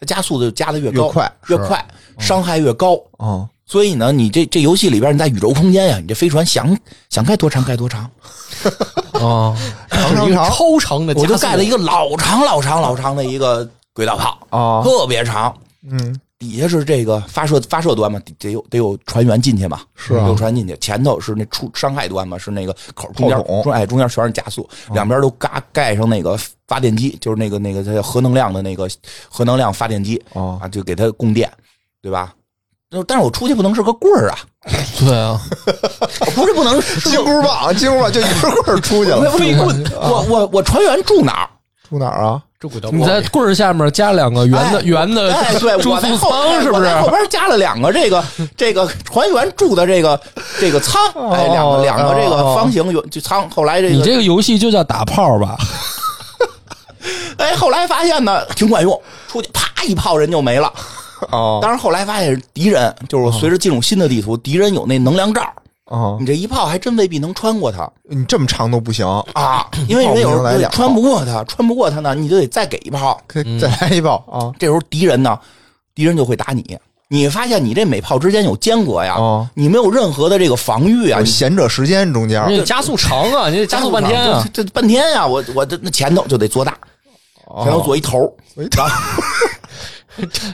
B: 它加速就加的越高，
C: 越快
B: 越
C: 是
B: 快，伤害越高。
C: 嗯，
B: 所以呢，你这这游戏里边，你在宇宙空间呀、你这飞船想想盖多长盖多长，
A: 啊，
C: 长长嗯长，
D: 超长的，
B: 我就盖了一。个老长老长老长的一个轨道炮，
C: 啊
B: 特别长。
C: 嗯，
B: 底下是这个发射发射端嘛，得得有得有船员进去嘛，
C: 是啊
B: 有船进去，前头是那出伤害端嘛，是那个口中间
C: 炮筒
B: 中哎中间全是加速，
A: 啊
B: 两边都嘎盖上那个发电机，就是那个那个它叫核能量的那个核能量发电机
C: 哦
B: 啊，就给它供电，对吧？那但是我出去不能是个棍 儿啊，
A: 对啊，
B: 我不是不 能是
C: 金箍 棒，金箍棒就一根棍儿出去了，
B: 飞棍，
A: 啊
B: 我我我船员住哪儿？
C: 出哪儿啊？
D: 这轨道
A: 你在棍儿下面加两个圆的
B: 哎
A: 圆的
B: 哎，对，
A: 呃住
B: 我在
A: 宿
B: 后
A: 舱是不
B: 我
A: 是？
B: 在后边加了两个这个这个船员住的这个这个舱，
A: 哦
B: 哎，两个两个这个方形圆就舱。后来这
A: 你
B: 个
A: 这个游戏就叫打炮吧？
B: 哎，后来发现呢挺管用，出去啪一炮人就没了。
C: 哦
B: 当然后来发现是敌人，就是我随着进入新的地图，敌人有那能量罩，
C: 哦，
B: 你这一炮还真未必能穿过它
C: 你这么长都不行，
B: 啊， 因为
C: 炮
B: 人有
C: 不
B: 时
C: 能来
B: 候对
C: 两
B: 穿不过它，穿不过它呢，你就得再给一炮。
C: 可以再来一炮啊！
B: 这时候敌人呢，敌人就会打你。你发现你这每炮之间有间隔呀，
C: 哦
B: 你没有任何的这个防御啊，
C: 有
B: 你
C: 闲者时间中间
D: 人家加速长啊，你得加速半天啊！
B: 这这半天啊，我我这那前头就得做大，
C: 哦啊
B: 前头做一头儿，然
C: 哎
B: 后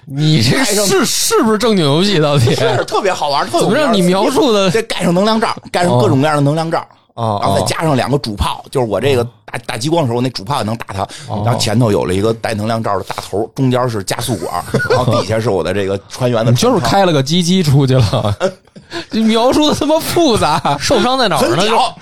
A: 你这是是不是正经游戏？到底
B: 是特别好玩儿，特有
A: 怎么让
B: 名儿
A: 你描述的
B: 这盖上能量罩，盖上各种各样的能量罩。
C: 哦
B: 然后再加上两个主炮，就是我这
A: 哦
B: 个打打激光的时候，那主炮也能打它。然后前头有了一个带能量罩的大头，中间是加速管，然后底下是我的这个船员的
A: 你
B: 船
A: 就是
B: 舱
A: 开了个鸡鸡出去了，你描述的他妈复杂。
D: 受伤在哪儿
B: 很
D: 呢？
B: 屌，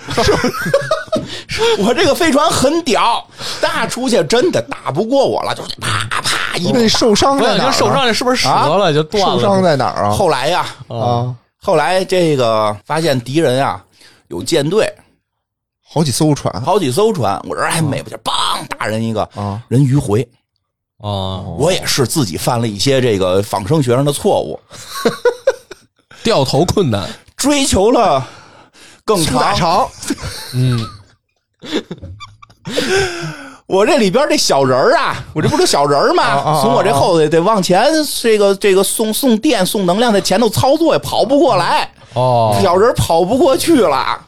B: 我这个飞船很屌，大出去真的打不过我了，就是啪啪一
C: 因为
B: 顿。
C: 受伤
D: 不
C: 在
D: 小
C: 哪儿？
D: 心
C: 啊
D: 受伤，这是不是折
A: 啊
D: 了就断
C: 受伤
D: 了？哦
C: 在哪儿
A: 哦
C: 啊？
B: 后来呀，
C: 啊，
B: 后来这个发现敌人啊有舰队，
C: 好几艘船
B: 好几艘船，我这儿还美不起，梆打人一个，
C: 啊
B: 人迂回。
D: 啊！
B: 我也是自己犯了一些这个仿生学生的错误，
A: 掉头困 难，
B: 追求了更
C: 苏大
B: 长。
C: 长
B: 我这里边这小人儿啊，我这不是小人儿
C: 啊
B: 吗？
C: 啊
B: 从我这后头得得往前，这个这个送送电送能量，在前头操作也跑不过来，
A: 哦，
B: 小人儿跑不过去了。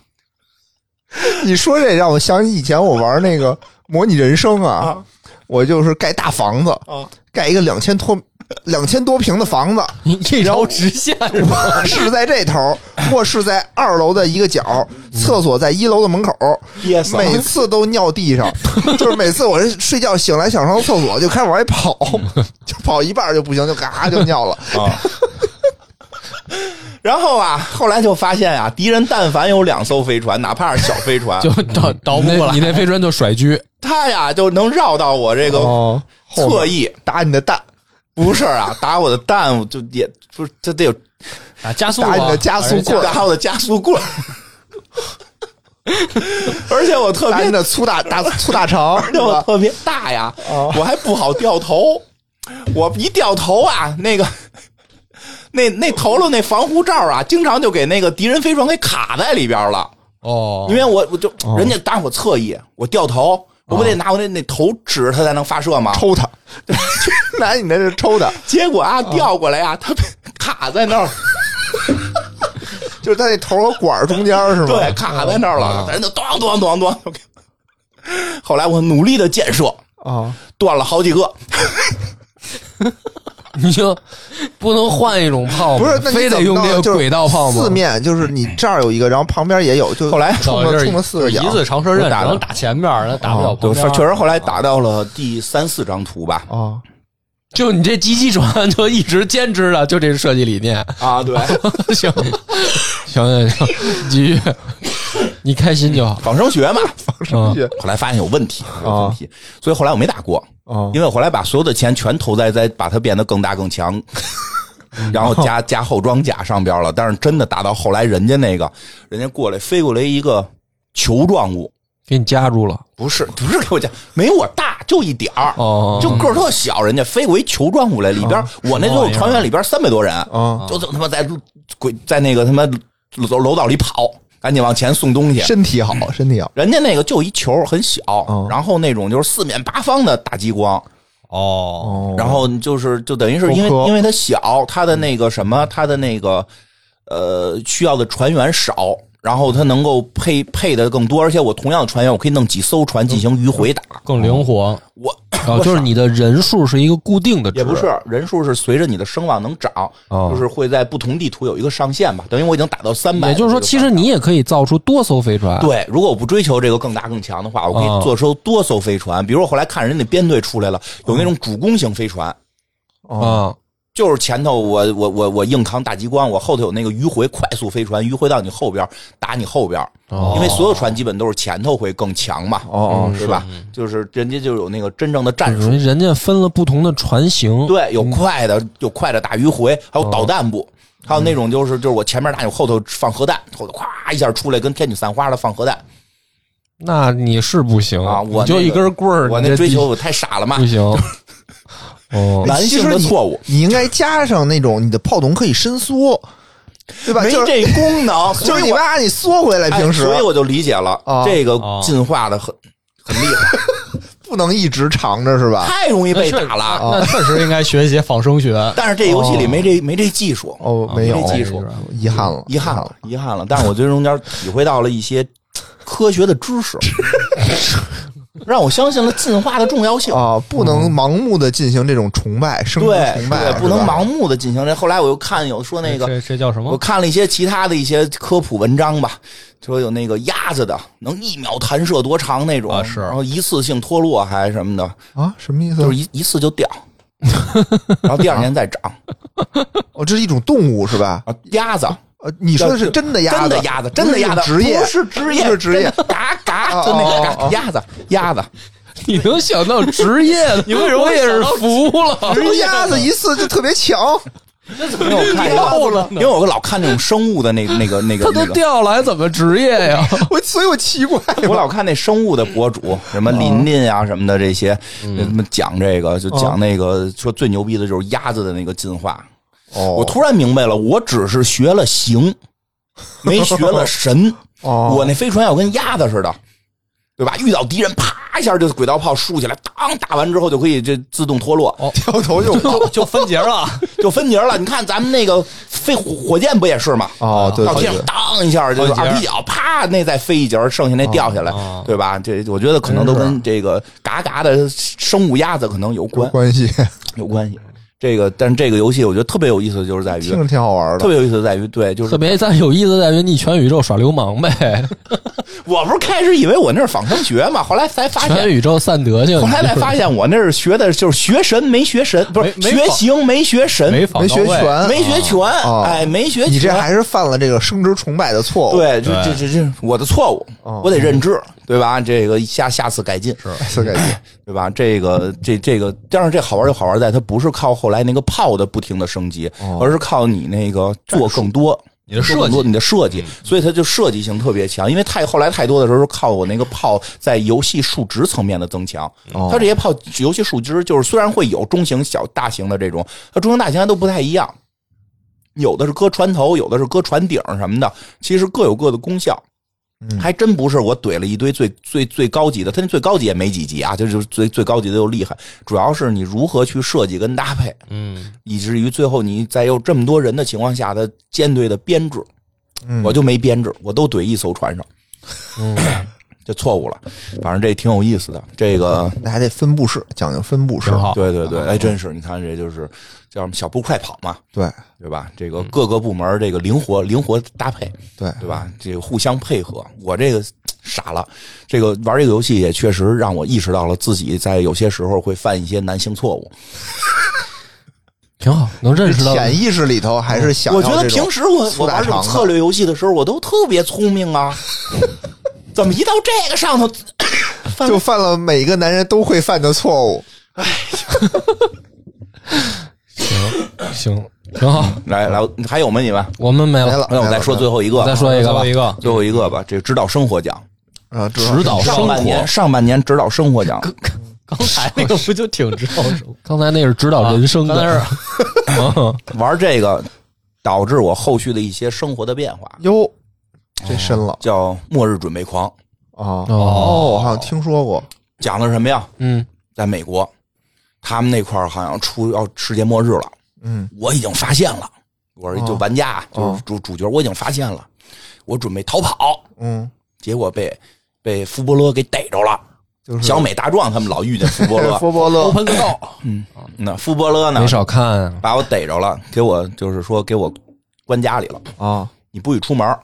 C: 你说这让我想起以前我玩那个模拟人生啊，我就是盖大房子，盖一个两千多两千多平的房子，
A: 你一条直 线是吧？
C: 卧室在这 头，卧室在二楼的一个角，厕所在一楼的门口，
B: 憋死了
C: 每次都尿地 上，就是每次我这睡觉醒来想上厕所就开始往外 跑，就跑一半就不行，就嘎就尿了。
B: 然后啊，后来就发现啊，敌人但凡有两艘飞船，哪怕是小飞 船，
D: 就倒倒不
A: 你那
D: 过来
A: 你，那飞船就甩狙，
B: 他呀就能绕到我这个
C: 哦，后面
B: 侧翼。
C: 打你的蛋，
B: 不是啊，打我的蛋我就也不是，这得有
D: 啊，加速
C: 打你的
D: 啊！
C: 哎 加速棍儿，
B: 打我的加速棍儿。而且我特
C: 打
B: 别
C: 你，的粗大大粗大肠，
B: 而且
C: 对
B: 我
C: 吧？哦
B: 特别大呀， 我还不好掉头。我一掉头啊，那个那那头了那防护罩啊，经常就给那个敌人飞船给卡在里边了。
A: 哦
B: 因，为我我就
C: 哦
B: 人家打我侧翼，我掉头，我不得拿我那那头指着他才能发射吗？
C: 抽 他，拿你的这抽他，
B: 结果啊，调过来啊，他被卡在那儿，
C: 就是在那头和管儿中间儿是吗？
B: 对，卡在那儿了，
C: 哦
B: 人就咣咣咣咣就给。 后来我努力的建设，
C: 啊，
B: 断了好几个，
A: 你就不能换一种炮吗？
C: 不是，那你
A: 非得
C: 怎么
A: 用
C: 弄
A: 这
C: 就
A: 个
C: 是
A: 轨道炮吗？
C: 四面就是你这儿有一个，然后旁边也有，就
B: 后来
C: 冲
D: 就
C: 了
D: 是
C: 冲了四个
D: 一
C: 眼
D: 字长蛇阵，
B: 我打
D: 只
B: 了
D: 能打前面，然后打不
C: 哦
D: 了
B: 哦对，
D: 旁边。
B: 确实后来打到了第三四张图吧。
C: 啊，
A: 就你这机器船就一直坚持着，就这设计理念。
B: 啊，对，
A: 行，行行行，继续，你开心就好。
B: 仿生学嘛，
A: 嗯
C: 学
B: 后来发现有问题，有问题，所以后来我没打过，
C: 哦
B: 因为我后来把所有的钱全投在在把它变得更大更强，然后加加后装甲上边了。但是真的打到后来，人家那个人家过来飞过来一个球状物，
A: 给你夹住了。
B: 不是不是给我讲，没我大就一点儿，
A: 哦
B: 就个儿特小，人家飞过一球状物来，里边我那就是船员里边三百多人，
C: 啊，
B: 就这他妈在路鬼在那个他妈楼楼道里跑，赶紧往前送东西。
C: 身体好，身体好，
B: 人家那个就一球很小，
A: 哦
C: 嗯
B: 然后那种就是四面八方的打激光，
D: 哦，
C: 哦
B: 然后就是就等于是因
C: 多
B: 为
C: 颗
B: 因为它小，它的那个什么，它的那个呃需要的船员少，然后它能够配配的更多，而且我同样的船员，我可以弄几艘船进行迂回打。
D: 更灵活。
B: 我
A: 哦，就是你的人数是一个固定的值，
B: 也不是 人数是随着你的声望能涨，
A: 哦
B: 就是会在不同地图有一个上限吧。等于我已经打到三百，
A: 也就是说，其实你也可以造出多艘飞船。，
B: 对，如果我不追求这个更大更强的话，我可
A: 哦
B: 以坐收多艘飞船。比如我后来看人家编队出来了，有那种主攻型飞船，
A: 啊，
C: 哦
B: 就是前头我我我我硬扛大激光，我后头有那个迂回快速飞船，迂回到你后边打你后边，
A: 哦
B: 因为所有船基本都是前头会更强嘛，嗯
C: 哦哦
B: 对吧？
A: 嗯
B: 就是人家就有那个真正的战术
A: 人，人家分了不同的船型。
B: 对，有快的，有快的打迂回，还
A: 哦
B: 有导弹部。还有那
A: 嗯
B: 种就是就是我前面打你，后头放核弹，后头咵一下出来跟天女散花的放核弹
A: 那你是不行
B: 啊！我
A: 嗯你就
B: 那
A: 一
B: 个
A: 根棍儿，
B: 我
A: 你
B: 那
A: 这
B: 追求我太傻了嘛
A: 不， 行。哦，
B: 男性的错误
C: 其实你，你应该加上那种你的炮筒可以伸缩，对吧？
B: 没
C: 就是
B: 这功 能，
C: 就
B: 所
C: 是
B: 以
C: 你
B: 我
C: 把你缩回来，
B: 哎
C: 平时
B: 所以我就理解了
C: 啊
B: 这个
D: 啊
B: 进化的很很厉害，啊
C: 不能一直长着是 吧？
B: 太容易被
D: 那确
B: 打了。
D: 那确实应该学习仿生学。
B: 但是这游戏里没这没这技术，
C: 哦，没有
B: 没技术，
C: 遗憾了，
B: 遗憾了，遗憾了。但是我最中间体会到了一些科学的知 识，让我相信了进化的重要性。
C: 啊！不能盲目的进行这种崇拜，生殖
B: 对
C: 崇拜
B: 对，，不能
C: 是吧
B: 盲目的进行这。后来我又看有说那个，
D: 这这叫 什
B: 我
D: 么？
B: 看了一些其他的一些科普文章吧，说有那个鸭子的能一秒弹射多长那种，
D: 啊是
B: 然后一次性脱落还什么的，
C: 啊？什么意思
B: 就？是一一次就 掉，然后第二年再长
C: 哦，这是一种动物是吧？
B: 啊，鸭子。
C: 呃，你说的是真的鸭子，
B: 真的鸭子，真的鸭子，
C: 不是一种职
B: 不
C: 业
B: 是职业，
C: 不是职业
B: 真的，嘎嘎，
C: 哦
B: 真的
C: 哦哦
B: 嘎，
C: 哦
B: 鸭子，鸭 子，
A: 你能想到职业 的，你为什么也是服了？
C: 不是鸭子一次就特别 强，
B: 因为我看
D: 掉了呢
B: 因为我老看那种生物的那个那个那个
A: 他都
B: 那个，
A: 掉了，还怎么职业 呀？
C: 我所以我 奇怪
B: 我老看那生物的博 主，什么琳琳啊什么的这些，
C: 嗯
B: 那他们讲这个就讲那个说最牛逼的就是鸭子的那个进化，
C: 哦
B: 我突然明白了，我只是学了 形，没学了神。
C: 哦
B: 我那飞船要跟鸭子似的，对吧？遇到敌人，啪一下就轨道炮竖起来，当打完之后就可以这自动脱落，
C: 掉头就
D: 就就分节 了，
B: 就分节了。你看咱们那个飞火火箭不也是吗？
C: 哦，对
B: 啊到
C: 对
B: 天上
C: 对，
B: 当一下就是
D: 好几节
B: 二踢脚，啪那再飞一节，剩下那掉下来，
D: 哦
B: 对吧？这我觉得可能都跟这个嘎嘎的生物鸭子可能有
C: 有
B: 关
C: 关系，
B: 有关系。这个，但是这个游戏我觉得特别有意思，就是在于
C: 听着挺好玩
B: 特
C: 的。
B: 别有意思在于对，就是
A: 特别在有意思在于你全宇宙耍流氓呗，
B: 我不是开始以为我那是仿生学嘛，后来才发
A: 全
B: 现，
A: 宇宙散德性。
B: 后来才 发现我那是学的就是学神没学神，不是
D: 没没
B: 学
D: 仿
B: 形没学神，
D: 没仿
C: 没
D: 到
C: 学
D: 位
C: 全
B: 没学全，
C: 哦
B: 哎，没学全。
C: 你这还是犯了这个生殖崇拜的错误。
B: 对，这这这这我的错误，
C: 哦
B: 我得认知，对吧？这个下下次改进，
C: 四个字
B: 对吧？这个这这个，但是这好玩就好玩在它不是靠后来那个炮的不停的升级，而是靠你那个做更多。
D: 哦你的
B: 做更多
D: 设计
B: 你
D: 嗯
B: 的设计，所以它就设计性特别强。因为太后来太多的时候是靠我那个炮在游戏数值层面的增强，
C: 哦
B: 它这些炮游戏数值就是虽然会有中型、小、大型的这种，它中型、大型还都不太一样，有的是搁船头，有的是搁船顶什么的，其实各有各的功效。还真不是我怼了一堆最最最高级的，它那最高级也没几级啊，这就是最最高级的又厉害。主要是你如何去设计跟搭配，
D: 嗯，
B: 以至于最后你在有这么多人的情况下的舰队的编制，
C: 嗯
B: 我就没编制，我都怼一艘船上， 这错误了。反正这挺有意思的，这个
C: 那还得分布式，讲究分布式
D: 挺，好
B: 对对对，哎，真是你看这就是叫什么小步快跑嘛，
C: 对
B: 对吧？这个各个部门这个灵活灵活搭配，
C: 嗯对
B: 对吧？这个互相配合，我这个傻了。这个玩这个游戏也确实让我意识到了自己在有些时候会犯一些男性错误。
A: 挺好，能认识到
C: 潜意识里头还是想要
B: 我觉得
C: 这种
B: 平时我我
C: 粗大
B: 玩这种
C: 肠的
B: 策略游戏的时候，我都特别聪明啊，怎么一到这个上头，
C: 就犯了每个男人都会犯的错误。
A: 行，挺好。
B: 来来，还有吗？你们？
A: 我们 没
C: 没
A: 了
C: 哦了，
B: 那我们再说最后一个吧，
A: 再说一
D: 最
A: 个吧
D: 后。一个，
B: 最后一个吧。这指导生活奖，
C: 啊，知道
A: 指导
B: 上
A: 哦生
B: 半
A: 活
B: 年，上半年指导生活奖，
D: 刚才那个不就挺知道什么
A: 刚才那是指导啊人生
D: 啊刚才
A: 的，
D: 是
B: 玩这个导致我后续的一些生活的变化，
C: 哟，这深了
B: 叫末日准备狂，
C: 啊！
A: 哦
C: 我好像听说过，
B: 讲的是什么呀？
A: 嗯，
B: 在美国，他们那块儿好像出要世界末日了，
C: 嗯，
B: 我已经发现了，我是就玩家啊，
C: 哦
B: 就是主主角，我已经发现了，我准备逃跑，
C: 嗯，
B: 结果被被福伯勒给逮着了。
C: 就是
B: 小美大壮他们老遇见福伯勒，
C: 佛伯勒
D: open go，
B: 那福伯勒呢
A: 没少看啊。
B: 把我逮着了，给我就是说给我关家里了，
C: 啊
B: 你不许出门儿，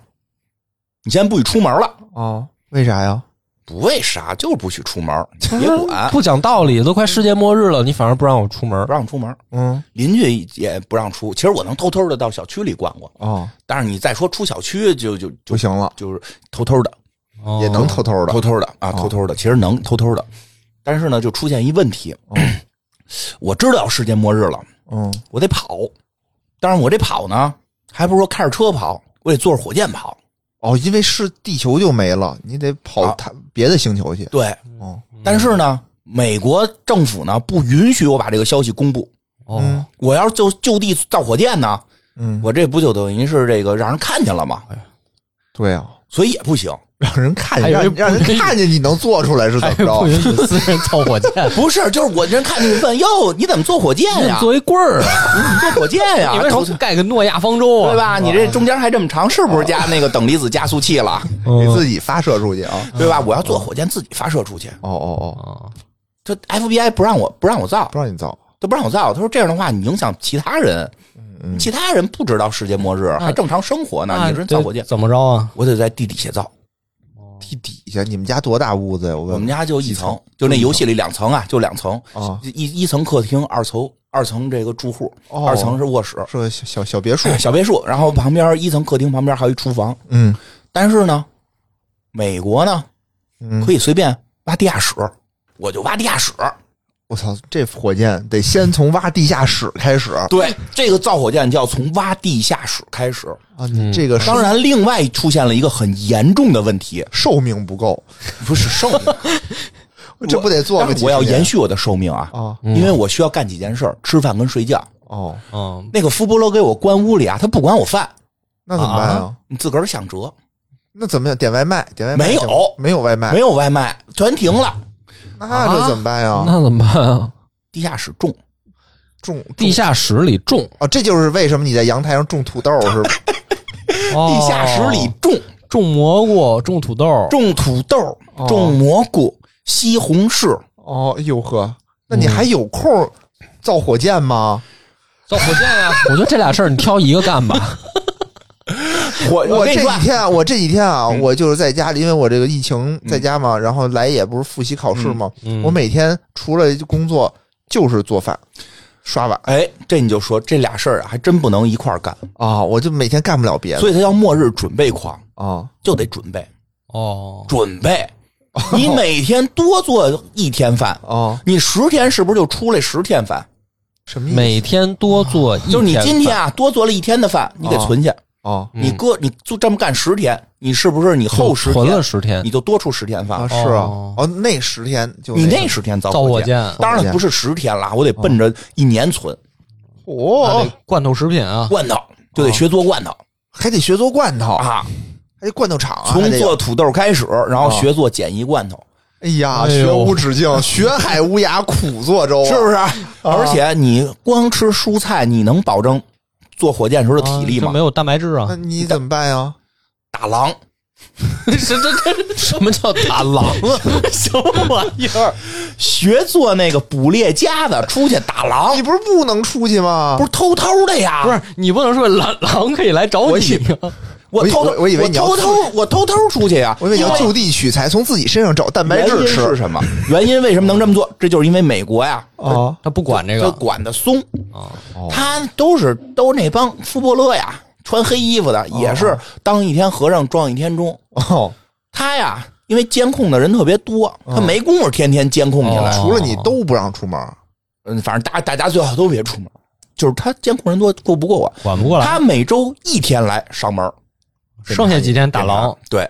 B: 你先不许出门儿了，
C: 啊，为啥呀？
B: 不为啥，就是不许出门儿，你别管，
A: 不讲道理，都快世界末日了，你反而不让我出门
B: 不。让出门儿，
C: 嗯
B: 邻居也不让出。其实我能偷偷的到小区里逛逛，
C: 哦，
B: 但是你再说出小区就就就
C: 不行了，
B: 就是偷偷的，
A: 哦
C: 也能偷偷的
B: 偷偷的啊，偷偷的，其实能偷偷的，但是呢，就出现一问题， 我知道世界末日了，
C: 嗯
B: 我得跑，但是我这跑呢，还不是说开着车跑，我得坐着火箭跑。
C: 哦，因为是地球就没了，你得跑
B: 啊
C: 他别的星球去。
B: 对，
C: 哦，
B: 但是呢，美国政府呢不允许我把这个消息公布。
A: 哦，
B: 我要是就就地造火箭呢，
C: 嗯，
B: 我这不就等于是这个让人看见了吗？
C: 对啊，
B: 所以也不行。
C: 让人看
D: 还
C: 见，
D: 以为
C: 让让人
D: 不允许
C: 看见你能做出来是怎么
D: 不
C: 着？
D: 允许私人造火箭，
B: 不是，就是我人看见问哟，你怎么做火箭
A: 你
B: 呀？
A: 作为棍儿，
B: 你做火箭呀
D: 你？为什么不啊盖个诺亚方舟啊？
B: 对？吧？你这中间还这么长，是不是加那个等离子加速器了？
C: 给自己发射出去啊！
B: 对吧？我要做火箭自己发射出去，
C: 哦哦
B: 啊
C: 哦，
B: 这 FBI 不让我不让我造
C: 不，让你造，
B: 都不让我造。他说这样的话，你影响其他人，其他人不知道世界末日，还正常生活呢。你说造火箭，
D: 怎么着啊？
B: 我得在地底下造。
C: 地底下你们家多大屋子呀？我问
B: 我们家就一层
C: 层，
B: 就那游戏里两层啊，就两层
C: 啊
B: 一一层客厅，二层二层这个住户，
C: 哦
B: 二层是卧室、
C: 是个小小小别墅，
B: 小别墅，然后旁边一层客厅旁边还有一厨房。
C: 嗯
B: 但是呢，美国呢
C: 嗯
B: 可，以随便挖地下室，我就挖地下室。
C: 我操，这火箭得先从挖地下室开始啊！
B: 对，这个造火箭就要从挖地下室开始。
C: 你这个
B: 啊当然，另外出现了一个很严重的问题，
C: 寿命不够，
B: 不是寿命，
C: 这不得做
B: 但
C: 个
B: 是
C: 几
B: 我要
C: 十年
B: 延续我的寿命啊，
C: 啊？
B: 因为我需要干几件事儿：吃饭跟睡觉。
C: 哦，
D: 嗯，
B: 那个福伯勒给我关屋里啊，他不管我饭，
C: 那怎么办啊？
B: 你自个儿想辙，
C: 那怎么样？点外卖？点外卖？
B: 没有
C: 点没有外卖
B: 没，有外卖，全停了。
C: 那这怎么办呀？
A: 那怎么办啊？
B: 地下室种，
C: 种
A: 地下室里种，
C: 哦，这就是为什么你在阳台上种土豆是吧？
D: 地
C: 哦
B: 地下室里种
D: 哦种蘑菇，种土豆，
B: 种土豆、种蘑菇、西红柿，
C: 哦，哟呵，嗯那你还有空造火箭吗？
D: 造火箭呀。
A: 我觉得这俩事儿你挑一个干吧。
B: 我
C: 我
B: 跟
C: 这
B: 你
C: 几
B: 说啊，
C: 天啊，我这几天啊，我就是在家里，因为我这个疫情在家嘛，然后来也不是复习考试嘛，我每天除了工作就是做饭、刷碗
B: 哎，这你就说这俩事儿啊，还真不能一块儿干，
C: 啊，我就每天干不了别的
B: 所以他叫末日准备狂，
C: 啊。
B: 就得准备
D: 哦，
B: 准 备。你每天多做一天饭，
C: 哦，
B: 你十天是不是就出来十天饭？
C: 什么意思？
A: 每天多做一天，
B: 就是你今天啊多做了一天的饭，你得存下。
C: 哦
B: 你搁你就这么干十天，你是不是你后十
A: 存
B: 天
A: 了十天
B: 你，就多出十天饭
C: 啊，
B: 了？
C: 是啊
D: 哦，
C: 哦，那十天就
B: 你
C: 那
B: 那十天造
D: 造火
B: 箭哦
D: 箭，
B: 当然不是十天啦，我得奔着一年存
D: 那
C: 哦
D: 得，罐头食品啊，
B: 罐头，就得学做罐头
C: 还得学做罐头，
B: 啊，
C: 还得罐头厂哦啊，还
B: 从
C: 得哦
B: 做土豆开始，然后学做简易罐头。
C: 哎呀，
D: 哎
C: 学
D: 呦
C: 无止境，学海无涯苦作舟啊，
B: 是不是？ 而且你光吃蔬菜，你能保证做火箭时候的体力
D: 啊这
B: 吗
D: 没？有蛋白质啊
C: 那，你怎么办呀？
B: 打狼，
D: 这这这
A: 什么叫打狼啊？
D: 什么玩意儿？
B: 学做那个捕猎家的出去打狼
C: 你，不是不能出去吗？
B: 不是偷偷的呀？
D: 不是，你不能说狼狼可以来找你啊！
B: 我偷偷，
C: 我以为我以为你要
B: 偷偷，我偷偷出去呀。
C: 我以为你要
B: 因
C: 就地取材，从自己身上找蛋白
B: 原因
C: 质
B: 是
C: 吃
B: 什么？原因为什么能这么做？这就是因为美国呀，
C: 啊。
D: 他不管这
B: 就
D: 个
B: 管的松，
D: 啊，
B: 他都是都那帮富伯勒呀，穿黑衣服的，
D: 哦
B: 也是当一天和尚撞一天钟。
C: 哦，
B: 他呀，因为监控的人特别多，他
D: 嗯
B: 没工夫天天监控起来。
D: 哦
C: 除了你都不让出门，
B: 嗯，反正大大家最好都别出门，就是他监控人多够不过我。
D: 管不过来。
B: 他每周一天来上门，
D: 剩下几天打狼，
B: 对，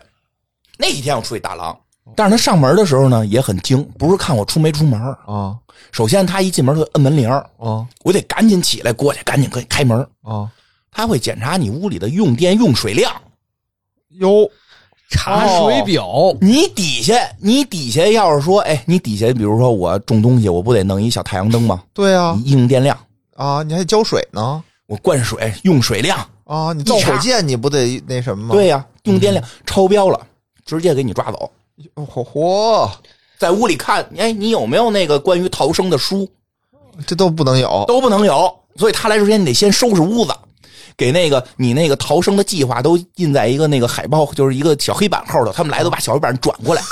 B: 那一天我出去打狼，但是他上门的时候呢也很精，不是看我出没出门儿。
C: 啊
B: 首先他一进门他就摁门铃儿，
C: 啊
B: 我得赶紧起来过去，赶紧开开门儿。
C: 啊！
B: 他会检查你屋里的用电用水量，
C: 哟，
D: 查水表，
B: 你底下你底下要是说，哎，你底下比如说我种东西，我不得弄一小太阳灯吗？
C: 对啊
B: 你用电量，
C: 啊，你还浇水呢
B: 我灌水用水量，
C: 啊，你造火箭你不得那什么吗？
B: 对呀、用电量超标了，直接给你抓走。
C: 哦，嚯嚯，
B: 在屋里看，哎，你有没有那个关于逃生的书？
C: 这都不能有
B: 都不能有。所以他来之前，你得先收拾屋子，给那个你那个逃生的计划都印在一个那个海报，就是一个小黑板后头。他们来都把小黑板转过来，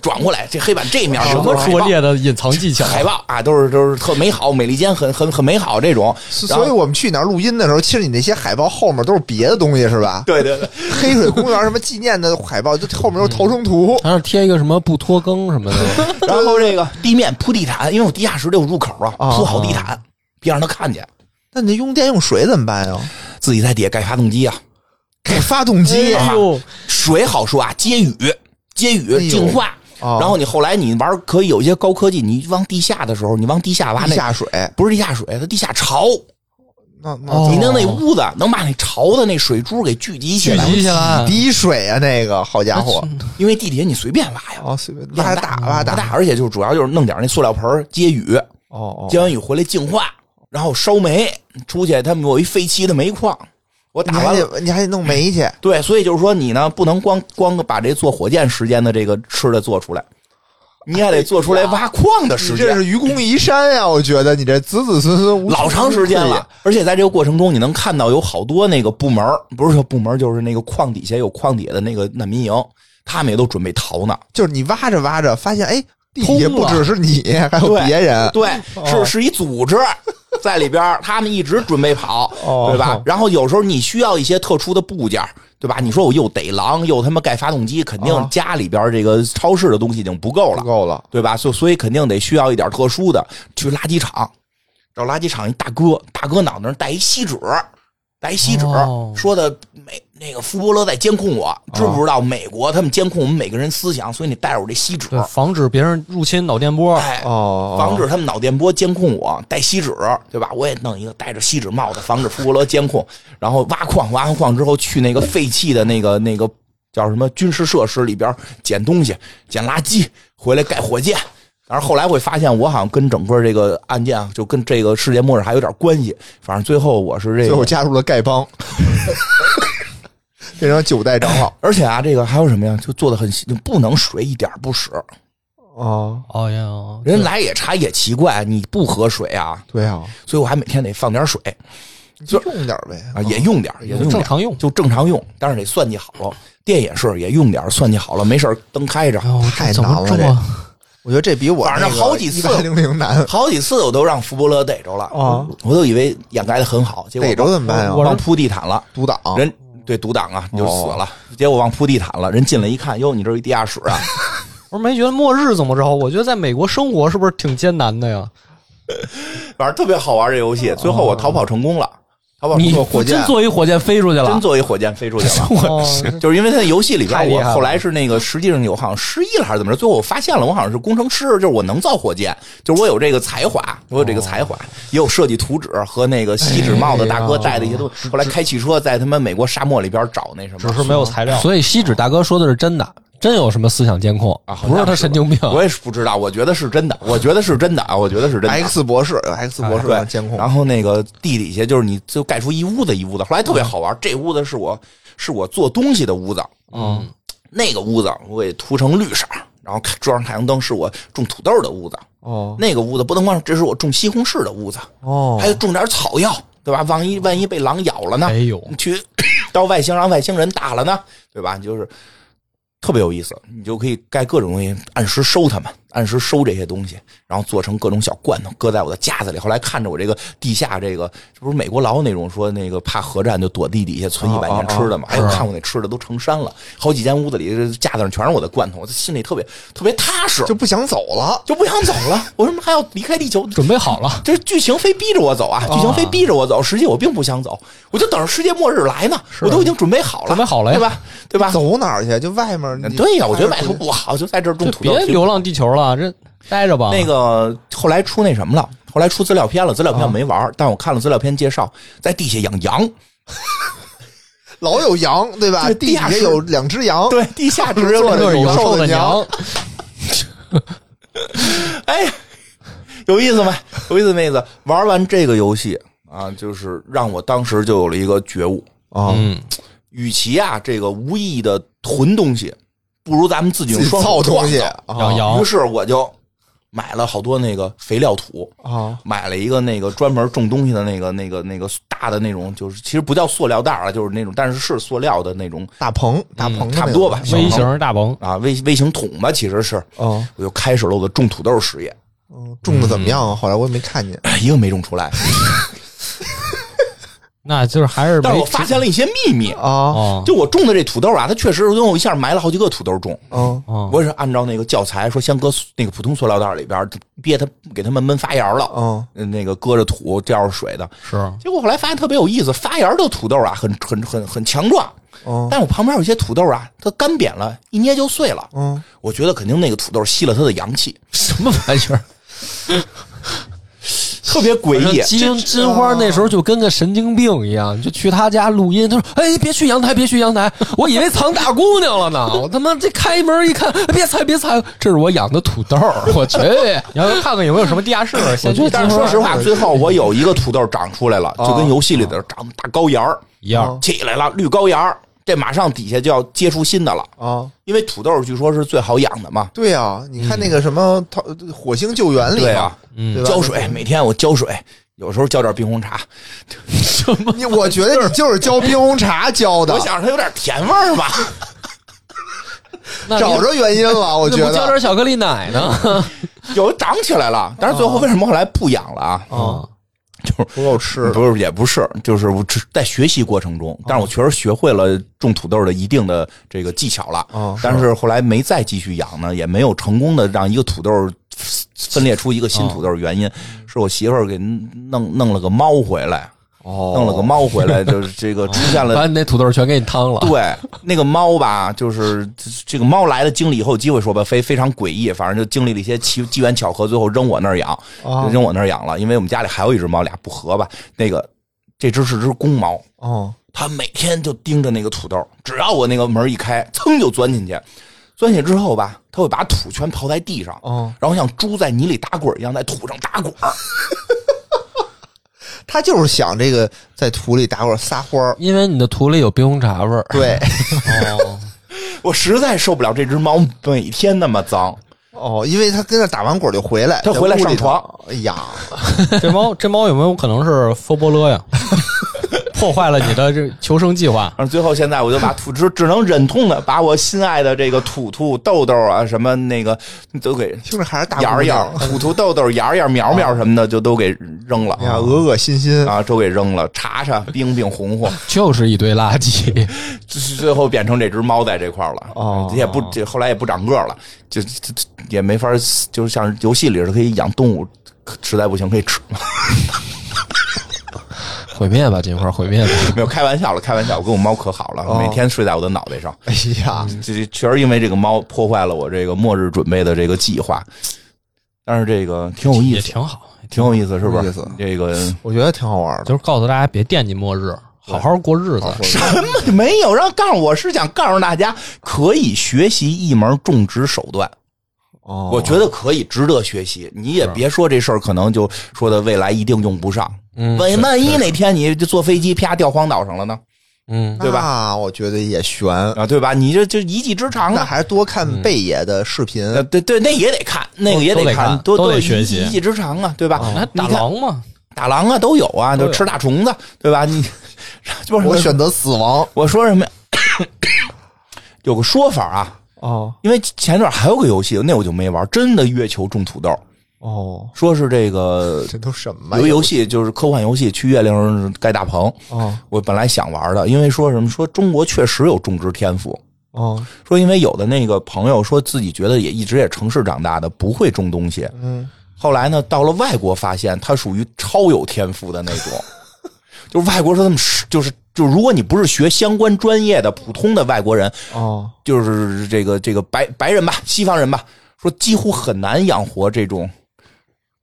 B: 转过来，这黑板这面
D: 什么
B: 海报
D: 拙劣的隐藏技巧？
B: 海报啊，都是都是特美好，美利坚很很很美好这种。
C: 所
B: 然后
C: 所以我们去哪儿录音的时候，其实你那些海报后面都是别的东西，是吧？
B: 对对对，
C: 黑水公园什么纪念的海报，就后面都是逃生图。
A: 他要贴一个什么不拖更什么的，
B: 然后这个地面铺地毯，因为我地下室得有入口啊，
D: 哦
C: 啊
B: 铺好地毯，别让他看见。
C: 那你用电用水怎么办呀？
B: 自己在底下盖发动机啊，
C: 给发动机啊
D: 哎呦，
B: 水好说啊，接雨，接
C: 哎
B: 雨
C: 呦
B: 净化。
C: 哦
B: 然后你后来你玩可以有一些高科技，你往地下的时候，你往地下挖那
C: 地下水，
B: 不是地下水，它地下潮。
C: 那那
D: 哦
B: 你弄那屋子能把那潮的那水珠给聚集起
D: 聚
B: 来，
D: 集起来，
C: 滴水啊，那个好家伙，
B: 因为地底下你随便挖呀，
C: 哦，随便拉大拉
B: 大
C: 大，
B: 而且就主要就是弄点那塑料盆儿接雨，
C: 哦
B: 接完雨回来净化，然后烧煤出去，他们有一废弃的煤矿，我
C: 你
B: 打
C: 还
B: 完了。
C: 得你还得弄煤去，
B: 对，所以就是说你呢，不能光光把这做火箭时间的这个吃的做出来，你也得做出来挖矿的时
C: 你这
B: 间，
C: 是愚公移山呀、我觉得你这子子孙孙无
B: 老长时间了。而且在这个过程中，你能看到有好多那个部门儿，不是说部门儿，就是那个矿底下有矿底下的那个难民营，他们也都准备逃呢。
C: 就是你挖着挖着发现，哎，地底下不只是你，还有
B: 对
C: 别人。
B: 对，
C: 哦
B: 是是一组 织在里边儿，他们一直准备跑，
C: 哦
B: 对吧？然后有时候你需要一些特殊的部件儿，对吧？你说我又逮狼，又他妈盖发动机，肯定
C: 哦
B: 家里边儿这个超市的东西已经不够了
C: 不，够了，
B: 对吧？所所以肯定得需要一点特殊的，去垃圾场，找垃圾场一大哥，大哥脑袋上戴一锡纸，戴一锡纸，
D: 哦
B: 说的美那个福伯勒在监控我，知不知道美国他们监控我们每个人思想，所以你带着我这锡纸，
D: 对，防止别人入侵脑电波。
B: 哎，
C: 哦
B: 防止他们脑电波监控我，戴锡纸，对吧？我也弄一个戴着锡纸帽的，防止福伯勒监控。然后挖矿，挖完矿之后去那个废弃的那个 那个叫什么军事设施里边捡东西，捡垃圾，回来盖火箭。但是后来会发现，我好像跟整个这个案件啊，就跟这个世界末日还有点关系。反正最后我是这
C: 最后
B: 个，
C: 加入了 丐帮，变成九代长老
B: 而且啊，这个还有什么呀？就做的很细，就不能水一点儿不使。
C: 哦，
D: 哦呀，
B: 人来也查也奇怪，你不喝水啊，
C: 对啊，
B: 所以我还每天得放点水。
C: 你就用点呗
B: 啊，也用点儿，也用点儿
D: 正常用
B: 就正常用，但是得算计好了。电也是，也用点儿，算计好了，没事儿灯开着
D: 哎。呦，
C: 太
D: 这怎
C: 难了
D: 么这
C: 这
D: 么
C: 我觉得这比我
B: 反正好几次
C: 八零零难
B: 好几次我都让福伯勒逮着了，
C: 啊
B: 我都以为掩盖的很好，结果
C: 逮着怎么办呀？
D: 我
B: 忘铺地毯了，
C: 独挡
B: 人对独挡啊，你就死了。结果忘铺地毯了，人进来一看，哟，你这是一地下室啊！
D: 我没觉得末日怎么着？我觉得在美国生活是不是挺艰难的呀？
B: 反正特别好玩这游戏。最后我逃跑成功了，逃跑成
A: 你
B: 功，火箭
A: 真做一火箭飞出去
B: 真
A: 了，
B: 做一火箭飞出去 了。
D: 哦，
B: 就是因为他在游戏里边，
D: 太厉
B: 我
D: 害了
B: 后来是那个实际上有好像失忆了还是怎么着，最后我发现了，我好像是工程师，就是我能造火箭，就是我有这个才华，我有这个才
D: 哦
B: 华，也有设计图纸和那个锡纸帽的大哥带的一些东西。后来开汽车在他们美国沙漠里边找那什
D: 哎只
B: 么，
D: 是没有材料。
A: 所以锡纸大哥说的是真的，真有什么思想监控
B: 啊，好像
A: 不是他神经病。
B: 我也是不知道，我觉得是真的，我觉得是真的啊，我觉得是真的。
C: X 博士有，X 博
B: 哎
C: 士啊
B: 对
C: 让监控
B: 然后那个地底下就是你就盖出一屋子一屋子，后来特别好玩。这屋子是我是我做东西的屋子，
D: 嗯，
B: 那个屋子我给涂成绿色儿，然后开装上太阳灯，是我种土豆的屋子。
C: 哦
B: 那个屋子不能光是，这是我种西红柿的屋子，
C: 哦
B: 还有种点草药，对吧？万一万一被狼咬了呢？
D: 哎呦，
B: 你去 到外星让外星人打了呢，对吧？就是特别有意思，你就可以盖各种东西，按时收它们，按时收这些东西，然后做成各种小罐头，搁在我的架子里。后来看着我这个地下这个，这不是美国佬那种说那个怕核战就躲地底下存一百年吃的嘛？哎呦，看我那吃的都成山了，好几间屋子里这架子上全是我的罐头，我心里特别特别踏实，
C: 就不想走了。
B: 就不想走了。我为什么还要离开地球？
D: 准备好了，
B: 这剧情非逼着我走啊，剧情非逼着我走，实际我并不想走，我就等着世界末日来呢，我都已经准备好了，
D: 准备好了呀
B: 对吧？对吧？
C: 走哪儿去？就外面你
B: 啊对呀，我觉得外头
C: 出去
B: 不好，就在这儿种
D: 就
B: 土
D: 别
B: 豆。
D: 流浪地球了，这待着吧。
B: 那个后来出那什么了？后来出资料片了，资料片我没玩儿，但我看了资料片介绍，在地下养羊，
C: 老有羊，对吧？
B: 对地
C: 地
B: 下
C: 底
B: 室
C: 下有两只羊，
B: 对，地下直接
C: 坐
D: 就
C: 着
D: 是
C: 有
D: 有
C: 瘦
D: 瘦
C: 的
D: 的
C: 娘
D: 娘，
B: 哎，有意思吗？有意思没意思？玩完这个游戏啊，就是让我当时就有了一个觉悟，
C: 啊，
D: 嗯，
B: 与其啊这个无意义的囤东西，不如咱们自己用
C: 自己
B: 双手
C: 造东
B: 创造
C: 西
D: 养
C: 啊
D: 羊
B: 于，是我就买了好多那个肥料土，
C: 啊，
B: 买了一个那个专门种东西的那个那个那个大的那种，就是其实不叫塑料袋啊，就是那种，但是是塑料的那种
C: 大棚大棚
B: 嗯差不多吧
D: 微型大棚，
B: 啊微微型桶吧，其实是。
C: 啊，
B: 我就开始了我的种土豆实业，
C: 嗯种的怎么样啊？后来我也没看见，
B: 一个没种出来，
D: 那就是还是
B: 但是
D: 没
B: 我发现了一些秘密。
C: 哎啊
D: 哦
B: 就我种的这土豆啊，它确实因为我一下埋了好几个土豆种，
C: 啊
D: 哦，
B: 我也是按照那个教材说，先搁那个普通塑料袋里边憋它，给它们闷发芽了，嗯
C: 啊
B: 那个搁着土浇着水的，
D: 是
B: 结果后来发现特别有意思，发芽的土豆啊，很很很很强壮，
C: 啊
B: 但我旁边有些土豆啊，它干扁了，一捏就碎了。
C: 啊！
B: 我觉得肯定那个土豆吸了它的阳气，
A: 什么玩 意儿？
B: 特别诡异。
A: 金金花那时候就跟个神经病一样，就去他家录音，他说：“哎，别去阳台，别去阳台，我以为藏大姑娘了呢。我他妈这开门一看，哎别踩，别踩，这是我养的土豆，我去。”
D: 你要看看有没有什么 地下室，先去
B: 但是说实话，最后我有一个土豆长出来了，
C: 啊
B: 就跟游戏里的长大高芽儿
D: 一样，
B: 起来了，绿高芽儿，这马上底下就要结出新的了。
C: 啊，
B: 因为土豆据说是最好养的嘛，
C: 对呀，你看那个什么《逃火星救援》
B: 嗯
C: 里
B: 对
C: 嘛
B: 啊，
C: 对吧
B: 浇水，每天我浇水，有时候浇点冰红茶，
C: 你我觉得你就是浇冰红茶浇的
B: 我，想着它有点甜味儿 吧。
A: 那
C: 找
A: 你
C: 着原因了，我觉
A: 怎么不浇
C: 得
A: 点巧克力奶呢？
B: 有长起来了，但是最后为什么后来不养了啊？
C: 啊，
B: 就是
C: 不够吃的哦
B: 不是，也不是，就是我只在学习过程中，但是我确实学会了种土豆的一定的这个技巧了。
C: 哦
B: 但是后来没再继续养呢，也没有成功的让一个土豆分裂出一个
C: 哦
B: 新土豆，原因、
C: 嗯
B: 是我媳妇儿给弄弄了个猫回来，
C: 哦
B: 弄了个猫回来，就是这个出现 了
A: 把你那土豆全给你汤了。
B: 对，那个猫吧，就是这个猫来了，经理以后有机会说吧，非非常诡异，反正就经历了一些奇机缘巧合，最后扔我那儿养，
C: 啊
B: 扔我那儿养了，因为我们家里还有一只猫，俩不合吧，那个这只是只公猫。
C: 哦
B: 它每天就盯着那个土豆，只要我那个门一开，噌就钻进去。钻进去之后吧，它会把土全刨在地上，
C: 哦，
B: 然后像猪在泥里打滚一样在土上打滚。
C: 他就是想这个在土里打滚撒 欢儿，
A: 因为你的土里有冰红茶味儿。
C: 对，
B: 我实在受不了这只猫每天那么脏，
C: 哦，因为他跟那打完滚就回来，
B: 他回来
C: 在屋
B: 上
C: 里
B: 床
C: 头，哎呀，
D: 这猫这猫有没有可能是佛波 勒呀？破坏了你的这求生计划，
B: 然后最后现在我就把土只只能忍痛的把我心爱的这个土兔豆豆啊什么那个都给
C: 听着还是大
B: 芽儿
C: 姑
B: 芽
C: 娘啊
B: 儿土兔豆豆芽儿芽儿苗苗什么的就都给扔了
C: 哎呀，恶恶心心
B: 啊，都给扔了，查查冰冰红红。
A: 就是一堆垃圾，
B: 最最后变成这只猫在这块儿了，
C: 哦
B: 也不这后来也不长个儿了，就就就也没法，就是像游戏里是可以养动物，可实在不行可以吃，
A: 毁灭吧，金花，毁灭吧！
B: 没有开玩笑了，开玩笑，我跟我猫可好了，
C: 哦
B: 每天睡在我的脑袋上，
C: 哎呀，
B: 这这确实因为这个猫破坏了我这个末日准备的这个计划，但是这个挺有意
D: 也
B: 思，
D: 挺好。
B: 挺有意思，是不
C: 有
B: 是
C: 意思？
B: 这个
C: 我觉得挺好玩的
D: 就是告诉大家别惦记末日，好好过日子。
B: 什么没有让告诉我是想告诉大家可以学习一门种植手段。
C: 哦。
B: 我觉得可以，值得学习。你也
D: 啊
B: 别说这事儿，可能就
A: 嗯
D: 嗯
B: 说的未来一定用不上。万一万一哪天你就坐飞机啪掉荒岛上了呢？
A: 嗯，
B: 对吧
C: 那我觉得也悬，
B: 啊，对吧？你这就一技之长
C: 那
B: 啊。
C: 还是多看贝爷的视频。
B: 呃，对对，那也得看，那个也
D: 都得
B: 看，
D: 看
B: 多
D: 都得
B: 有
D: 学
B: 一
D: 习哦
B: 一技之长啊，对吧？
D: 那
B: 你
D: 打
B: 看
D: 狼嘛，
B: 打狼啊，都有啊，
D: 都
B: 就
D: 有
B: 吃大虫子，对吧？ 你就
C: 我
B: 是
C: 选择死亡
B: 我说什么呀？有个说法啊，
C: 哦
B: 因为前段还有个游戏，那我就没玩，真的月球种土豆，
C: 哦，
B: 说是这个
C: 这都什么
B: 有个游戏就是科幻游戏，去月亮上盖大棚。
C: 哦
B: 我本来想玩的，因为说什么说中国确实有种植天赋，
C: 哦，
B: 说因为有的那个朋友说自己觉得也一直也城市长大的不会种东西，
C: 嗯，
B: 后来呢到了外国发现他属于超有天赋的那种， 就是外国说他们是就是就如果你不是学相关专业的普通的外国人，
C: 哦，
B: 就是这个这个白白人吧，西方人吧，说几乎很难养活这种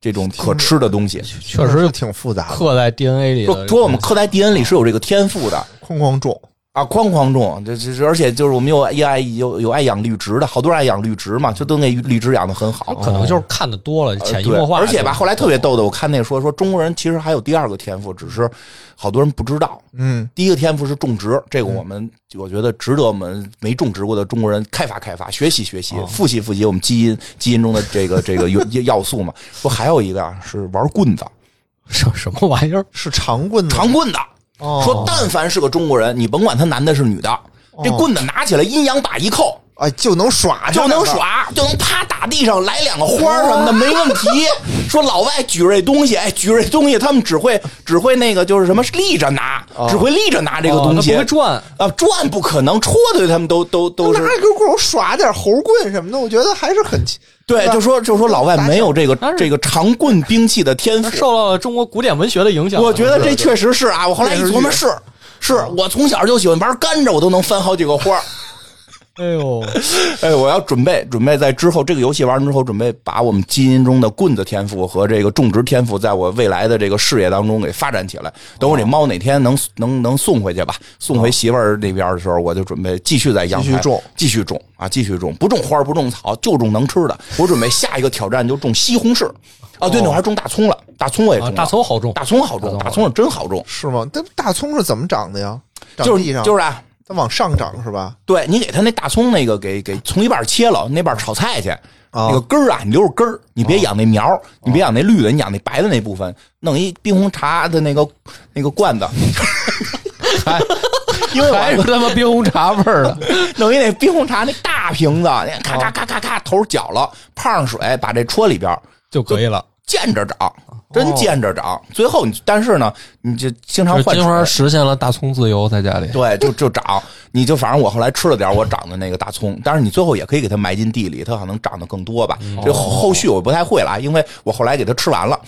B: 这种可吃的东西。
D: 确实
C: 是挺复杂的，
D: 刻在 DNA 里
B: 说
D: 的。
B: 说我们刻在 DNA 里是有这个天赋的
C: 哐哐种，
B: 啊，哐哐种，这这这而且就是我们有也爱有有爱养绿植的，好多人爱养绿植嘛，就都那绿植养的很好。
D: 哦可能就是看的多了，
B: 呃
D: 潜移
B: 对
D: 默化。
B: 而且吧，后来特别逗的，我看那说说中国人其实还有第二个天赋，只是好多人不知道。
C: 嗯，
B: 第一个天赋是种植，这个
D: 嗯
B: 我们我觉得值得我们没种植过的中国人开发开发，学习学习，
D: 哦
B: 复习复习我们基因基因中的这个这个元要素嘛。说还有一个啊是玩棍子，
D: 什什么玩意儿？
C: 是长棍吗
B: 长棍子。
C: 哦
B: 说但凡是个中国人，你甭管他男的是女的，
D: 哦
B: 这棍子拿起来阴阳把一扣。
C: 哎就能耍
B: 啊就
C: 上
B: 能
C: 两个，
B: 耍，就能啪打地上来两个花儿什么的，没问题。说老外举着这东西，哎，举着这东西，他们只会只会那个就是什么立着拿，只会立着拿这个
D: 哦
B: 东
D: 它
B: 西，
D: 不会转
B: 啊，转不可能，戳的他们都都都是
C: 拿一根棍儿我耍点猴棍什么的，我觉得还是很奇
B: 对，
C: 吧
B: 就说就说老外没有这个
D: 但是
B: 这个长棍兵器的天赋，
D: 受到了中国古典文学的影响。
B: 我觉得这确实是啊，我后来一琢磨
C: 电视
B: 是。是我从小就喜欢玩甘蔗，我都能翻好几个花儿。
D: 哎呦，
B: 哎，我要准备准备在之后这个游戏玩完之后，准备把我们基因中的棍子天赋和这个种植天赋，在我未来的这个事业当中给发展起来。等我这猫哪天能能能送回去吧，送回媳妇儿那边的时候，我就准备继续在阳台
C: 继续种，
B: 继续种啊，继续种，不种花儿不种草，就种能吃的。我准备下一个挑战就种西红柿。啊，对，那我还种大葱了，大葱我也种
D: 啊
B: 了、
D: 大葱好种
B: 大葱好种，大葱是真好种，
C: 是吗？但大葱是怎么长的呀？长
B: 就是
C: 地上
B: 就是啊，
C: 它往上长是吧？
B: 对你给它那大葱那个给给从一半切了，那半炒菜去。那个根儿啊，你留着根儿，你别养那苗儿，你别养那绿的，你养那白的那部分，弄一冰红茶的那个那个罐子，因为
D: 还
B: 我
D: 是他妈冰红茶味儿的。
B: 弄一那冰红茶那大瓶子，咔咔咔咔咔头儿搅了，泡上水，把这戳里边儿，
D: 就可以 了。
B: 见着长，真见着长。最后你但是呢，你就经常
A: 就
B: 换
A: 金
B: 水，
A: 花实现了大葱自由，在家里。
B: 对，就就长，你就反正我后来吃了点我长的那个大葱，但是你最后也可以给它埋进地里，它可能长得更多吧。这后后续我不太会了啊，因为我后来给它吃完了。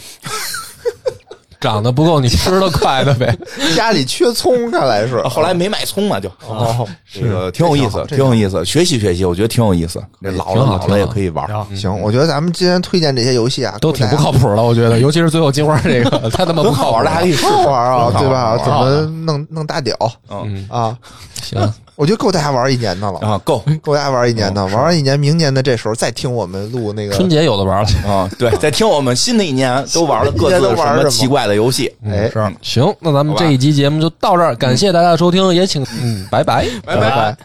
A: 长得不够你吃的快的 呗。
C: 家里缺葱，看来是。
B: 后来没买葱嘛，就
C: 哦，
B: 这个挺有意思，
C: 这
B: 挺有意思，学习学习，我觉得挺有意思。这老了
A: 挺好
B: 老了也
A: 挺好
B: 可以
D: 哎
B: 玩儿。
C: 行，我觉得咱们今天推荐这些游戏啊，
A: 都挺不靠
C: 谱，
A: 谱的，我觉得，尤其是最后金花这个，太他妈不
B: 很好
A: 靠
B: 玩
A: 谱
B: 的，还可
A: 了。
B: 以试
C: 好玩啊，
B: 很好玩
C: 对吧？
B: 很
C: 怎
B: 好玩
C: 么弄弄大屌
B: 嗯
C: 啊？
A: 行，
C: 我觉得够大家玩一年的了，
B: 啊够
C: 够大家玩一年的，玩完一年，明年的这时候再听我们录那个
A: 哦春节有的玩了。
B: 啊！对，在听我们新的一年啊都玩了各自
C: 新的一
B: 的
C: 年都玩
B: 什么
C: 什么
B: 奇怪的游戏，嗯
C: 哎
B: 是
A: 行，那咱们这一期节目就到这儿，感谢大家的收听，也请嗯，拜拜。
B: 拜拜。
C: 拜